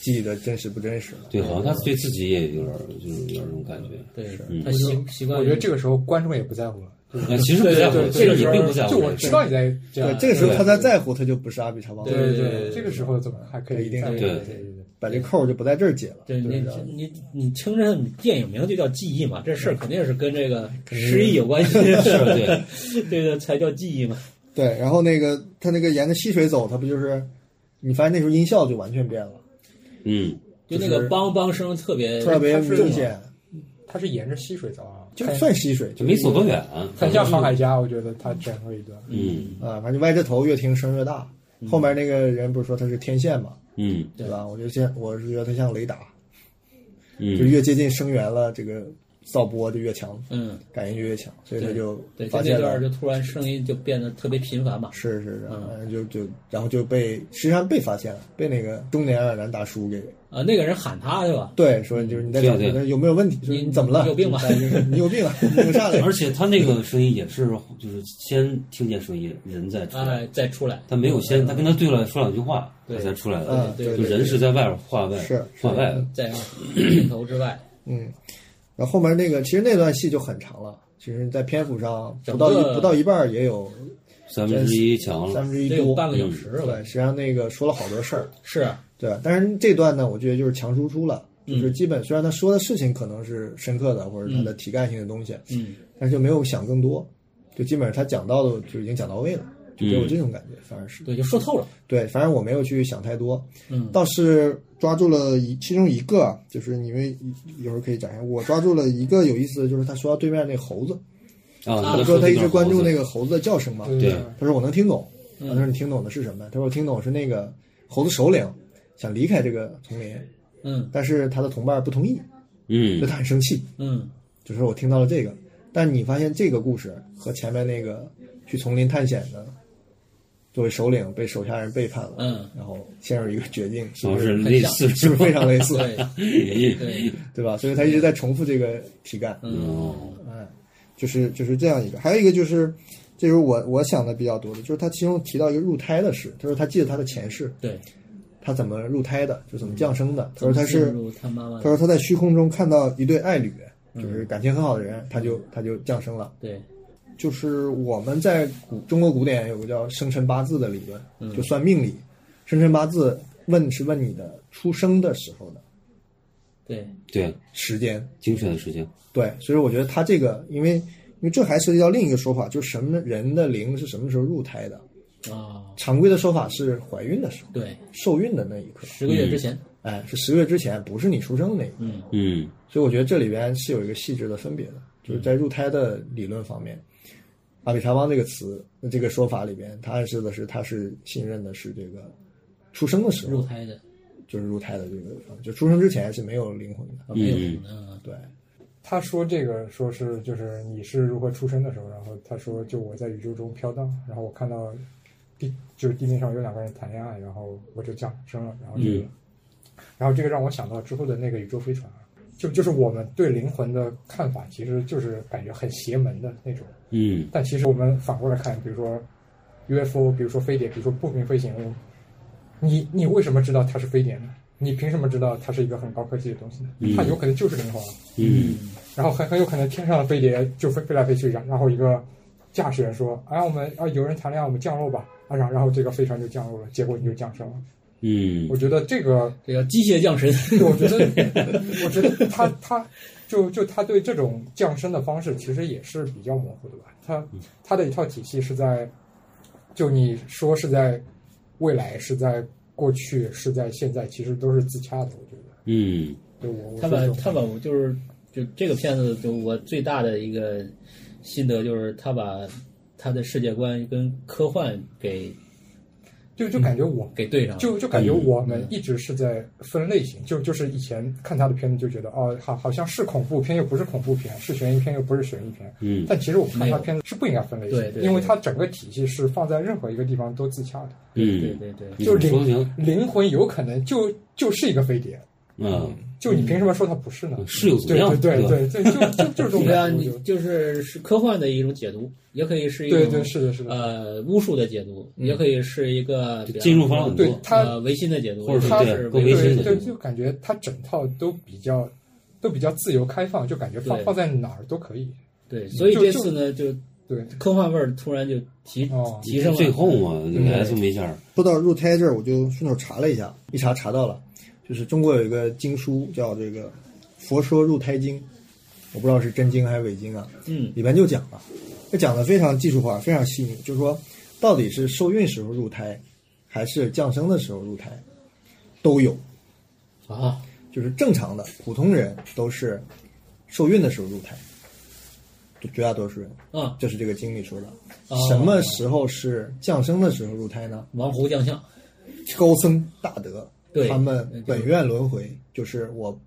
Speaker 8: 记忆的真实不真实了。
Speaker 5: 对，好像他对自己也有点儿，就是有点儿那种感觉。
Speaker 6: 对，他习习惯于。
Speaker 7: 我觉得这个时候观众也不在乎了，
Speaker 5: 那其实不
Speaker 6: 对
Speaker 5: 在乎
Speaker 6: 对，
Speaker 5: 其
Speaker 6: 这
Speaker 5: 实
Speaker 6: 个
Speaker 5: 你
Speaker 6: 时候
Speaker 5: 并不在乎。
Speaker 7: 就我知道你在这
Speaker 8: 对
Speaker 7: 样，，
Speaker 8: 这个时候他再在乎，他就不是阿比查邦了，
Speaker 7: 对
Speaker 6: 啊对对
Speaker 7: 对，
Speaker 6: 对
Speaker 7: 这个时候怎么还可以
Speaker 8: 一定
Speaker 7: 在乎
Speaker 8: 对
Speaker 5: 对
Speaker 7: 对对，
Speaker 8: 把这扣儿就不在这儿解了。
Speaker 6: 对你
Speaker 8: 吧
Speaker 6: 你你听着电影名就叫记忆嘛，这事儿肯定是跟这个失忆有关系，对
Speaker 5: 对
Speaker 6: 对的才叫记忆嘛。
Speaker 8: 对，然后那个他那个沿着溪水走，他不就是，你发现那时候音效就完全变了，
Speaker 5: 嗯，
Speaker 6: 就那个梆梆声特别
Speaker 8: 特别
Speaker 7: 它是
Speaker 8: 明显，
Speaker 7: 他是沿着溪水走啊，
Speaker 8: 就
Speaker 7: 很
Speaker 8: 算溪水，
Speaker 5: 就没走多远。啊
Speaker 7: 很像航海家，我觉得他整个一段，
Speaker 5: 嗯
Speaker 8: 啊，反正就歪着头越听声越大。
Speaker 6: 嗯
Speaker 8: 后面那个人不是说他是天线嘛，
Speaker 5: 嗯
Speaker 8: 对吧？我就现我是觉得他像雷达，就
Speaker 5: 嗯，
Speaker 8: 越接近声源了，这个噪波就越强，
Speaker 6: 嗯，
Speaker 8: 感应就越强，所以他
Speaker 6: 对
Speaker 8: 就
Speaker 6: 对，就
Speaker 8: 发
Speaker 6: 那
Speaker 8: 现
Speaker 6: 段
Speaker 8: 了
Speaker 6: 儿就突然声音就变得特别频繁嘛。
Speaker 8: 是是是，
Speaker 6: 嗯
Speaker 8: 反正就就然后就被实际上被发现了，被那个中年爱尔兰大叔给
Speaker 6: 啊，那个人喊他对吧？
Speaker 8: 对说，就是你在
Speaker 5: 对
Speaker 8: 哪儿
Speaker 5: 对
Speaker 8: 有没有问题？就是
Speaker 6: 你
Speaker 8: 怎么了？
Speaker 6: 你有病吧
Speaker 8: 哎就是你有病啊！你有啥 嘞？
Speaker 5: 而且他那个声音也是，就是先听见声音，人再出来。
Speaker 6: 哎，再出来，
Speaker 5: 他没有先，他跟他对了说两句话，他
Speaker 6: 对
Speaker 5: 才出来的
Speaker 8: 嗯。
Speaker 6: 对
Speaker 8: 对
Speaker 5: 就
Speaker 8: 对
Speaker 5: 人是在外边话外
Speaker 8: 是
Speaker 5: 话外的。
Speaker 6: 在镜头之外，
Speaker 8: 嗯，然后后面那个其实那段戏就很长了，其实在篇幅上不
Speaker 6: 整
Speaker 8: 到
Speaker 6: 个
Speaker 8: 一不到一半儿也有
Speaker 5: 三分之一强
Speaker 8: 三
Speaker 5: 了，
Speaker 8: 分之一
Speaker 6: 得有
Speaker 8: 多，
Speaker 6: 半个小时了吧？
Speaker 8: 对，实际上那个说了好多事儿，
Speaker 6: 是，
Speaker 8: 对，但是这段呢，我觉得就是强输出了，就
Speaker 6: 嗯
Speaker 8: 是基本虽然他说的事情可能是深刻的或者他的题干性的东西，
Speaker 6: 嗯，
Speaker 8: 但是就没有想更多，就基本上他讲到的就已经讲到位了，就给我
Speaker 5: 嗯
Speaker 8: 这种感觉，反而是
Speaker 6: 对，就说透了。
Speaker 8: 对，反正我没有去想太多，
Speaker 6: 嗯
Speaker 8: 倒是抓住了一其中一个，就是你们一会儿可以讲一下，我抓住了一个有意思的就是他说到对面那猴子，
Speaker 5: 啊，
Speaker 8: 他
Speaker 5: 他
Speaker 8: 说他一直关注那
Speaker 5: 个
Speaker 8: 个猴子的叫声嘛，
Speaker 5: 对嗯
Speaker 8: 他说我能听懂，啊他说你听懂的是什么？他说我听懂是那个猴子首领想离开这个丛林，
Speaker 6: 嗯
Speaker 8: 但是他的同伴不同意，
Speaker 5: 嗯
Speaker 8: 就他很生气，
Speaker 6: 嗯，
Speaker 8: 就说我听到了这个。但你发现这个故事和前面那个去丛林探险的，作为首领被手下人背叛了，
Speaker 6: 嗯，
Speaker 8: 然后陷入一个绝境，是
Speaker 5: 哦
Speaker 8: 不
Speaker 5: 是
Speaker 8: 是
Speaker 5: 类似
Speaker 8: 是不是非常类似，
Speaker 6: 对对，嗯
Speaker 8: 对吧？所以他一直在重复这个题干，
Speaker 5: 哦，
Speaker 8: 哎，就是就是这样一个。还有一个就是，这是我我想的比较多的，就是他其中提到一个入胎的事，他说他记得他的前世，
Speaker 6: 对，
Speaker 8: 他怎么入胎的，就怎么降生的。他说他是
Speaker 6: 进入他妈妈
Speaker 8: 他，说他在虚空中看到一对爱侣，就是感情很好的人，他就他就降生了。
Speaker 6: 对，
Speaker 8: 就是我们在古中国古典有个叫生辰八字的理论，就算命理。生辰八字问是问你的出生的时候的
Speaker 6: 对，
Speaker 5: 对，啊
Speaker 8: 时间，
Speaker 5: 精确的时间，
Speaker 8: 对，所以我觉得他这个，因为因为这还涉及到另一个说法，就是什么人的灵是什么时候入胎的？
Speaker 6: 啊，
Speaker 8: 常规的说法是怀孕的时候，
Speaker 6: 对，
Speaker 8: 受孕的那一刻，
Speaker 6: 十个月之前，
Speaker 8: 哎，是十个月之前，不是你出生的那一刻。
Speaker 6: 嗯
Speaker 5: 嗯
Speaker 8: 所以我觉得这里边是有一个细致的分别的，就是在入胎的理论方面，阿比查邦这个词，这个说法里边，它暗示的是他是信任的是这个出生的时
Speaker 6: 入
Speaker 8: 候，
Speaker 6: 胎的，
Speaker 8: 就是入胎的这个方面，就出生之前是没有灵魂的。
Speaker 6: 没有
Speaker 5: 嗯，
Speaker 6: 嗯，
Speaker 8: 对，
Speaker 7: 他说这个说是就是你是如何出生的时候，然后他说就我在宇宙中飘荡，然后我看到地就是地面上有两个人谈恋爱，然后我就降生了，然后这个，
Speaker 5: 嗯
Speaker 7: 然后这个让我想到之后的那个宇宙飞船啊，就就是我们对灵魂的看法，其实就是感觉很邪门的那种。
Speaker 5: 嗯
Speaker 7: 但其实我们反过来看，比如说 UFO，比如说飞碟，比如说不明飞行物，你你为什么知道它是飞碟呢？你凭什么知道它是一个很高科技的东西呢？它有可能就是灵魂啊。
Speaker 5: 嗯
Speaker 7: 然后很很有可能天上的飞碟就飞飞来飞去，然然后一个驾驶员说：“哎，我们啊有人谈恋爱，我们降落吧。”啊，然后然后这个飞船就降落了，结果你就降生了。
Speaker 5: 嗯
Speaker 7: 我觉得这个，
Speaker 6: 这叫机械降神，
Speaker 7: 对我觉得，我觉得他他就就他对这种降生的方式其实也是比较模糊的吧。他
Speaker 6: 嗯
Speaker 7: 他的一套体系是在，就你说是在未来，是在过去，是在现在，其实都是自洽的。我觉得，
Speaker 5: 嗯
Speaker 7: 对我我
Speaker 6: 他
Speaker 7: 是这
Speaker 6: 把
Speaker 7: 种
Speaker 6: 他把我就是就这个片子，就我最大的一个心得就是他把他的世界观跟科幻给
Speaker 7: 就就感觉我
Speaker 6: 给对上了，
Speaker 7: 就就感
Speaker 6: 嗯
Speaker 7: 觉我们一直是在分类型，就就是以前看他的片子就觉得哦，好好像是恐怖片又不是恐怖片，是悬疑片又不是悬疑片。
Speaker 5: 嗯
Speaker 7: 但其实我看
Speaker 6: 没
Speaker 7: 他
Speaker 6: 有
Speaker 7: 片子是不应该分类型，
Speaker 6: 对对对
Speaker 7: 因为它整个体系是放在任何一个地方都自洽的，
Speaker 6: 对
Speaker 5: 嗯，
Speaker 6: 对对，
Speaker 7: 就是
Speaker 5: 你说的
Speaker 7: 灵
Speaker 5: 行，
Speaker 7: 灵魂有可能就就是一个飞碟，
Speaker 5: 嗯，
Speaker 7: 就你凭什么说它不是呢？
Speaker 6: 嗯
Speaker 5: 是又怎么
Speaker 7: 对
Speaker 5: 样？
Speaker 7: 对
Speaker 5: 吧
Speaker 7: 对对，就就就是这种
Speaker 6: 对啊，
Speaker 7: 感
Speaker 6: 你
Speaker 7: 觉。
Speaker 6: 就是是科幻的一种解读，也可以是一种
Speaker 7: 对对是的是的，
Speaker 6: 呃巫术的解读，也可以是一个比
Speaker 5: 就嗯
Speaker 6: 方
Speaker 5: 进入方很
Speaker 7: 对
Speaker 5: 多，
Speaker 7: 它
Speaker 6: 呃唯心的解读，
Speaker 5: 或者
Speaker 6: 它
Speaker 5: 说
Speaker 6: 是
Speaker 5: 更
Speaker 6: 唯
Speaker 5: 唯
Speaker 6: 心
Speaker 5: 心
Speaker 7: 对
Speaker 5: 的
Speaker 7: 对，
Speaker 5: 这
Speaker 7: 就感觉它整套都比较都比较自由开放，就感觉放
Speaker 6: 对
Speaker 7: 放在哪儿都可以。
Speaker 6: 对，所以
Speaker 7: 就
Speaker 6: 这
Speaker 7: 就
Speaker 6: 次呢，就
Speaker 7: 对，
Speaker 6: 科幻味儿突然就提
Speaker 7: 哦
Speaker 6: 提升了，
Speaker 5: 最后嘛，你来这么一下儿，
Speaker 8: 说到入胎这儿，我就顺手查了一下，一查查到了，就是中国有一个经书叫这个《佛说入胎经》，我不知道是真经还是伪经啊，
Speaker 6: 嗯
Speaker 8: 里面就讲了，这讲的非常技术化，非常细腻，就是说到底是受孕时候入胎，还是降生的时候入胎，都有。
Speaker 6: 啊，
Speaker 8: 就是正常的普通人都是受孕的时候入胎，就绝大多数人，
Speaker 6: 啊，
Speaker 8: 这是这个经理说的。
Speaker 6: 哦
Speaker 8: 什么时候是降生的时候入胎呢？
Speaker 6: 王侯将相，
Speaker 8: 高僧大德，
Speaker 6: 对
Speaker 8: 他们本愿轮回，就是我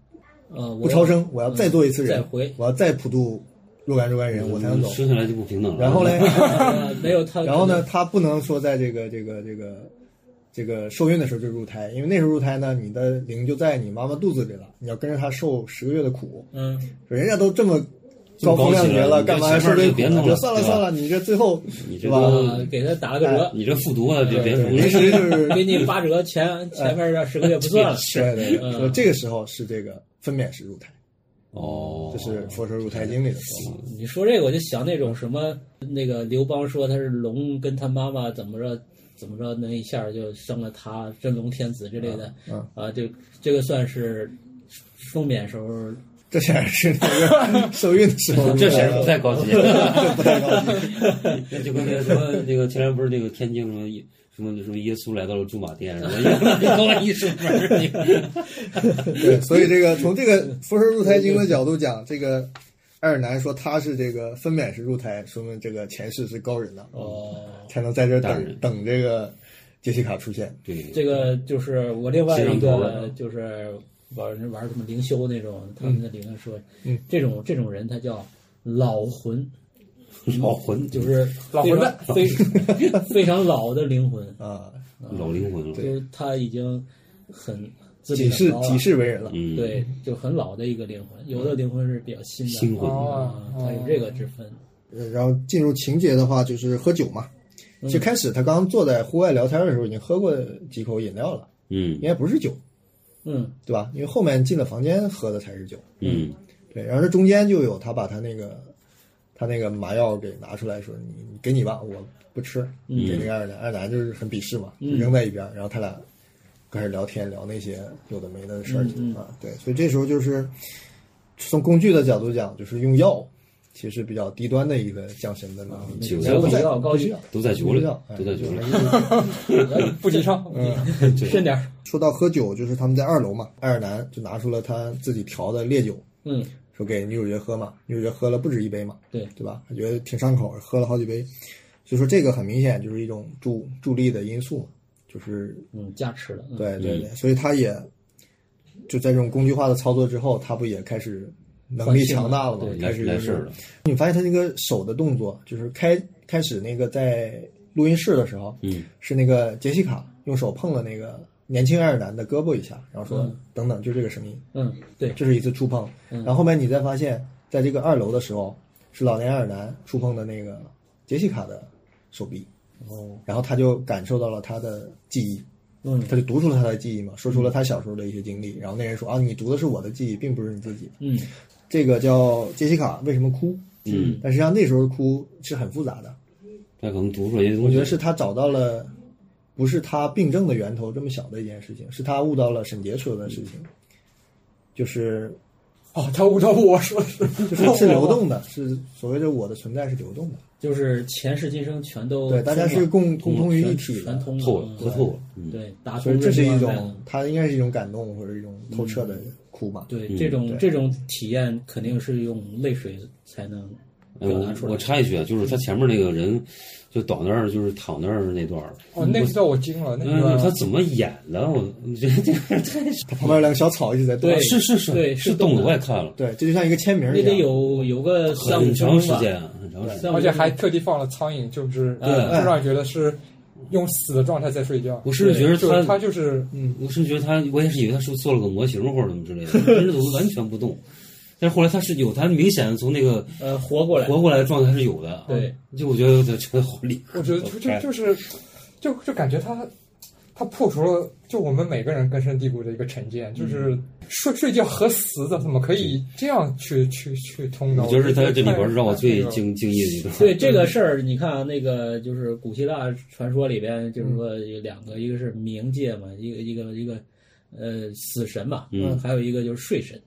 Speaker 6: 呃，
Speaker 8: 不超生，我要再嗯做一次人，
Speaker 6: 嗯再回
Speaker 8: 我要再普渡若干若干人，我才能走。
Speaker 5: 嗯生下来就不平等了。
Speaker 8: 然 后嘞，
Speaker 6: 呃没有 他，
Speaker 8: 然后呢，，他不能说在这个这个这个这个受孕的时候就入胎，因为那时候入胎呢，你的灵就在你妈妈肚子里了，你要跟着她受十个月的苦。
Speaker 6: 嗯，
Speaker 8: 人家都这么高风亮节了，干嘛还受这苦呢？啊就算了算了，你这最后
Speaker 5: 你
Speaker 8: 是
Speaker 5: 这
Speaker 8: 吧？
Speaker 5: 都
Speaker 6: 呃，给他打了个 折，
Speaker 5: 你这复读啊，别别
Speaker 8: 对
Speaker 5: 读
Speaker 8: 临
Speaker 5: 了。
Speaker 8: 时 就是
Speaker 6: 给你八折，前前面这十个月 不算了，
Speaker 8: 对对
Speaker 6: 嗯
Speaker 8: 对，说这个时候是这个分娩时入胎，
Speaker 5: 哦
Speaker 8: 这，是《佛说入胎经》里的说法。
Speaker 6: 你说这个，我就想那种什么，那个刘邦说他是龙跟他妈妈怎么着怎么着，那一下就生了他真龙天子之类的，
Speaker 8: 嗯
Speaker 6: 啊，这这个算是封免时候，
Speaker 8: 这显然是那个受孕的时候入胎，
Speaker 5: 这显然不太高级。
Speaker 8: 这不太高级。
Speaker 5: 那就跟那个什么，那个前两天不是那个天津什么耶什么什么耶稣来到了驻马店，什么高了一出门，
Speaker 8: 对，所以这个从这个《佛说入胎经》的角度讲，这个爱尔兰说他是这个分娩时入胎，说明这个前世是高人呐，
Speaker 6: 哦，
Speaker 8: 才能在这儿
Speaker 5: 当
Speaker 8: 等
Speaker 5: 然
Speaker 8: 等这个杰西卡出现。
Speaker 5: 对，
Speaker 6: 这个就是我另外一
Speaker 5: 西藏头
Speaker 6: 个
Speaker 5: 了
Speaker 6: 就是玩玩什么灵修那种，他们的理论说，
Speaker 8: 嗯
Speaker 6: 这种这种人他叫老魂，
Speaker 5: 老魂
Speaker 6: 就
Speaker 5: 就是
Speaker 7: 老
Speaker 6: 非
Speaker 7: 混
Speaker 6: 常
Speaker 7: 蛋
Speaker 6: 非非常老的灵魂，
Speaker 8: 啊，
Speaker 5: 老灵魂了
Speaker 6: 就，是他已经很自
Speaker 8: 几
Speaker 6: 立很
Speaker 8: 世
Speaker 6: 高啊了
Speaker 8: 几世为人了，
Speaker 5: 嗯，，
Speaker 6: 对，就很老的一个灵
Speaker 8: 嗯
Speaker 6: 魂，有的灵魂是比较新的，
Speaker 5: 新
Speaker 7: 哦
Speaker 5: 魂
Speaker 6: 啊，它有这个之分。
Speaker 8: 呃然后进入情节的话，就是喝酒嘛。其实开始他刚坐在户外聊天的时候，已经喝过几口饮料了，
Speaker 5: 嗯
Speaker 8: 应该不是酒，
Speaker 6: 嗯
Speaker 8: 对吧？因为后面进了房间喝的才是酒。
Speaker 5: 嗯，
Speaker 8: 对，然后这中间就有他把他那个他那个麻药给拿出来说：“你你给你吧，我不吃。”
Speaker 5: 嗯
Speaker 8: 给那个二男，二男就是很鄙视嘛，就扔在一边儿。然后他俩开始聊天，聊那些有的没的事儿
Speaker 6: 嗯嗯
Speaker 8: 啊。对，所以这时候就是从工具的角度讲，就是用药，其实比较低端的一个降神的能力。
Speaker 5: 酒
Speaker 8: 不
Speaker 5: 在
Speaker 8: 在
Speaker 6: 药高
Speaker 8: 不需
Speaker 6: 级
Speaker 8: 要
Speaker 5: 都在酒里
Speaker 8: 不需要，哎
Speaker 5: 都在酒里
Speaker 8: 就还是
Speaker 6: 嗯
Speaker 8: 嗯
Speaker 7: 不提倡。
Speaker 6: 深点儿，
Speaker 8: 说到喝酒，就是他们在二楼嘛，爱尔兰就拿出了他自己调的烈酒，
Speaker 6: 嗯，
Speaker 8: 说给女主角喝嘛，女主角喝了不止一杯嘛，
Speaker 6: 对
Speaker 8: 对吧？她觉得挺上口，喝了好几杯，所以说这个很明显就是一种助助力的因素嘛，就是
Speaker 6: 嗯，加持了，嗯，
Speaker 8: 对对对，所以他也就在这种工具化的操作之后，他不也开始能力强大了嘛
Speaker 6: 惯，性
Speaker 8: 开
Speaker 5: 来
Speaker 8: 始
Speaker 5: 来
Speaker 8: 就
Speaker 5: 事儿
Speaker 8: 是
Speaker 5: 了，
Speaker 8: 你发现他那个手的动作，就是开开始那个在录音室的时候，
Speaker 5: 嗯，
Speaker 8: 是那个杰西卡用手碰了那个年轻爱尔兰的胳膊一下，然后说、
Speaker 6: 嗯
Speaker 8: 等等，就这个声音，
Speaker 6: 嗯，对，
Speaker 8: 这是一次触碰。
Speaker 5: 嗯
Speaker 8: 然后后面你再发现，在这个二楼的时候，是老年爱尔兰触碰的那个杰西卡的手臂，
Speaker 6: 哦，
Speaker 8: 然后他就感受到了他的记忆，
Speaker 6: 嗯，
Speaker 8: 他就读出了他的记忆嘛，说出了他小时候的一些经历。然后那人说啊，你读的是我的记忆，并不是你自己的。
Speaker 6: 嗯，
Speaker 8: 这个叫杰西卡为什么哭？
Speaker 5: 嗯，
Speaker 8: 但实际上那时候哭是很复杂的，
Speaker 5: 他可能读出来一些东西，
Speaker 8: 我觉得是他找到了，不是他病症的源头这么小的一件事情，是他悟到了沈杰说的事情，就是
Speaker 7: 哦，他误导我说的是，
Speaker 8: 就是是流动的， 是所谓的我的存在是流动的，
Speaker 6: 就是前世今生全都
Speaker 8: 对，大家是共共通于一
Speaker 6: 全
Speaker 8: 体
Speaker 6: 全
Speaker 8: 的，
Speaker 6: 通
Speaker 5: 透了，喝
Speaker 6: 嗯
Speaker 5: 透了，嗯，
Speaker 6: 对，打
Speaker 8: 所以这是一
Speaker 6: 通任督二脉
Speaker 8: 种，它应该是一种感动或者一种透彻的哭吧。
Speaker 6: 对
Speaker 5: 嗯
Speaker 6: 这种
Speaker 8: 对
Speaker 6: 这种体验肯定是用泪水才能
Speaker 5: 哎，
Speaker 6: 表达出
Speaker 5: 我
Speaker 6: 来嗯
Speaker 5: 我插一句啊，就是他前面那个人就倒那儿，就是躺那儿那段儿，
Speaker 7: 哦，那个段我惊了，那
Speaker 5: 嗯，他
Speaker 7: 个
Speaker 5: 怎么演的？ 我这这太
Speaker 8: 它旁边有两个小草一直在动，
Speaker 6: 对
Speaker 5: 是是是，
Speaker 6: 对是
Speaker 5: 是动
Speaker 6: 动的
Speaker 5: 我也看了，
Speaker 8: 对，这就像一个签名一样。
Speaker 6: 那得有有个三五
Speaker 5: 很
Speaker 6: 分
Speaker 5: 长
Speaker 6: 钟
Speaker 5: 时
Speaker 6: 吧
Speaker 5: 间，啊，很长时间。
Speaker 6: 三五
Speaker 7: 而且
Speaker 6: 分钟
Speaker 7: 还特地放了苍蝇，就是
Speaker 6: 对
Speaker 7: 就让人觉得是用死的状态在睡觉。
Speaker 5: 嗯我甚至觉得
Speaker 7: 就是
Speaker 5: 他
Speaker 7: 他就是嗯，
Speaker 5: 我甚至觉得他，我也是以为他是不是做了个模型或者什么之类的，但是怎么完全不动？但是后来他是有，他明显从那个
Speaker 6: 呃，活过来，
Speaker 5: 活过来的状态是有的。啊
Speaker 6: 对，
Speaker 5: 就我觉得我觉得好厉害。
Speaker 7: 我觉得就就
Speaker 5: 哎
Speaker 7: 就是就就感觉他他破除了就我们每个人根深蒂固的一个成见，就是
Speaker 5: 嗯
Speaker 7: 睡睡觉和死的怎么可以这样去去去通的？
Speaker 5: 我觉得是
Speaker 7: 太
Speaker 5: 他这里边让我最
Speaker 7: 太
Speaker 5: 惊惊异的一个。
Speaker 6: 对这个事儿，你看啊那个就是古希腊传说里边，就是说有两个，一个是冥界嘛，一个一个一个呃死神嘛，
Speaker 5: 嗯
Speaker 6: 还有一个就是睡神，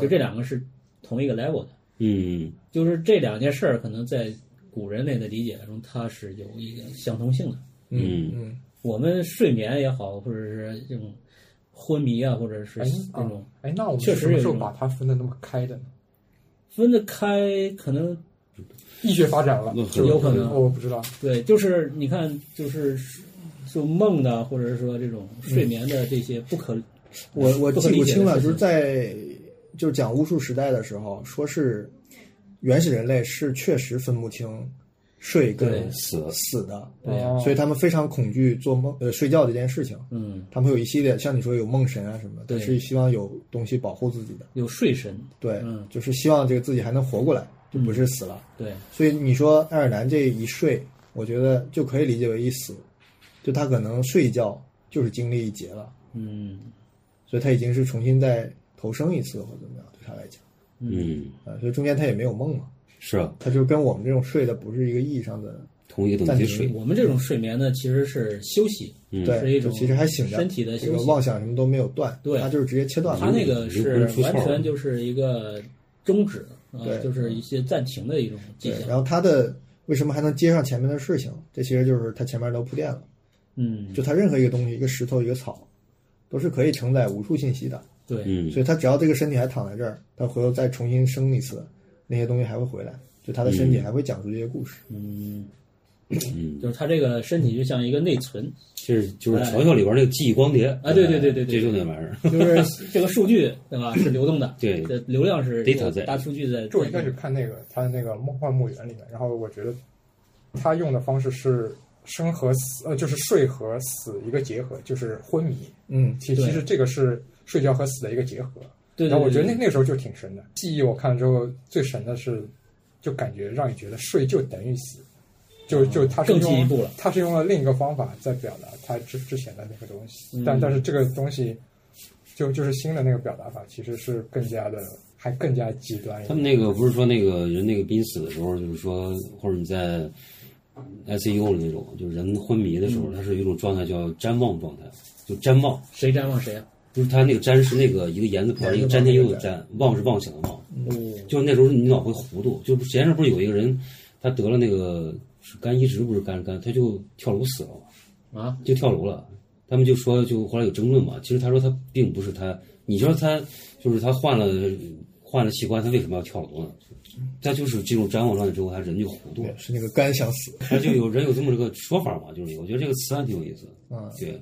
Speaker 6: 就这两个是同一个 level 的。
Speaker 5: 嗯，
Speaker 6: 就是这两件事儿，可能在古人类的理解中，它是有一个相同性的。
Speaker 7: 嗯嗯，
Speaker 6: 我们睡眠也好，或者是这种昏迷啊，或者是
Speaker 7: 哎
Speaker 6: 这
Speaker 7: 啊
Speaker 6: 种
Speaker 7: 哎，那我们
Speaker 6: 确实
Speaker 7: 什么时
Speaker 6: 有
Speaker 7: 候
Speaker 6: 一种
Speaker 7: 把它分的那么开的呢？
Speaker 6: 分得开，可能
Speaker 7: 医学发展了，
Speaker 5: 嗯那
Speaker 7: 就是
Speaker 6: 有可能
Speaker 7: 我不知道。
Speaker 6: 对，就是你看，就是就梦的，或者说这种睡眠的这些不可，
Speaker 8: 嗯我我
Speaker 6: 不可
Speaker 8: 记
Speaker 6: 理
Speaker 8: 不
Speaker 6: 解
Speaker 8: 清
Speaker 6: 的
Speaker 8: 了，
Speaker 6: 事
Speaker 8: 就是
Speaker 6: 情
Speaker 8: 在就是讲巫术时代的时候，说是原始人类是确实分不清睡跟
Speaker 6: 对哦
Speaker 5: 死了
Speaker 8: 死的，
Speaker 6: 对呀
Speaker 8: 所以他们非常恐惧做梦呃睡觉这件事情。
Speaker 6: 嗯，
Speaker 8: 他们会有一系列像你说有梦神啊什么的，
Speaker 6: 对
Speaker 8: 是希望有东西保护自己的。
Speaker 6: 有睡神，
Speaker 8: 对，
Speaker 6: 嗯
Speaker 8: 就是希望这个自己还能活过来，就不是死了。
Speaker 6: 对，
Speaker 8: 所以你说爱尔兰这一睡，我觉得就可以理解为一死，就他可能睡一觉就是经历一劫了，
Speaker 6: 嗯
Speaker 8: 所以他已经是重新再投生一次或者怎么样，对他来讲
Speaker 5: 嗯，
Speaker 8: 啊，所以中间他也没有梦嘛，
Speaker 5: 是啊，
Speaker 8: 他就跟我们这种睡的不是一个意义上的，
Speaker 5: 同一个等级水。
Speaker 6: 我们这种睡眠呢，其实是休息，
Speaker 5: 嗯
Speaker 6: 是一
Speaker 8: 对，就
Speaker 6: 种
Speaker 8: 其实还醒着，
Speaker 6: 身体的
Speaker 8: 这
Speaker 6: 休
Speaker 8: 个
Speaker 6: 息。
Speaker 8: 妄想什么都没有断，
Speaker 6: 对
Speaker 8: 他就是直接切断了。
Speaker 6: 他那个
Speaker 5: 灵
Speaker 6: 是
Speaker 5: 魂出窍
Speaker 6: 完
Speaker 5: 了
Speaker 6: 全就是一个终止啊
Speaker 8: 对，
Speaker 6: 就是一些暂停的一种迹
Speaker 8: 对，然
Speaker 6: 象。
Speaker 8: 后他的为什么还能接上前面的事情？这其实就是他前面都铺垫了，
Speaker 6: 嗯，
Speaker 8: 就他任何一个东西，一个石头，一个草，都是可以承载无数信息的。
Speaker 6: 对，
Speaker 5: 嗯，
Speaker 8: 所以他只要这个身体还躺在这儿，他回头再重新生一次，那些东西还会回来，就他的身体还会讲述这些故事。
Speaker 6: 嗯，
Speaker 5: 嗯，
Speaker 6: 就是他这个身体就像一个内存
Speaker 5: 这是就是嘲笑里边那个记忆光碟
Speaker 6: 哎啊，对对对对
Speaker 5: 这
Speaker 6: 对，
Speaker 5: 就那玩意 儿。
Speaker 6: 就是这个数据对吧是流动的，
Speaker 5: 对
Speaker 6: 这流量是
Speaker 5: Data 在
Speaker 6: 大数据在，
Speaker 7: 就我一开始看那个他的那个《梦幻墓园》里面，然后我觉得他用的方式是生和死，呃，就是睡和死一个结合，就是昏迷。
Speaker 8: 嗯，
Speaker 7: 其
Speaker 6: 对
Speaker 7: 其实这个是睡觉和死的一个结合。
Speaker 6: 对对对
Speaker 7: 然后我觉得那那个时候就挺神的。记忆我看了之后最神的是，就感觉让你觉得睡就等于死，就就他
Speaker 6: 嗯
Speaker 7: 是
Speaker 6: 更进
Speaker 7: 用
Speaker 6: 一步了
Speaker 7: 他是用了另一个方法在表达他之之前的那个东
Speaker 6: 嗯
Speaker 7: 西，但但是这个东西就就是新的那个表达法，其实是更加的还更加极端一点。
Speaker 5: 他们那个不是说那个人那个濒死的时候，就是说或者你在 ICU 里那种，就是人昏迷的时候，他是有一种状态叫瞻望状态，就瞻望，
Speaker 6: 谁瞻望谁啊？
Speaker 5: 就是他那个瞻是那个一个言字旁一个詹天佑的瞻，望是妄想的望，就是那时候你老会糊涂，就前阵不是有一个人他得了那个是肝移植不是肝肝，他就跳楼死了嘛。
Speaker 6: 哦啊，
Speaker 5: 就跳楼了。他们就说，就后来有争论嘛。其实他说他并不是他，你说他就是他换了换了器官，他为什么要跳楼呢？他就是进入瞻望状态之后，他人就糊涂了
Speaker 8: 对，。是那个肝想死。
Speaker 5: 他就有人有这么这个说法嘛，就是我觉得这个词还挺有意思的。
Speaker 8: 嗯
Speaker 5: 对，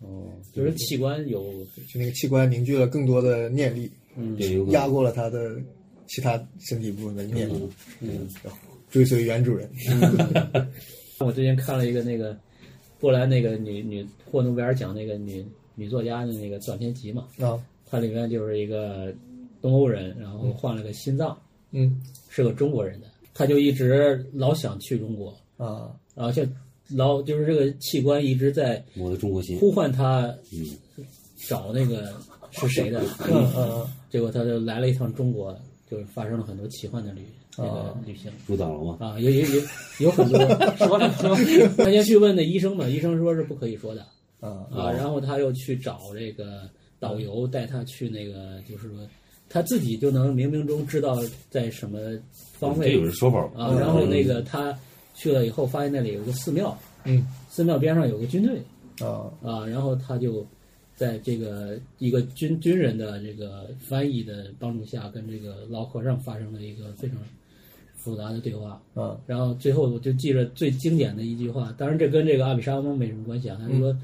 Speaker 6: 哦，就是器官有
Speaker 8: 就那个器官凝聚了更多的念力，
Speaker 5: 嗯对，有可
Speaker 8: 压
Speaker 5: 能。
Speaker 8: 过了他的其他身体部分的念力，嗯，追随原主人。
Speaker 5: 嗯
Speaker 6: 我最近看了一个那个波兰那个女女霍诺维尔奖那个女女作家的那个短篇集嘛，
Speaker 8: 啊，
Speaker 6: 它里面就是一个东欧人，然后换了个心脏，
Speaker 8: 嗯
Speaker 6: 是个中国人的，他就一直老想去中国，
Speaker 8: 啊，
Speaker 6: 然后就老就是这个器官一直在
Speaker 5: 我的中国心，
Speaker 6: 呼唤他
Speaker 5: 嗯，
Speaker 6: 找那个是谁的，
Speaker 8: 嗯嗯
Speaker 6: 结果他就来了一趟中国，就是发生了很多奇幻的旅
Speaker 5: 哦
Speaker 6: 那个旅行。
Speaker 5: 入党了吗？
Speaker 6: 啊，有有有有很 多说了说，他先去问那医生嘛，医生说是不可以说的
Speaker 8: 啊
Speaker 5: 哦
Speaker 6: 啊，然后他又去找这个导游带他去那个，就是说他自己就能冥冥中知道在什么方
Speaker 5: 这有
Speaker 6: 位
Speaker 5: 人哦说法儿
Speaker 6: 啊，然后那个他去了以后发现那里有个寺庙，
Speaker 8: 嗯
Speaker 6: 寺庙边上有个军队
Speaker 8: 啊，
Speaker 6: 啊，然后他就。在这个一个军军人的这个翻译的帮助下，跟这个老和尚发生了一个非常复杂的对话。
Speaker 8: 啊
Speaker 6: 然后最后我就记着最经典的一句话，当然这跟这个阿比沙翁没什么关系啊。他说，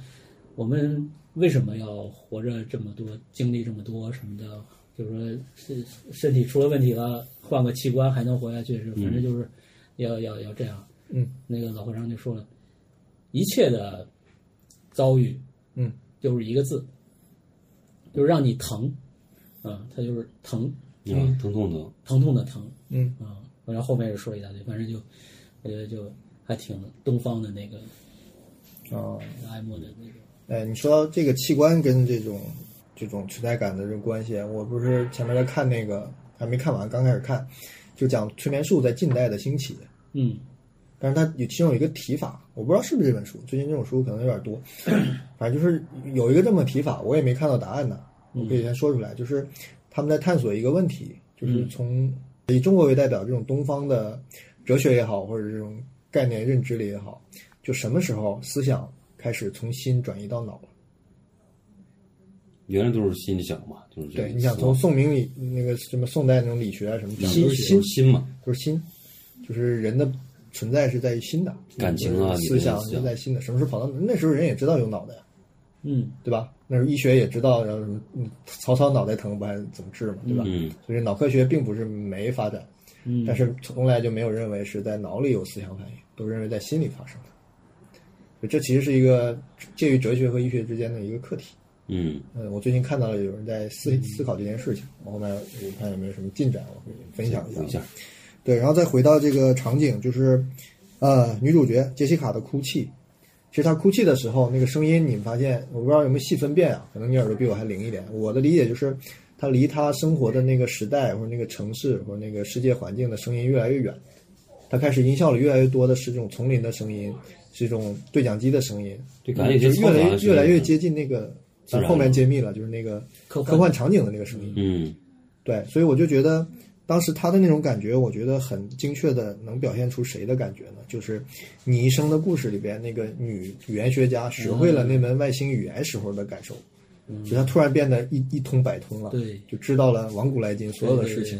Speaker 6: 我们为什么要活着这么多，经历这么多什么的？就是说，是身体出了问题了，换个器官还能活下去，是反正就是要要要这样。
Speaker 8: 嗯，
Speaker 6: 那个老和尚就说了，一切的遭遇，
Speaker 7: 嗯，
Speaker 6: 就是一个字，就是让你疼，啊，它就是疼，
Speaker 5: 啊，疼痛疼，
Speaker 6: 疼痛的疼，
Speaker 7: 嗯
Speaker 6: 啊，然后后面也说了一大堆，反正就我觉得就还挺东方的那个
Speaker 8: 哦，
Speaker 6: 爱慕的那个，
Speaker 8: 哎，你说这个器官跟这种这种存在感的这个关系，我不是前面在看那个还没看完，刚开始看，就讲催眠术在近代的兴起，
Speaker 6: 嗯
Speaker 8: 但是它有其中有一个提法，我不知道是不是这本书，最近这种书可能有点多，反正就是有一个这么提法，我也没看到答案呢，我可以先说出来，就是他们在探索一个问题，就是从以中国为代表这种东方的哲学也好，或者这种概念认知里也好，就什么时候思想开始从心转移到脑了。
Speaker 5: 原来都是心里想嘛，就是这个
Speaker 8: 对，你想从宋明理那个什么宋代那种理学啊什么讲，
Speaker 5: 心
Speaker 8: 都是心
Speaker 5: 心，心嘛，
Speaker 8: 都是心，就是人的存在是在于心的
Speaker 5: 感情啊
Speaker 8: 思想
Speaker 5: 你的思想
Speaker 8: 是在心的。什么时候跑到那时候人也知道有脑袋呀，啊
Speaker 6: 嗯
Speaker 8: 对吧？那时候医学也知道，然后什么嗯曹操脑袋疼不还怎么治嘛，对吧？
Speaker 5: 嗯，
Speaker 8: 所以脑科学并不是没发展，
Speaker 6: 嗯，
Speaker 8: 但是从来就没有认为是在脑里有思想反应，都认为在心里发生的。所以这其实是一个介于哲学和医学之间的一个课题。
Speaker 5: 嗯，
Speaker 8: 嗯，我最近看到了有人在思思考这件事情，我后面我看有没有什么进展，我会分享
Speaker 5: 有一
Speaker 8: 一
Speaker 5: 下
Speaker 8: 下。，对，然后再回到这个场景，就是呃，女主角杰西卡的哭泣。其实她哭泣的时候，那个声音，你们发现，我不知道有没有细分辨啊？可能你耳朵比我还灵一点。我的理解就是，她离她生活的那个时代或者那个城市或者那个世界环境的声音越来越远，她开始音效里越来越多的是这种丛林的声音，是这种对讲机的声音，
Speaker 5: 对，感觉有些
Speaker 8: 就是越
Speaker 5: 嘈杂
Speaker 8: 来
Speaker 5: 的
Speaker 8: 越来
Speaker 5: 声音
Speaker 8: 越接近那个，
Speaker 5: 自然
Speaker 8: 咱后面揭秘了，就是那个
Speaker 6: 科幻
Speaker 8: 科幻场景的那个声音。
Speaker 5: 嗯
Speaker 8: 对，所以我就觉得当时他的那种感觉，我觉得很精确的能表现出谁的感觉呢？就是《你一生的故事》里边那个女语言学家学会了那门外星语言时候的感受，就她突然变得一一通百通了，
Speaker 6: 对
Speaker 8: 就知道了王古来今所有的事情，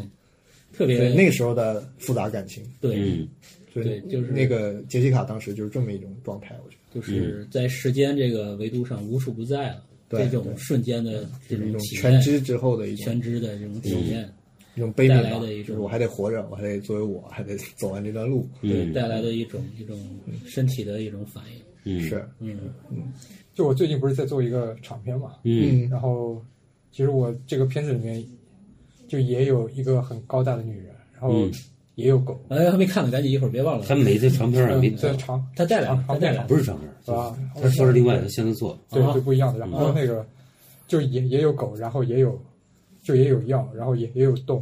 Speaker 6: 特别
Speaker 8: 对那个时候的复杂感情，
Speaker 6: 对，
Speaker 5: 嗯，
Speaker 8: 所以
Speaker 6: 对就是
Speaker 8: 那个杰西卡当时就是这么一种状态，我觉得
Speaker 6: 就是在时间这个维度上无处不在了，
Speaker 8: 对
Speaker 6: 这种瞬间的这
Speaker 8: 就是一
Speaker 6: 种
Speaker 8: 种
Speaker 6: 体
Speaker 8: 全
Speaker 6: 验，
Speaker 8: 知之后的一种
Speaker 6: 全知的这种体验，
Speaker 8: 一种悲悯
Speaker 6: 带
Speaker 8: 吧
Speaker 6: 来的一，种
Speaker 8: 就是我还得活着，我还得作为我还得走完这段路，
Speaker 6: 对
Speaker 5: 嗯
Speaker 6: 带来的一种一种身体的一种反应，
Speaker 5: 嗯
Speaker 8: 是，
Speaker 6: 嗯
Speaker 7: 就我最近不是在做一个长片嘛，
Speaker 5: 嗯
Speaker 7: 然后其实我这个片子里面就也有一个很高大的女人，然后
Speaker 5: 嗯
Speaker 7: 也有狗，
Speaker 6: 哎，还没看呢，赶紧一会儿别忘了
Speaker 5: 他，没在长篇上没
Speaker 7: 嗯，这长
Speaker 6: 他带来
Speaker 8: 啊
Speaker 6: 了
Speaker 7: 长
Speaker 6: 他
Speaker 7: 长
Speaker 6: 带来
Speaker 7: 片
Speaker 6: 了
Speaker 7: 长
Speaker 5: 不是长篇儿，
Speaker 7: 啊
Speaker 5: 他说是另嗯外的，他现在做
Speaker 7: 对
Speaker 6: 啊
Speaker 7: 就不一样的。然后那个就也也有狗，然后也有就也有药，然后也也有动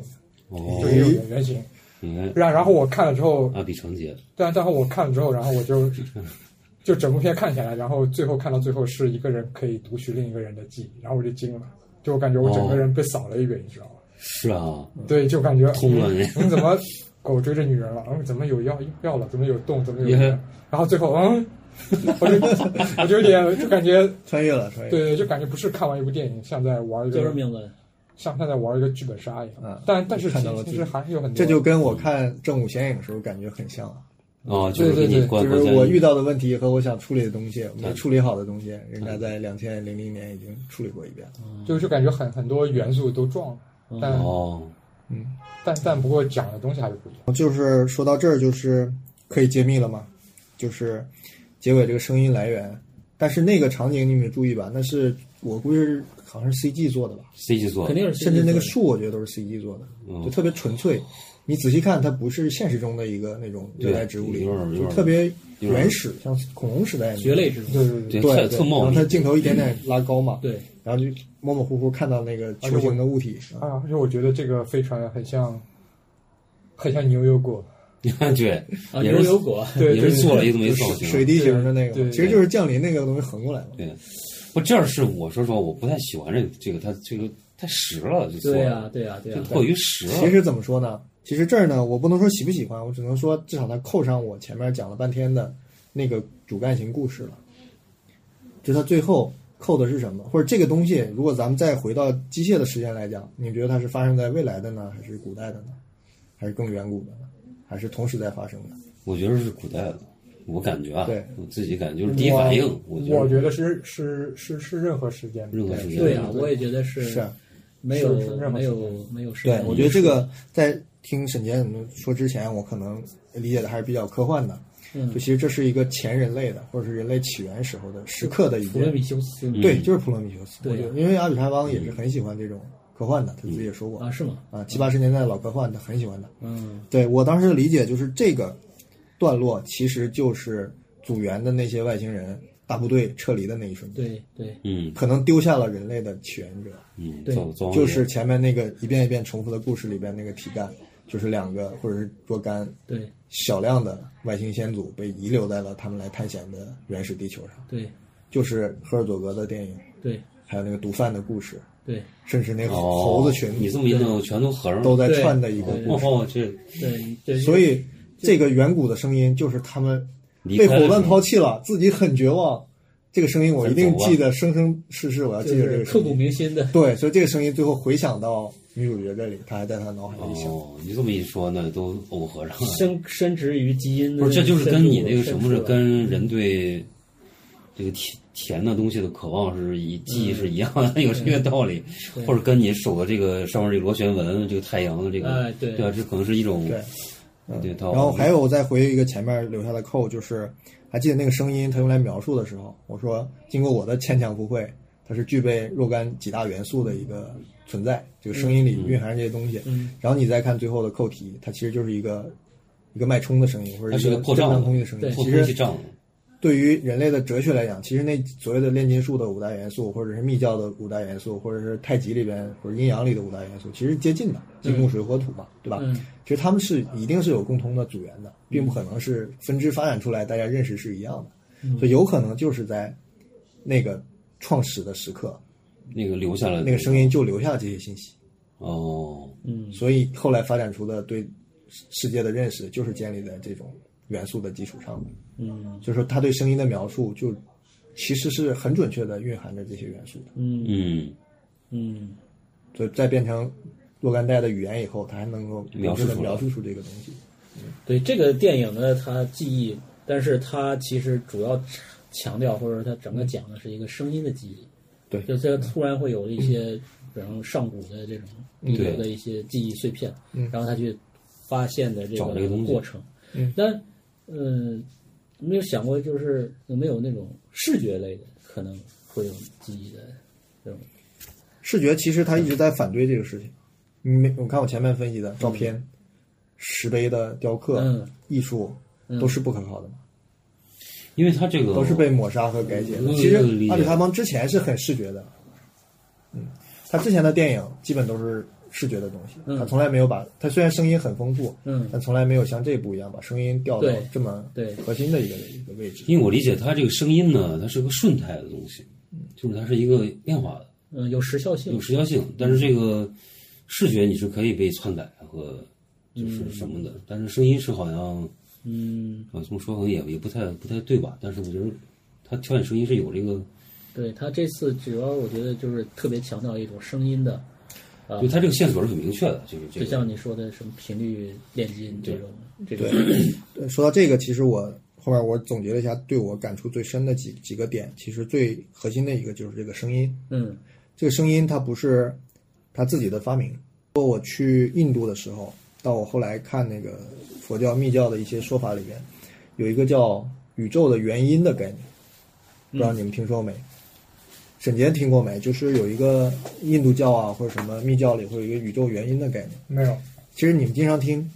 Speaker 7: 物，
Speaker 5: 哦
Speaker 7: 就，也有原型。
Speaker 5: 你看
Speaker 7: 然然后我看了之后，
Speaker 5: 啊阿比长杰，
Speaker 7: 但但后我看了之后，然后我就
Speaker 5: 嗯
Speaker 7: 就整部片看下来，然后最后看到最后是一个人可以读取另一个人的记忆，然后我就惊了，就我感觉我
Speaker 5: 哦
Speaker 7: 整个人被扫了一遍，你知道吗？
Speaker 5: 是啊，
Speaker 7: 对，就感觉
Speaker 5: 通了你
Speaker 7: 嗯你怎么狗追着女人了？嗯，怎么有药药了？怎么有动？怎么有药？
Speaker 5: Yeah
Speaker 7: 然后最后嗯，我就我就有点就感觉
Speaker 8: 穿越了，穿越了。
Speaker 7: 对对，就感觉不是看完一部电影，像在玩一
Speaker 6: 叫什
Speaker 7: 个
Speaker 6: 么名字？
Speaker 7: 像像在玩一个剧本杀一样。
Speaker 8: 嗯
Speaker 7: 但但是
Speaker 8: 看到了
Speaker 7: 其实还是有很多，
Speaker 8: 这就跟我看《正午显影》的时候感觉很像啊，
Speaker 5: 哦，就是给
Speaker 7: 对对
Speaker 5: 你
Speaker 7: 对
Speaker 5: 关
Speaker 8: 就
Speaker 5: 关
Speaker 8: 是
Speaker 5: 在
Speaker 8: 我
Speaker 5: 一
Speaker 8: 遇到的问题和我想处理的东西没处理好的东西，人家在两千零零年已经处理过一遍了。
Speaker 7: 就就感觉很很多元素都撞了，
Speaker 8: 嗯
Speaker 7: 但、
Speaker 5: 哦，
Speaker 7: 但但不过讲的东西还是不一样。
Speaker 8: 就是说到这儿，就是可以揭秘了吗？就是结尾这个声音来源，但是那个场景你们有注意吧？那是我估计是好像是 CG 做的吧，
Speaker 5: C G 做
Speaker 6: 肯定是
Speaker 8: 哦甚至那个
Speaker 6: 数，
Speaker 8: 树我觉得都是 CG 做的，
Speaker 5: 嗯
Speaker 8: 就特别纯粹。你仔细看，它不是现实中的一个那种
Speaker 5: 对
Speaker 8: 热带植物里，
Speaker 5: 有点有
Speaker 8: 就
Speaker 5: 点
Speaker 8: 特别
Speaker 5: 有点
Speaker 8: 原始，像恐龙时代那种
Speaker 6: 蕨类植物，
Speaker 7: 对对对，
Speaker 5: 对
Speaker 8: 对，
Speaker 5: 特
Speaker 8: 对
Speaker 5: 特茂
Speaker 8: 然
Speaker 5: 密嗯
Speaker 8: 后，它镜头一点点拉高嘛，，
Speaker 6: 对，
Speaker 8: 然后就模模糊糊看到那个球形的物体，啊
Speaker 7: 啊，而且我觉得这个飞船很像，很像牛油果，
Speaker 5: 你看 对，
Speaker 6: 啊，
Speaker 5: 也
Speaker 6: 牛
Speaker 5: 是
Speaker 6: 油果，
Speaker 7: 对
Speaker 5: 也
Speaker 7: 对
Speaker 5: 是做了一个没造
Speaker 8: 水
Speaker 5: 型，啊
Speaker 8: 水滴形的那个
Speaker 7: 对
Speaker 8: 嘛，
Speaker 7: 对
Speaker 8: 其实就是降临那个东西横过来嘛。
Speaker 5: 对，不，这儿是我说实话，我不太喜欢这个这个，它这个太实了，就做
Speaker 6: 对
Speaker 5: 呀、
Speaker 6: 呀，对呀，对啊
Speaker 5: 就
Speaker 6: 呀，
Speaker 5: 过于实了。
Speaker 8: 其实怎么说呢？其实这儿呢，我不能说喜不喜欢，我只能说至少它扣上我前面讲了半天的那个主干型故事了。就它最后扣的是什么，或者这个东西，如果咱们再回到机械的时间来讲，你觉得它是发生在未来的呢，还是古代的呢，还是更远古的呢，还是同时在发生的？
Speaker 5: 我觉得是古代的，我感觉啊，
Speaker 8: 对
Speaker 5: 我自己感觉就是第一反应，
Speaker 7: 我
Speaker 5: 觉得
Speaker 7: 得是是是是任何时间的，
Speaker 5: 任何时间
Speaker 6: 对呀，我也觉得是
Speaker 8: 是啊。
Speaker 6: 没有
Speaker 7: 是是任何
Speaker 6: 没有
Speaker 7: 时
Speaker 6: 没有时
Speaker 8: 对
Speaker 6: 间，
Speaker 8: 我觉得这个在听沈杰怎么说之前，我可能理解的还是比较科幻的。就其实这是一个前人类的，或者是人类起源时候的时刻的一
Speaker 6: 普罗米
Speaker 8: 件。
Speaker 6: 修斯
Speaker 8: 对，就是普罗米修斯。
Speaker 6: 嗯对啊嗯
Speaker 8: 我觉得因为阿比查邦也是很喜欢这种科幻的，他自己也说过
Speaker 6: 啊，是吗？
Speaker 8: 啊，七八十年代的老科幻他很喜欢的。
Speaker 6: 嗯
Speaker 8: 对我当时的理解就是这个段落其实就是组员的那些外星人大部队撤离的那一瞬，间，
Speaker 6: 对对
Speaker 5: 嗯
Speaker 8: 可能丢下了人类的起源者，
Speaker 5: 嗯，
Speaker 6: 对
Speaker 5: 走走，
Speaker 8: 就是前面那个一遍一遍重复的故事里边那个题干，就是两个或者是若干
Speaker 6: 对
Speaker 8: 少量的外星先祖被遗留在了他们来探险的原始地球上，
Speaker 6: 对
Speaker 8: 就是赫尔佐格的电影，
Speaker 6: 对
Speaker 8: 还有那个毒贩的故事，
Speaker 6: 对
Speaker 8: 甚至那个
Speaker 5: 哦
Speaker 8: 猴子群
Speaker 5: 你这么一弄，全都合上了
Speaker 8: 都在
Speaker 6: 对
Speaker 8: 串的一个故事。
Speaker 5: 哦，这
Speaker 6: 对对，
Speaker 8: 所以这个远古的声音就是他们
Speaker 5: 离
Speaker 8: 被
Speaker 5: 开的
Speaker 8: 伙伴
Speaker 5: 时候
Speaker 8: 抛弃了，自己很绝望。这个声音我一定
Speaker 5: 很走啊
Speaker 8: 记得生生世世，我要
Speaker 6: 就
Speaker 8: 记得啊这
Speaker 6: 是
Speaker 8: 个
Speaker 6: 刻
Speaker 8: 声
Speaker 6: 骨
Speaker 8: 音。
Speaker 6: 铭心的，
Speaker 8: 对，所以这个声音最后回响到女主角这里，她还在她脑海里响。
Speaker 5: 哦，你这么一说，那都耦合上了。
Speaker 6: 深深植于基因的
Speaker 5: 啊不
Speaker 6: 深
Speaker 5: 是，
Speaker 6: 处了。
Speaker 5: 这就是跟你那个什么
Speaker 6: 深
Speaker 5: 是
Speaker 6: 处了啊
Speaker 5: 跟人对这个甜甜的东西的渴望是一记忆是一样的， 有这个道理，
Speaker 6: 嗯对
Speaker 5: 或者跟你手的这个上面这个螺旋纹、这个太阳的这个，
Speaker 6: 哎对
Speaker 5: 对吧？这可能是一种
Speaker 8: 对，
Speaker 5: 对。然
Speaker 8: 嗯然后还有再回一个前面留下的扣，就是还记得那个声音，他用来描述的时候，我说经过我的牵强附会，它是具备若干几大元素的一个存在，这个声音
Speaker 5: 嗯
Speaker 8: 里蕴含着这些东西。
Speaker 6: 嗯
Speaker 8: 然后你再看最后的扣题，它其实就是一个一个脉冲的声音，或者
Speaker 5: 它是一
Speaker 8: 一个
Speaker 5: 个破胀的
Speaker 8: 正常空气的声音。
Speaker 6: 对
Speaker 5: 破
Speaker 8: 其
Speaker 5: 空气
Speaker 8: 实
Speaker 5: 胀了，
Speaker 8: 对于人类的哲学来讲，其实那所谓的炼金术的五大元素，或者是密教的五大元素，或者是太极里边或者阴阳里的五大元素，其实接近的，金木水火土嘛，对吧？
Speaker 6: 嗯
Speaker 8: 其实他们是一定是有共通的组员的，并不可能是分支发展出来，大家认识是一样的，
Speaker 6: 嗯
Speaker 8: 所以有可能就是在那个创始的时刻，
Speaker 5: 那个留下了
Speaker 8: 那个声音就留下这些信息，
Speaker 5: 哦，
Speaker 6: 嗯，
Speaker 8: 所以后来发展出的对世界的认识就是建立在这种元素的基础上的，
Speaker 6: 嗯
Speaker 8: 就是说他对声音的描述就其实是很准确的蕴含着这些元素的，
Speaker 6: 嗯
Speaker 5: 嗯，
Speaker 6: 嗯，
Speaker 8: 所以再变成若干代的语言以后，他还能够
Speaker 5: 描述出来
Speaker 8: 真的描述出这个东西。
Speaker 6: 对这个电影呢，它记忆，但是它其实主要强调或者它整个讲的是一个声音的记忆，
Speaker 8: 对
Speaker 6: 就
Speaker 5: 嗯
Speaker 6: 这突然会有一些，比方上古的这种
Speaker 5: 嗯
Speaker 6: 遗留的一些记忆碎片，
Speaker 8: 嗯
Speaker 6: 然后他去发现的这
Speaker 5: 找这个东西
Speaker 6: 过程，
Speaker 8: 嗯
Speaker 6: 但嗯，有没有想过就是有没有那种视觉类的可能会有记忆的这种，
Speaker 8: 视觉其实他一直在反对这个事情。你没，我看我前面分析的照片、
Speaker 5: 嗯
Speaker 8: 石碑的雕刻、
Speaker 6: 嗯
Speaker 8: 艺术
Speaker 6: 嗯
Speaker 8: 都是不可靠的嘛，
Speaker 5: 因为它这个
Speaker 8: 都是被抹杀和改写的。
Speaker 5: 嗯
Speaker 8: 其实
Speaker 5: 这个理解
Speaker 8: 阿里他邦之前是很视觉的，嗯，他之前的电影基本都是视觉的东西，
Speaker 6: 嗯
Speaker 8: 他从来没有把他虽然声音很丰富，
Speaker 6: 嗯
Speaker 8: 但从来没有像这部一样把声音调到
Speaker 6: 对
Speaker 8: 这么
Speaker 6: 对
Speaker 8: 核心的一个一个位置。
Speaker 5: 因为我理解它这个声音呢，它是个顺态的东西，就是它是一个变化的。
Speaker 6: 嗯，有时效性
Speaker 5: 有，时效性，但是这个视觉你是可以被篡改和就是什么的，但是声音是好像
Speaker 6: 嗯，
Speaker 5: 啊，这么说可能也也不太不太对吧？但是我觉得他挑选声音是有这个，
Speaker 6: 对他这次主要我觉得就是特别强调一种声音的，啊
Speaker 5: 就，他这个线索是很明确的，就是这
Speaker 6: 就
Speaker 5: 个。
Speaker 6: 像你说的什么频率炼金这种这种，
Speaker 8: 对，呃说到这个，其实我后面我总结了一下，对我感触最深的几几个点，其实最核心的一个就是这个声音。
Speaker 6: 嗯
Speaker 8: 这个声音它不是他自己的发明。包括我去印度的时候，到我后来看那个佛教、密教的一些说法里边，有一个叫宇宙的元音的概念，不知道你们听说没？沈杰听过没？就是有一个印度教啊，或者什么密教里会有一个宇宙元音的概念。
Speaker 7: 没有，
Speaker 8: 其实你们经常听，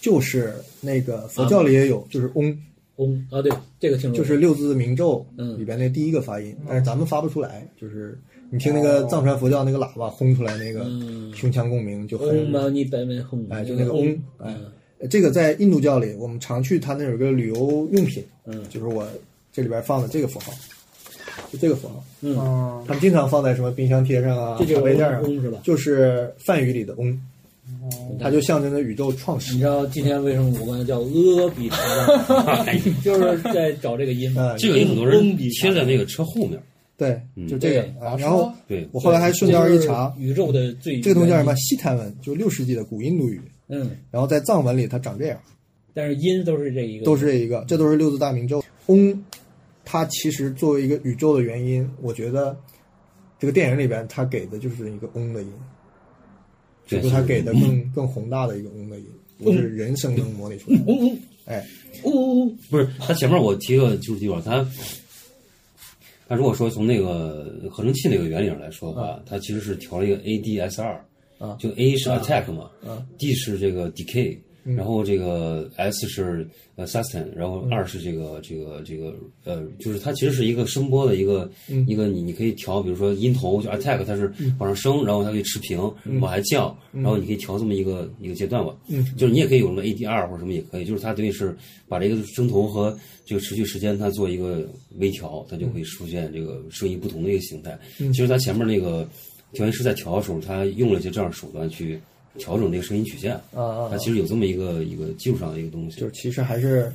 Speaker 8: 就是那个佛教里也有，就是嗡，
Speaker 6: 嗡啊，对，这个听说
Speaker 8: 就
Speaker 6: 过
Speaker 8: 是六字明咒
Speaker 6: 嗯
Speaker 8: 里边那第一个发音，但是咱们发不出来。就是你听那个藏传佛教那个喇叭轰出来那个
Speaker 6: 哦嗯
Speaker 8: 胸腔共鸣，就
Speaker 6: 嗡
Speaker 8: 很
Speaker 6: 嘛呢叭咪吽，
Speaker 8: 哎，就那个嗡
Speaker 6: 嗡，
Speaker 8: 哎
Speaker 6: 嗯，
Speaker 8: 这个在印度教里，我们常去它那有个旅游用品，
Speaker 6: 嗯
Speaker 8: 就是我这里边放的这个符号，就这个符号，
Speaker 6: 嗯，
Speaker 7: 嗯，
Speaker 8: 他们经常放在什么冰箱贴上啊、
Speaker 6: 这就
Speaker 8: 茶
Speaker 6: 是
Speaker 8: 杯垫
Speaker 6: 嗡
Speaker 8: 上啊，
Speaker 6: 嗡是吧？嗯
Speaker 8: 就是梵语里的嗡，它就象征着宇宙创
Speaker 6: 你
Speaker 8: 始
Speaker 6: 知。道今天为什么我管它叫阿比查邦， 就是在嗯找这个音嘛
Speaker 8: 哎，
Speaker 5: 这个有很多人贴在那个车后面，
Speaker 8: 对，就这个
Speaker 6: 对
Speaker 8: 啊。然后
Speaker 5: 对，
Speaker 8: 我后来还顺道一查
Speaker 6: 这，就是宇宙的最
Speaker 8: 这个东西叫什么？？西坛文，就六世纪的古印度语。
Speaker 6: 嗯，
Speaker 8: 然后在藏文里它长这样，
Speaker 6: 但是音都是这一个，
Speaker 8: 都是这一个，这都是六字大明咒。嗡，它其实作为一个宇宙的原因，我觉得这个电影里边它给的就是一个嗡的音，
Speaker 5: 对嗯
Speaker 8: 只
Speaker 5: 嗯
Speaker 8: 不过它给的更更宏大的一个嗡的音，不是人声能模拟出来的。
Speaker 6: 嗡嗡
Speaker 8: 哎，
Speaker 6: 呜呜呜，
Speaker 5: 不是，他前面我提了就是地方，他他如果说从那个合成器那个原理上来说的
Speaker 6: 啊
Speaker 5: 话，它其实是调了一个 ADSR，
Speaker 8: 啊
Speaker 5: 就 A 是 attack 嘛
Speaker 8: 啊
Speaker 5: ，D 是这个 decay，然
Speaker 8: 嗯
Speaker 5: 后这个 S 是呃 sustain，然后二是这个这个这个呃，就是它其实是一个声波的一个
Speaker 8: 嗯
Speaker 5: 一个你你可以调，比如说音头就 attack 它是往上升，然后它可以持平，
Speaker 8: 嗯
Speaker 5: 往下降，然后你可以调这么一个一个阶段吧。嗯，就是你也可以有什么 ADR 或者什么也可以，就是它等于是把这个声头和这个持续时间它做一个微调，它
Speaker 8: 嗯
Speaker 5: 就会出现这个声音不同的一个形态。其实它前面那个调音师在调的时候，他用了一些这样的手段去调整这个声音曲线。
Speaker 8: 啊啊
Speaker 5: 它其实有这么一个一个技术上的一个东西，
Speaker 8: 就是其实还是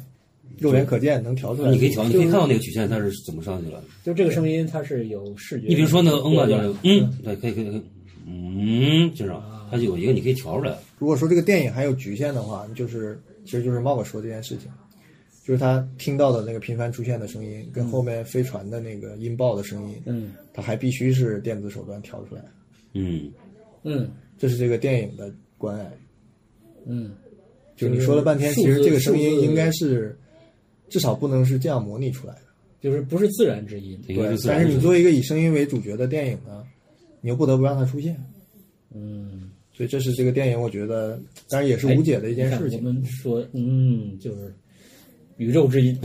Speaker 8: 肉眼可见能调出来的。
Speaker 5: 你可以调，你可以看到那个曲线它是怎么上去了。
Speaker 6: 就这个声音它是有视觉。
Speaker 5: 你比如说那个嗯吧，就是嗯，对，可以可以可以，嗯，就是
Speaker 8: 啊
Speaker 5: 它就有一个你可以调出来。
Speaker 8: 如果说这个电影还有局限的话，就是其实就是猫哥说这件事情，就是他听到的那个频繁出现的声音，跟后面飞船的那个音爆的声音，
Speaker 6: 嗯
Speaker 8: 它还必须是电子手段调出来，
Speaker 5: 嗯，
Speaker 6: 嗯
Speaker 8: 这是这个电影的关爱。
Speaker 6: 嗯，
Speaker 8: 就你说了半天，
Speaker 6: 数
Speaker 8: 其
Speaker 6: 字
Speaker 8: 实这个声
Speaker 6: 数
Speaker 8: 音
Speaker 6: 字
Speaker 8: 应该是至少不能是这样模拟出来的。
Speaker 6: 就是不是自然之音。
Speaker 5: 对
Speaker 8: 对，
Speaker 5: 自然
Speaker 8: 但是你
Speaker 5: 的
Speaker 8: 作为一个以声音为主角的电影呢，你又不得不让它出现，
Speaker 6: 嗯，
Speaker 8: 所以这是这个电影我觉得，当然也是无解的一件事
Speaker 6: 哎你看
Speaker 8: 情。
Speaker 6: 我们说，嗯，就是宇 宙之音。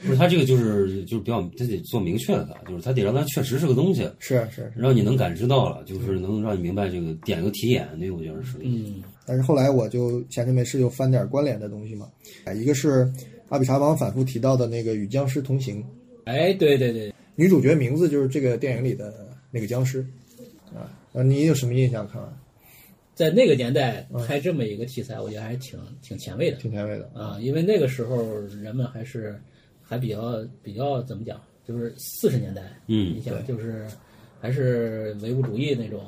Speaker 5: 不是它这个就是就是比较，它得做明确的它，就是它得让它确实是个东西，
Speaker 8: 是啊是是，
Speaker 5: 让你能感知到了，就是能让你明白这个点个题眼，那种就是属于
Speaker 6: 嗯
Speaker 8: 但是后来我就闲着没事就翻点关联的东西嘛，哎一个是阿比查邦反复提到的那个与僵尸同行，
Speaker 6: 哎，对对对，
Speaker 8: 女主角名字就是这个电影里的那个僵尸，啊，呃你有什么印象？啊看完
Speaker 6: 在那个年代
Speaker 8: 嗯
Speaker 6: 拍这么一个题材，我觉得还是挺挺前卫的
Speaker 8: 挺前卫的，
Speaker 6: 啊，因为那个时候人们还是还比较比较怎么讲，就是四十年代，
Speaker 5: 嗯
Speaker 6: 你想就是还是唯物主义那种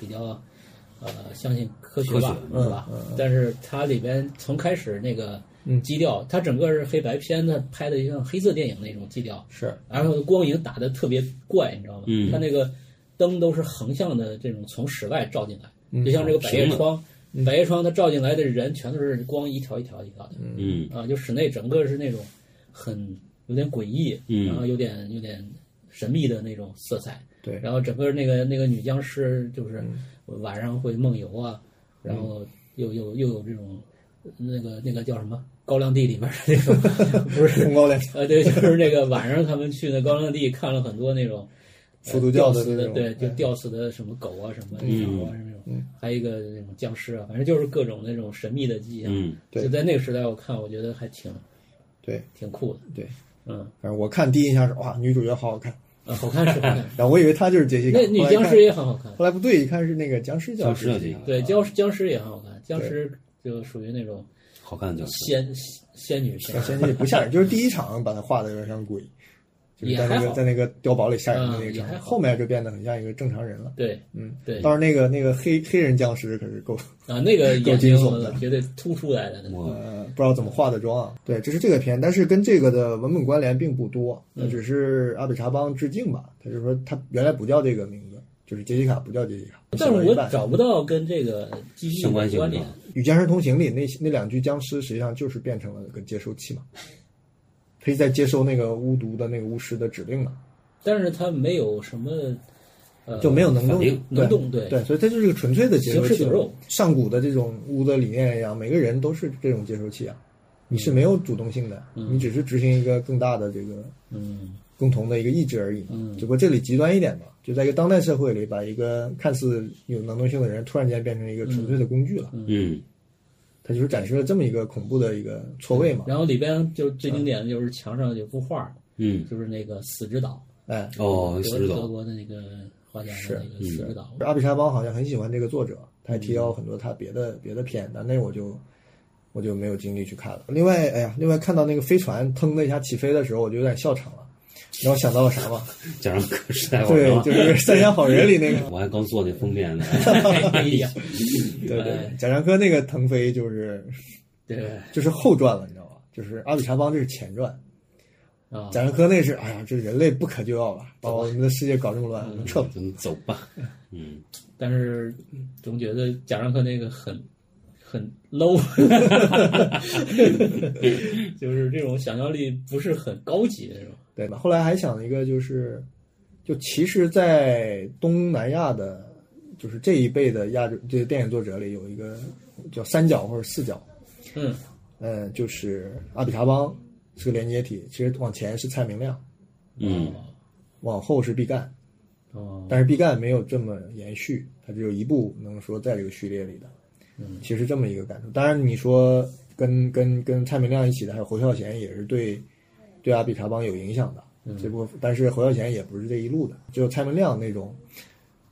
Speaker 6: 比较。呃，相信科学吧，
Speaker 5: 科
Speaker 6: 是吧？
Speaker 8: 嗯
Speaker 6: 但是它里边从开始那个基调，它整个是黑白片，它拍的像黑色电影那种基调，
Speaker 8: 是
Speaker 6: 然后光影打的特别怪，你知道吗？
Speaker 5: 嗯
Speaker 6: 它那个灯都是横向的，这种从室外照进来，就像这个百叶窗，百叶窗它照进来的人全都是光一条一条一条的，
Speaker 5: 嗯
Speaker 6: 啊，就室内整个是那种很有点诡异，
Speaker 5: 嗯
Speaker 6: 然后有点有点神秘的那种色彩，
Speaker 8: 对
Speaker 6: 然后整个那个那个女僵尸就是晚上会梦游啊，然后又又又有这种那个那个叫什么高粱地里边儿 的那种， 不是
Speaker 8: 红高粱
Speaker 6: 呃，对，就是那个晚上他们去那高粱地看了很多那种
Speaker 8: 复读教
Speaker 6: 吊
Speaker 8: 的
Speaker 6: 死
Speaker 8: 那
Speaker 6: 的，
Speaker 8: 种，
Speaker 6: 对，就
Speaker 8: 哎嗯
Speaker 6: 吊死的什么狗啊，什么鸟啊，什么那种，还有一个那种僵尸啊，反正就是各种那种神秘的迹象。
Speaker 5: 嗯，
Speaker 8: 对
Speaker 6: 就在那个时代，我看我觉得还挺
Speaker 8: 对
Speaker 6: 挺酷的，
Speaker 8: 对，
Speaker 6: 嗯，
Speaker 8: 反正我看第一印象是哇，女主角好好看，
Speaker 6: 啊，好看是好
Speaker 8: ，
Speaker 6: 看
Speaker 8: 然后我以为她就是杰西卡，
Speaker 6: 那女
Speaker 8: 后来
Speaker 6: 僵
Speaker 8: 看
Speaker 6: 尸也很好看，
Speaker 8: 后来不对，一看是那个僵尸叫
Speaker 5: 僵尸叫这个
Speaker 6: 对，僵尸僵尸也很好看，僵尸就属于那种
Speaker 5: 好看的就是
Speaker 6: 仙仙女型
Speaker 8: 小，啊仙也不吓人，就是第一场把它画的有点像鬼，就是
Speaker 6: 也
Speaker 8: 在那
Speaker 6: 还
Speaker 8: 个
Speaker 6: 好
Speaker 8: 在那个碉堡里吓人的那个
Speaker 6: 嗯也
Speaker 8: 场
Speaker 6: 还
Speaker 8: 景，
Speaker 6: 好
Speaker 8: 后面就变得很像一个正常人了。
Speaker 6: 对
Speaker 8: 嗯，
Speaker 6: 对
Speaker 8: 倒是那个那个黑黑人僵尸可是够，
Speaker 6: 啊，那个
Speaker 8: 够惊
Speaker 6: 眼睛
Speaker 8: 悚
Speaker 6: 我
Speaker 8: 的
Speaker 6: 绝对凸出来的那种，
Speaker 5: 我
Speaker 8: 呃，不知道怎么化的妆啊。对，这是这个片，但是跟这个的文本关联并不多，
Speaker 6: 嗯
Speaker 8: 那只是阿比查邦致敬吧。他就说他原来不叫这个名字，就是杰西卡不叫杰西卡，
Speaker 6: 但是
Speaker 8: 写了
Speaker 6: 我
Speaker 8: 一半
Speaker 6: 找不到跟这个机器
Speaker 5: 相
Speaker 6: 的
Speaker 5: 关性
Speaker 6: 关
Speaker 5: 是
Speaker 6: 联
Speaker 5: 吧。
Speaker 8: 与僵尸同行里那那两具僵尸实际上就是变成了个接收器嘛，他是在接收那个巫毒的那个巫师的指令嘛。
Speaker 6: 但是它没有什么，呃，
Speaker 8: 就没有能动，
Speaker 5: 反应
Speaker 8: 对
Speaker 6: 能动对
Speaker 8: 对，所以它就是个纯粹的接收
Speaker 6: 形
Speaker 8: 器
Speaker 6: 式左右。
Speaker 8: 上古的这种巫的理念一样，每个人都是这种接收器啊，
Speaker 6: 嗯
Speaker 8: 你是没有主动性的，你只是执行一个更大的这个
Speaker 6: 嗯
Speaker 8: 共同的一个意志而已嘛。
Speaker 6: 嗯
Speaker 8: 只不过这里极端一点嘛，就在一个当代社会里，把一个看似有能动性的人，突然间变成一个纯粹的工具了。
Speaker 5: 嗯
Speaker 8: 它就是展示了这么一个恐怖的一个错位嘛。
Speaker 6: 然后里边就是最经典的就是墙上有幅画，
Speaker 5: 嗯
Speaker 6: 就是那个死之岛，
Speaker 8: 哎，
Speaker 5: 哦，
Speaker 6: 德
Speaker 5: 四十
Speaker 6: 德
Speaker 5: 多，
Speaker 6: 国的那个画家
Speaker 8: 是嗯
Speaker 6: 的那个死之岛，
Speaker 8: 阿比沙邦好像很喜欢这个作者，他还提
Speaker 5: 嗯
Speaker 8: 到很多他别的、别的片，但那我就我就没有精力去看了。另外，哎呀，另外看到那个飞船腾的一下起飞的时候，我就有点笑场了。然后想到了啥吗？
Speaker 5: 加上 可时代好
Speaker 8: 对，
Speaker 5: 了
Speaker 8: 就。是《三峡好人》里那 个，
Speaker 5: 我还刚做那封面 呢，
Speaker 6: 哎呀，
Speaker 8: 对对
Speaker 5: 哎
Speaker 8: 对，贾樟柯那个腾飞就是
Speaker 6: 对
Speaker 8: 就是后传了，你知道吧？就是阿比查邦这是前传，
Speaker 6: 啊，
Speaker 8: 贾樟柯那是哎呀，这人类不可救药了，把我们的世界搞这么乱，我们撤吧。
Speaker 5: 咱们走吧。嗯，
Speaker 6: 但是总觉得贾樟柯那个很很 low，就是这种想象力不是很高级的那种。
Speaker 8: 对吧？后来还想了一个，就是，就其实，在东南亚的，就是这一辈的亚洲这个电影作者里，有一个叫三角或者四角，
Speaker 6: 嗯
Speaker 8: 嗯，就是阿比查邦是个连接体，其实往前是蔡明亮，
Speaker 5: 嗯
Speaker 8: 往后是毕赣，
Speaker 6: 哦，
Speaker 8: 但是毕赣没有这么延续，他只有一部能说在这个序列里的，
Speaker 6: 嗯
Speaker 8: 其实这么一个感受。当然，你说跟跟跟蔡明亮一起的，还有侯孝贤，也是对对阿比查邦有影响的。这部分，但是侯孝贤也不是这一路的，只有蔡明亮那种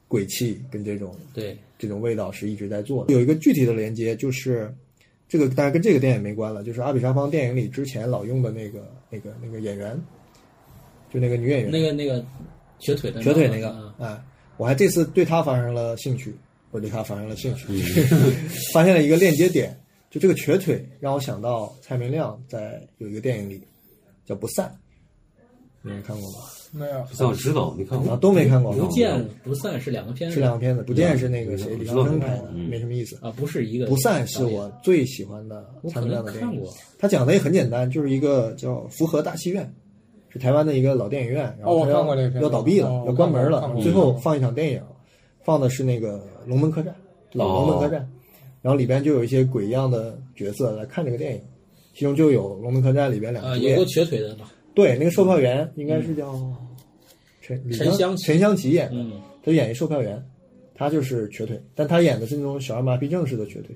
Speaker 8: 鬼气跟这种
Speaker 6: 对，
Speaker 8: 这种味道是一直在做的。有一个具体的连接，就是这个，当然跟这个电影没关了，就是阿比查邦电影里之前老用的那个那个那个演员，就那个女演员，
Speaker 6: 那个那个瘸腿的
Speaker 8: 瘸腿那个
Speaker 6: 个啊，
Speaker 8: 哎，我还这次对他发生了兴趣，我对他发生了兴趣， 发现了一个链接点，就这个瘸腿让我想到蔡明亮在有一个电影里叫《不散》，你们看过吗？
Speaker 7: 没有
Speaker 5: 不，算我知道，你看
Speaker 8: 啊，
Speaker 5: 我
Speaker 8: 都没看过，
Speaker 5: 不
Speaker 6: 不见不散是两个片
Speaker 8: 是
Speaker 6: 子啊
Speaker 8: 两个片子，《不见》是那个
Speaker 5: 嗯
Speaker 8: 谁
Speaker 5: 嗯
Speaker 8: 李
Speaker 5: 我知
Speaker 8: 长
Speaker 5: 道
Speaker 8: 生拍的，
Speaker 5: 嗯
Speaker 8: 没什么意思。
Speaker 6: 啊，不是一个导演。
Speaker 8: 不散是我最喜欢的
Speaker 6: 我
Speaker 8: 蔡
Speaker 6: 可
Speaker 8: 明亮
Speaker 6: 能
Speaker 8: 的电
Speaker 6: 看
Speaker 8: 影
Speaker 6: 过。
Speaker 8: 他讲的也很简单，就是一个叫福和大戏院，是台湾的一个老电影院，然
Speaker 7: 哦
Speaker 8: 后它
Speaker 7: 我看
Speaker 8: 要、
Speaker 7: 过这个片子
Speaker 8: 要倒闭了，
Speaker 7: 哦
Speaker 8: 要关门
Speaker 7: 我看
Speaker 8: 了
Speaker 7: 过我看，过
Speaker 8: 最后放一场电影，放的是那个《龙门客栈》，老
Speaker 5: 哦
Speaker 8: 龙门客栈，然后里边就有一些鬼一样的角色来看这个电影，其中就有《龙门客栈》里边两个
Speaker 7: 呃
Speaker 6: 啊，
Speaker 8: 主
Speaker 6: 有
Speaker 8: 演
Speaker 6: 个，瘸腿的嘛，
Speaker 8: 对，那个售票员应该
Speaker 7: 嗯
Speaker 8: 是叫陈李
Speaker 6: 陈香琪
Speaker 8: 陈香琪演的，
Speaker 6: 嗯，
Speaker 8: 他演一售票员，他就是瘸腿，但他演的是那种小儿麻痹症式的瘸腿。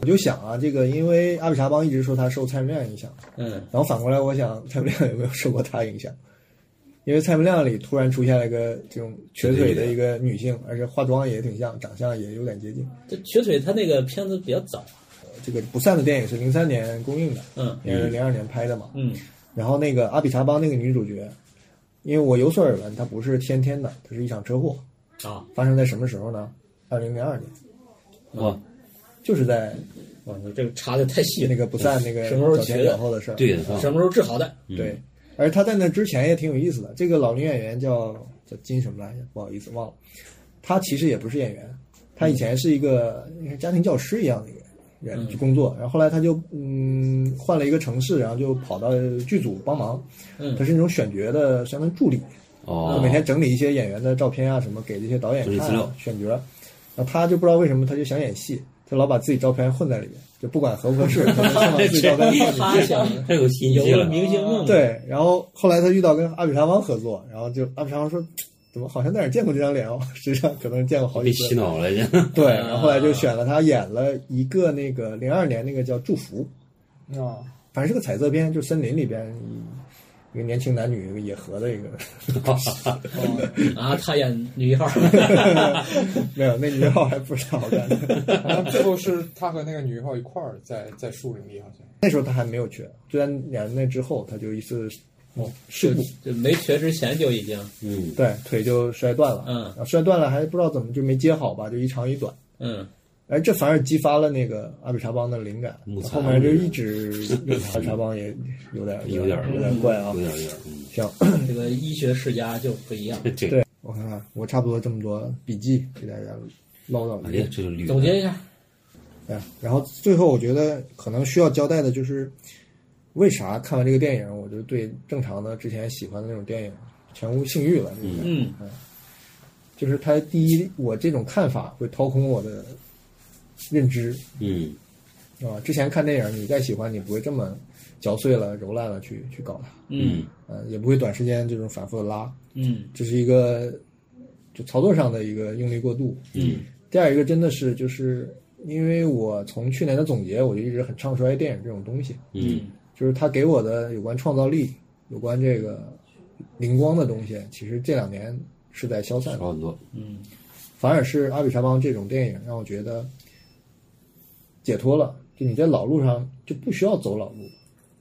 Speaker 8: 我就想啊，这个因为阿比查邦一直说他受蔡明亮影响，
Speaker 6: 嗯，
Speaker 8: 然后反过来我想蔡明亮有没有受过他影响？因为蔡明亮里突然出现了一个这种瘸腿的一个女性，而且化妆也挺像，长相也有点接近。
Speaker 6: 这瘸腿他那个片子比较早，
Speaker 8: 呃这个不散的电影是零三年公映的，
Speaker 6: 嗯
Speaker 8: 也是零二年拍的嘛。
Speaker 6: 嗯
Speaker 8: 然后那个阿比查邦那个女主角，因为我有所耳闻，她不是先天的，她是一场车祸，
Speaker 6: 啊，
Speaker 8: 发生在什么时候呢？二零零二年，
Speaker 5: 我
Speaker 8: 就是在
Speaker 6: 哇，你这个查的太细
Speaker 8: 那
Speaker 6: 了，嗯
Speaker 8: 个不散那个
Speaker 6: 什么时候
Speaker 8: 脚前
Speaker 6: 学的
Speaker 8: 脚后的事儿。
Speaker 5: 对的
Speaker 6: 什么时候治好的？
Speaker 5: 嗯
Speaker 8: 对，而他在那之前也挺有意思的。这个老龄演员叫叫金什么来着？不好意思忘了。他其实也不是演员，他以前是一个应该是家庭教师一样的一个
Speaker 5: 嗯
Speaker 8: 人去工作，然后后来他就嗯换了一个城市，然后就跑到剧组帮忙。
Speaker 6: 嗯
Speaker 8: 他是那种选角的相当于助理，
Speaker 5: 哦
Speaker 8: 就，每天整理一些演员的照片啊什么，给这些导演
Speaker 5: 整理
Speaker 8: 看
Speaker 5: 资
Speaker 8: 啊
Speaker 5: 料
Speaker 8: 选角。然后他就不知道为什么他就想演戏，他老把自己照片混在里面，就不管合不合 适，他就先
Speaker 6: 嗯
Speaker 8: 把自己照片放进去。
Speaker 6: 他想
Speaker 5: 太有吸引力
Speaker 6: 有了
Speaker 5: 了，
Speaker 6: 明星梦，，
Speaker 8: 对，然后后来他遇到跟阿比查邦合作，然后就阿比查邦说，怎么好像哪儿见过这张脸哦？ 实际上可能是见过好
Speaker 5: 被
Speaker 8: 几
Speaker 5: 洗
Speaker 8: 次。
Speaker 5: 脑了，已经
Speaker 8: 对，然后后来就选了他演了一个那个零二年那个叫《祝福》，
Speaker 7: 啊，
Speaker 8: 反正是个彩色片，就森林里边一个年轻男女野合的一个，
Speaker 6: 啊，他演女一号，
Speaker 8: 没有那女号还不是他好看 的，
Speaker 7: 好像最后是他和那个女一号一块儿在在树林里，好像
Speaker 8: 那时候他还没有缺，虽然两年之后他就一次事故，
Speaker 6: 就没瘸之前就已经，
Speaker 5: 嗯，
Speaker 8: 对腿就摔断了，
Speaker 6: 嗯
Speaker 8: 然后摔断了还不知道怎么就没接好吧，就一长一短。
Speaker 6: 嗯
Speaker 8: 哎，这反而激发了那个阿比查邦的灵感
Speaker 5: 木，材
Speaker 8: 后面就一直用阿比查邦也有点
Speaker 5: 有点儿
Speaker 8: 有点怪啊
Speaker 5: 有。点儿有点儿，嗯
Speaker 8: 行，
Speaker 6: 这个医学世家就不一样。
Speaker 5: 这
Speaker 8: 对我看看，我差不多这么多笔记给大家唠叨
Speaker 5: 哎
Speaker 8: 一
Speaker 5: 呀
Speaker 8: 下，。
Speaker 5: 这就绿的
Speaker 6: 总结一下，
Speaker 8: 哎，然后最后我觉得可能需要交代的就是，为啥看完这个电影，我就对正常的之前喜欢的那种电影全无性欲了？这个
Speaker 6: 嗯
Speaker 8: 就是它第一，我这种看法会掏空我的认知，
Speaker 5: 嗯，
Speaker 8: 啊，之前看电影，你再喜欢，你不会这么嚼碎了、揉烂了去去搞它，
Speaker 6: 嗯
Speaker 8: 呃，也不会短时间这种反复的拉，
Speaker 6: 嗯
Speaker 8: 这是一个就操作上的一个用力过度。嗯，第二一个真的是就是因为我从去年的总结，我就一直很唱衰电影这种东西，
Speaker 5: 嗯
Speaker 8: 就是它给我的有关创造力、有关这个灵光的东西，其实这两年是在消散的
Speaker 5: 少很多，
Speaker 6: 嗯
Speaker 8: 反而是阿比查邦这种电影让我觉得解脱了，就你在老路上就不需要走老路，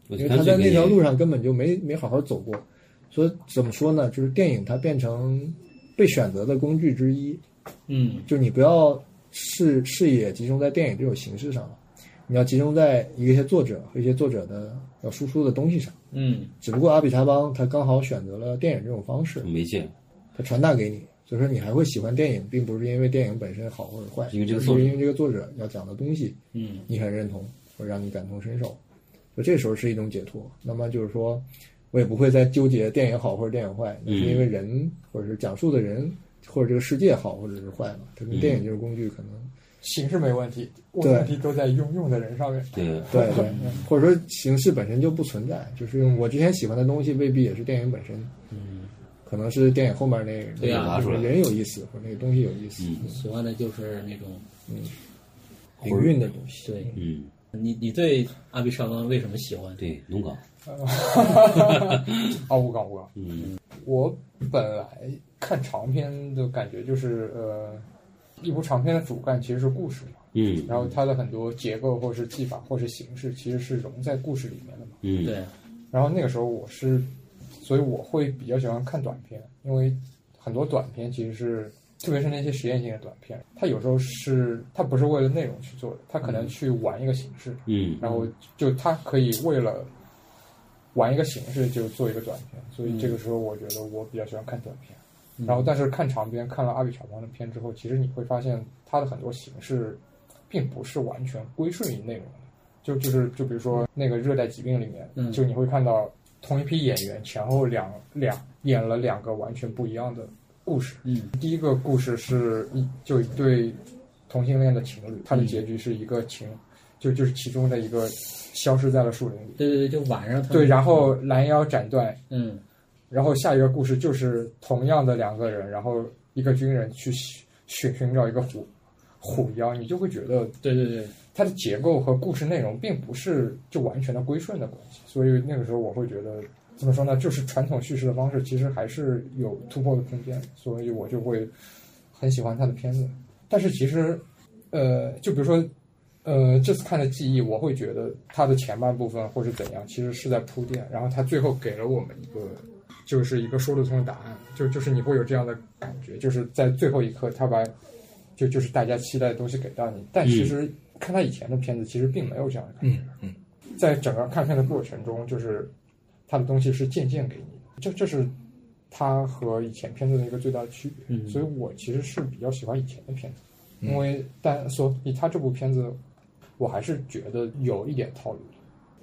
Speaker 5: 我
Speaker 8: 因为
Speaker 5: 干
Speaker 8: 他
Speaker 5: 脆
Speaker 8: 在那条
Speaker 5: 给你
Speaker 8: 路上根本就没没好好走过。所以怎么说呢？就是电影它变成被选择的工具之一，
Speaker 6: 嗯
Speaker 8: 就是你不要视视野集中在电影这种形式上了，你要集中在一些作者和一些作者的要输出的东西上。
Speaker 6: 嗯
Speaker 8: 只不过阿比查邦他刚好选择了电影这种方式，
Speaker 5: 媒介，
Speaker 8: 它传达给你，所以说你还会喜欢电影，并不是因为电影本身好或者坏，
Speaker 5: 因为这个
Speaker 8: 而
Speaker 5: 作者
Speaker 8: 是因为这个作者要讲的东西，
Speaker 6: 嗯，
Speaker 8: 你很认同，或者让你感同身受，就这时候是一种解脱。那么就是说，我也不会再纠结电影好或者电影坏，那
Speaker 5: 嗯
Speaker 8: 是因为人或者是讲述的人或者这个世界好或者是坏嘛，它跟
Speaker 5: 嗯
Speaker 8: 电影就是工具，可能
Speaker 7: 形式没问题，
Speaker 8: 对
Speaker 7: 问题都在用用的人上面。
Speaker 5: 对，
Speaker 8: 对对，或者说形式本身就不存在，就是我之前喜欢的东西未必也是电影本身，嗯，可能是电影后面那
Speaker 6: 对啊
Speaker 8: 那个人有意思，或者那个东西有意思，
Speaker 5: 嗯
Speaker 6: 喜欢的就是那种
Speaker 8: 灵韵的东西。
Speaker 6: 对
Speaker 5: 嗯，
Speaker 6: 你你对阿比沙翁为什么喜欢？
Speaker 5: 对，龙岗，
Speaker 7: 啊，我搞我搞，
Speaker 5: 嗯
Speaker 7: 我本来看长篇的感觉就是，呃，一部长篇的主干其实是故事嘛，
Speaker 5: 嗯
Speaker 7: 然后它的很多结构或是技法或是形式其实是融在故事里面的嘛。
Speaker 5: 嗯，
Speaker 6: 对，啊
Speaker 7: 然后那个时候我是，所以我会比较喜欢看短片，因为很多短片其实是，特别是那些实验性的短片，它有时候是它不是为了内容去做的，它可能去玩一个形式，
Speaker 5: 嗯
Speaker 7: 然后就它可以为了玩一个形式就做一个短片，所以这
Speaker 5: 嗯
Speaker 7: 个时候我觉得我比较喜欢看短片。然后，但是看长篇，看了阿比查邦的片之后，其实你会发现它的很多形式，并不是完全归顺于内容的。就就是就比如说那个《热带疾病》里面，
Speaker 6: 嗯
Speaker 7: 就你会看到同一批演员前后两两演了两个完全不一样的故事。
Speaker 6: 嗯
Speaker 7: 第一个故事是一就一对同性恋的情侣，
Speaker 6: 嗯
Speaker 7: 它的结局是一个情，就就是其中的一个消失在了树林里。
Speaker 6: 对对对，就晚上他们
Speaker 7: 对，然后拦腰斩断，
Speaker 6: 嗯
Speaker 7: 然后下一个故事就是同样的两个人，然后一个军人去寻寻寻找一个虎虎妖，你就会觉得
Speaker 6: 对对对，
Speaker 7: 它的结构和故事内容并不是就完全的归顺的关系，所以那个时候我会觉得怎么说呢？就是传统叙事的方式其实还是有突破的空间，所以我就会很喜欢他的片子。但是其实，呃，就比如说，呃，这次看的《记忆》，我会觉得它的前半部分或是怎样，其实是在铺垫，然后它最后给了我们一个就是一个说得通的答案，就就是你会有这样的感觉，就是在最后一刻，他把就就是大家期待的东西给到你，但其实看他以前的片子，其实并没有这样的感觉。
Speaker 8: 嗯
Speaker 7: 在整个看片的过程中，就是他的东西是渐渐给你的，这这是他和以前片子的一个最大的区别。
Speaker 6: 嗯
Speaker 7: 所以我其实是比较喜欢以前的片子，
Speaker 8: 嗯
Speaker 7: 因为但所以他这部片子，我还是觉得有一点套路的。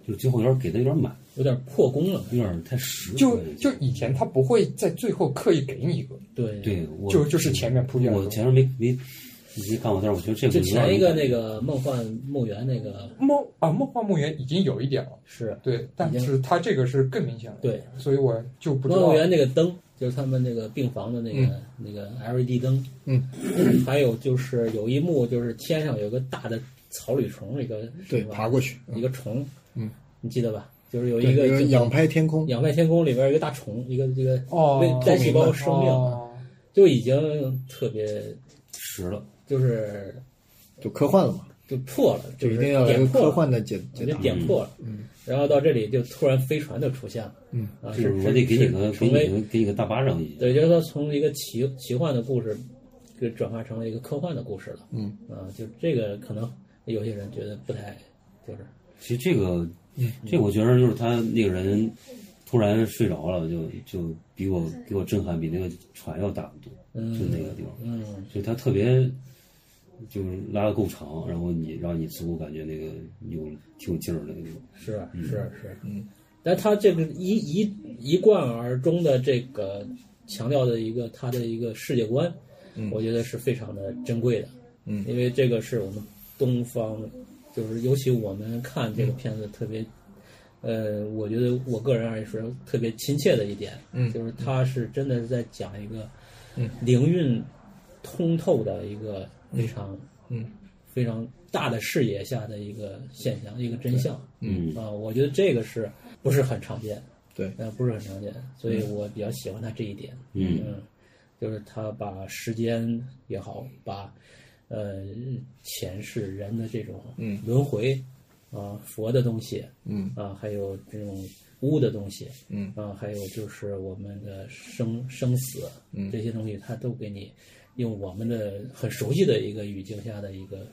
Speaker 5: 就是最后有点给的有点满，
Speaker 6: 有点破功了。
Speaker 5: 有点太实了，
Speaker 7: 就就以前他不会在最后刻意给你一个，
Speaker 6: 对，
Speaker 5: 对我
Speaker 7: 就就是前面铺垫的
Speaker 5: 我
Speaker 7: 东西
Speaker 5: 前面没没没看过，但是我觉得这
Speaker 6: 就
Speaker 5: 个
Speaker 6: 前一个那
Speaker 5: 个
Speaker 6: 个梦幻墓园那个
Speaker 7: 梦啊梦幻梦园已经有一点了。
Speaker 6: 是
Speaker 7: 对，但是他这个是更明显的，
Speaker 6: 对，
Speaker 7: 所以我就不知
Speaker 6: 梦
Speaker 7: 道
Speaker 6: 幻墓园那个灯，就是他们那个病房的那个、那个 LED 灯。
Speaker 8: 嗯，
Speaker 6: 还有就是有一幕就是天上有个大的草履虫，一个
Speaker 8: 对
Speaker 6: 是，吧
Speaker 8: 爬过去，
Speaker 6: 一个虫，
Speaker 8: 嗯，
Speaker 6: 你记得吧？就是有
Speaker 8: 对
Speaker 6: 一个
Speaker 8: 就是仰拍天空，
Speaker 6: 仰望天空里边有一个大虫，一个这个
Speaker 7: 哦
Speaker 6: 被单细胞生命，
Speaker 7: 哦
Speaker 6: 就已经特别
Speaker 5: 实了，
Speaker 6: 就是
Speaker 8: 就科幻了嘛，
Speaker 6: 就破了，
Speaker 8: 就
Speaker 6: 就
Speaker 8: 一
Speaker 6: 是
Speaker 8: 定要有一
Speaker 6: 点
Speaker 8: 个
Speaker 6: 破
Speaker 8: 科
Speaker 6: 了，
Speaker 8: 幻的解
Speaker 6: 我
Speaker 8: 解
Speaker 6: 就
Speaker 8: 答。
Speaker 6: 点破了。嗯，然后到这里就突然飞船就出现了。
Speaker 8: 嗯，
Speaker 6: 啊，
Speaker 5: 就是是我得给你个给
Speaker 6: 是成
Speaker 5: 你
Speaker 6: 为
Speaker 5: 个给你个大巴掌已经，
Speaker 6: 对，就是说从一个奇奇幻的故事，给转化成了一个科幻的故事了。
Speaker 8: 嗯，
Speaker 6: 啊，就这个可能有些人觉得不太，就是
Speaker 5: 其实这个
Speaker 8: 嗯
Speaker 5: 这个我觉得就是他那个人突然睡着了，就就比我给我震撼比那个船要大得多，
Speaker 6: 嗯
Speaker 5: 就那个地方，
Speaker 6: 嗯，
Speaker 5: 就是他特别就是拉的够长，然后你让你自我感觉那个有挺有劲儿的那个地方，
Speaker 6: 是是是，嗯，但他这个一一一贯而中的这个强调的一个他的一个世界观，我觉得是非常的珍贵的，
Speaker 8: 嗯
Speaker 6: 因为这个是我们东方，就是尤其我们看
Speaker 8: 嗯
Speaker 6: 这个片子特别，呃，我觉得我个人而言是特别亲切的一点，
Speaker 8: 嗯
Speaker 6: 就是他是真的是在讲一个，灵韵通透的一个非常，
Speaker 8: 嗯
Speaker 6: 非常大的视野下的一个现象，一个真相。
Speaker 5: 嗯
Speaker 6: 啊、我觉得这个是不是很常见？
Speaker 8: 对嗯
Speaker 6: 呃，不是很常见，所以我比较喜欢他这一点。
Speaker 5: 嗯
Speaker 6: 就是他把时间也好，把呃前世人的这种
Speaker 8: 嗯
Speaker 6: 轮回啊、佛的东西
Speaker 8: 嗯
Speaker 6: 啊、还有这种巫的东西，
Speaker 8: 嗯
Speaker 6: 啊、还有就是我们的生生死，
Speaker 8: 嗯
Speaker 6: 这些东西，他都给你用我们的很熟悉的一个语境下的一个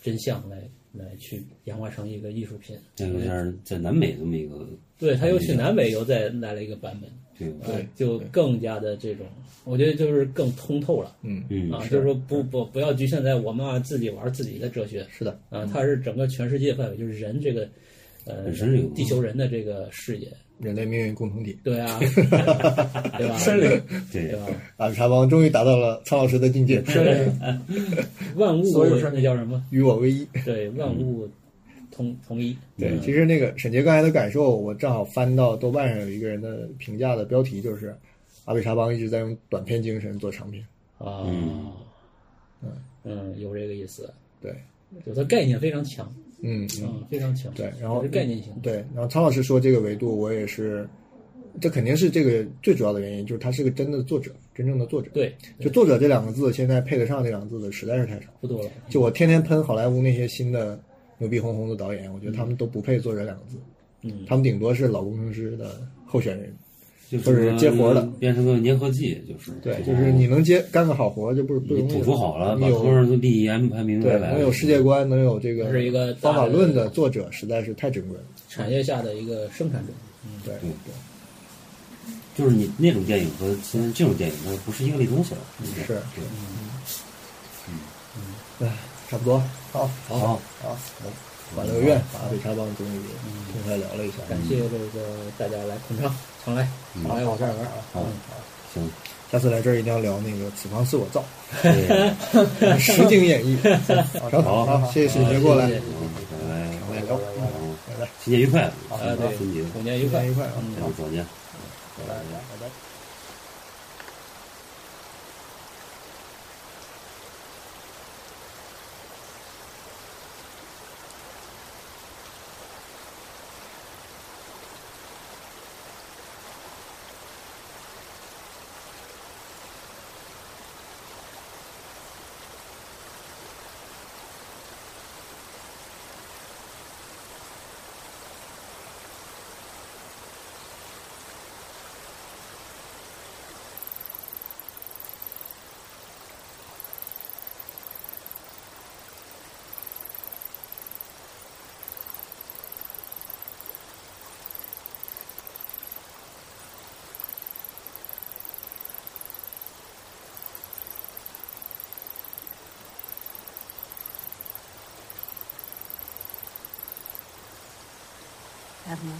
Speaker 6: 真相来来去演化成一个艺术品。
Speaker 5: 那有点在南美这么一个，
Speaker 6: 对，他又去南美又再来了一个版本，
Speaker 5: 对，
Speaker 6: 呃，就更加的这种，我觉得就是更通透了。
Speaker 8: 嗯
Speaker 5: 嗯
Speaker 6: 啊，就是说不不不要局限在我们啊自己玩自己的哲学，
Speaker 8: 是的，
Speaker 6: 啊，它是整个全世界范围，就是人这个，呃
Speaker 5: 本身这个，
Speaker 6: 地球人的这个视野，
Speaker 8: 人类命运共同体。
Speaker 6: 对啊，对吧？森林，对
Speaker 8: 啊
Speaker 5: 对，
Speaker 6: 吧？
Speaker 8: 阿茶王终于达到了苍老师的境界，
Speaker 6: 万物
Speaker 7: 所有生
Speaker 6: 那叫什么？
Speaker 8: 与我为一。
Speaker 6: 对，万物同同一，
Speaker 8: 对，其实那个沈杰刚才的感受，我正好翻到豆瓣上有一个人的评价的标题，就是阿比查邦一直在用短篇精神做长篇。
Speaker 6: 啊，
Speaker 5: 嗯
Speaker 6: 嗯，有这个意思，
Speaker 8: 对，
Speaker 6: 就它概念非常强，
Speaker 8: 嗯，嗯
Speaker 6: 嗯，非常强，
Speaker 8: 对，然后
Speaker 6: 它是概念型，
Speaker 8: 对，然后苍老师说这个维度，我也是，这肯定是这个最主要的原因，就是他是个真的作者，真正的作者。，
Speaker 6: 对，
Speaker 8: 就作者这两个字，现在配得上这两个字的实在是太少。
Speaker 6: 不多了，
Speaker 8: 就我天天喷好莱坞那些新的牛逼哄哄的导演，我觉得他们都不配“作者”两个字，
Speaker 6: 嗯，
Speaker 8: 他们顶多是老工程师的候选人。
Speaker 5: 就
Speaker 8: 或者是接活的
Speaker 5: 变成个粘合剂，就是啊
Speaker 8: 对，就是你能接干个好活，就不是不
Speaker 5: 你
Speaker 8: 容易
Speaker 5: 捕捉好了，
Speaker 8: 你
Speaker 5: 把
Speaker 8: 有
Speaker 5: 多少的利益安排明明白
Speaker 8: 对
Speaker 5: 白，
Speaker 8: 能有世界观，能有这个
Speaker 6: 是一个大
Speaker 8: 方
Speaker 6: 的
Speaker 8: 法论的作者，实在是太珍贵了。
Speaker 6: 产业下的一个生产者，嗯
Speaker 8: 对
Speaker 5: 对就是你那种电影和现在这种电影，它不是一个类东西了。
Speaker 8: 对，
Speaker 5: 对
Speaker 8: 是，哎，差不多，好，好，
Speaker 5: 好，
Speaker 8: 好，挽了个愿，把阿比查邦终于
Speaker 6: 嗯
Speaker 8: 公开聊了一下。
Speaker 6: 感谢这个大家来捧场，常来，常来我这儿玩啊，
Speaker 5: 好，行，
Speaker 8: 下次来这儿一定要聊那个“此房是我造
Speaker 5: 对，”
Speaker 8: 实景演绎。 成，
Speaker 5: 好
Speaker 8: 好，谢谢沈杰过来
Speaker 6: 谢，谢
Speaker 5: 拜拜，
Speaker 8: 来聊，
Speaker 5: 好
Speaker 8: 拜拜，
Speaker 5: 新年愉快，
Speaker 6: 啊，对，
Speaker 5: 春节，
Speaker 6: 虎年愉
Speaker 8: 愉快
Speaker 6: 快
Speaker 8: 愉。快啊，
Speaker 5: 然后早见。
Speaker 8: 拜拜，拜拜。
Speaker 2: Herman.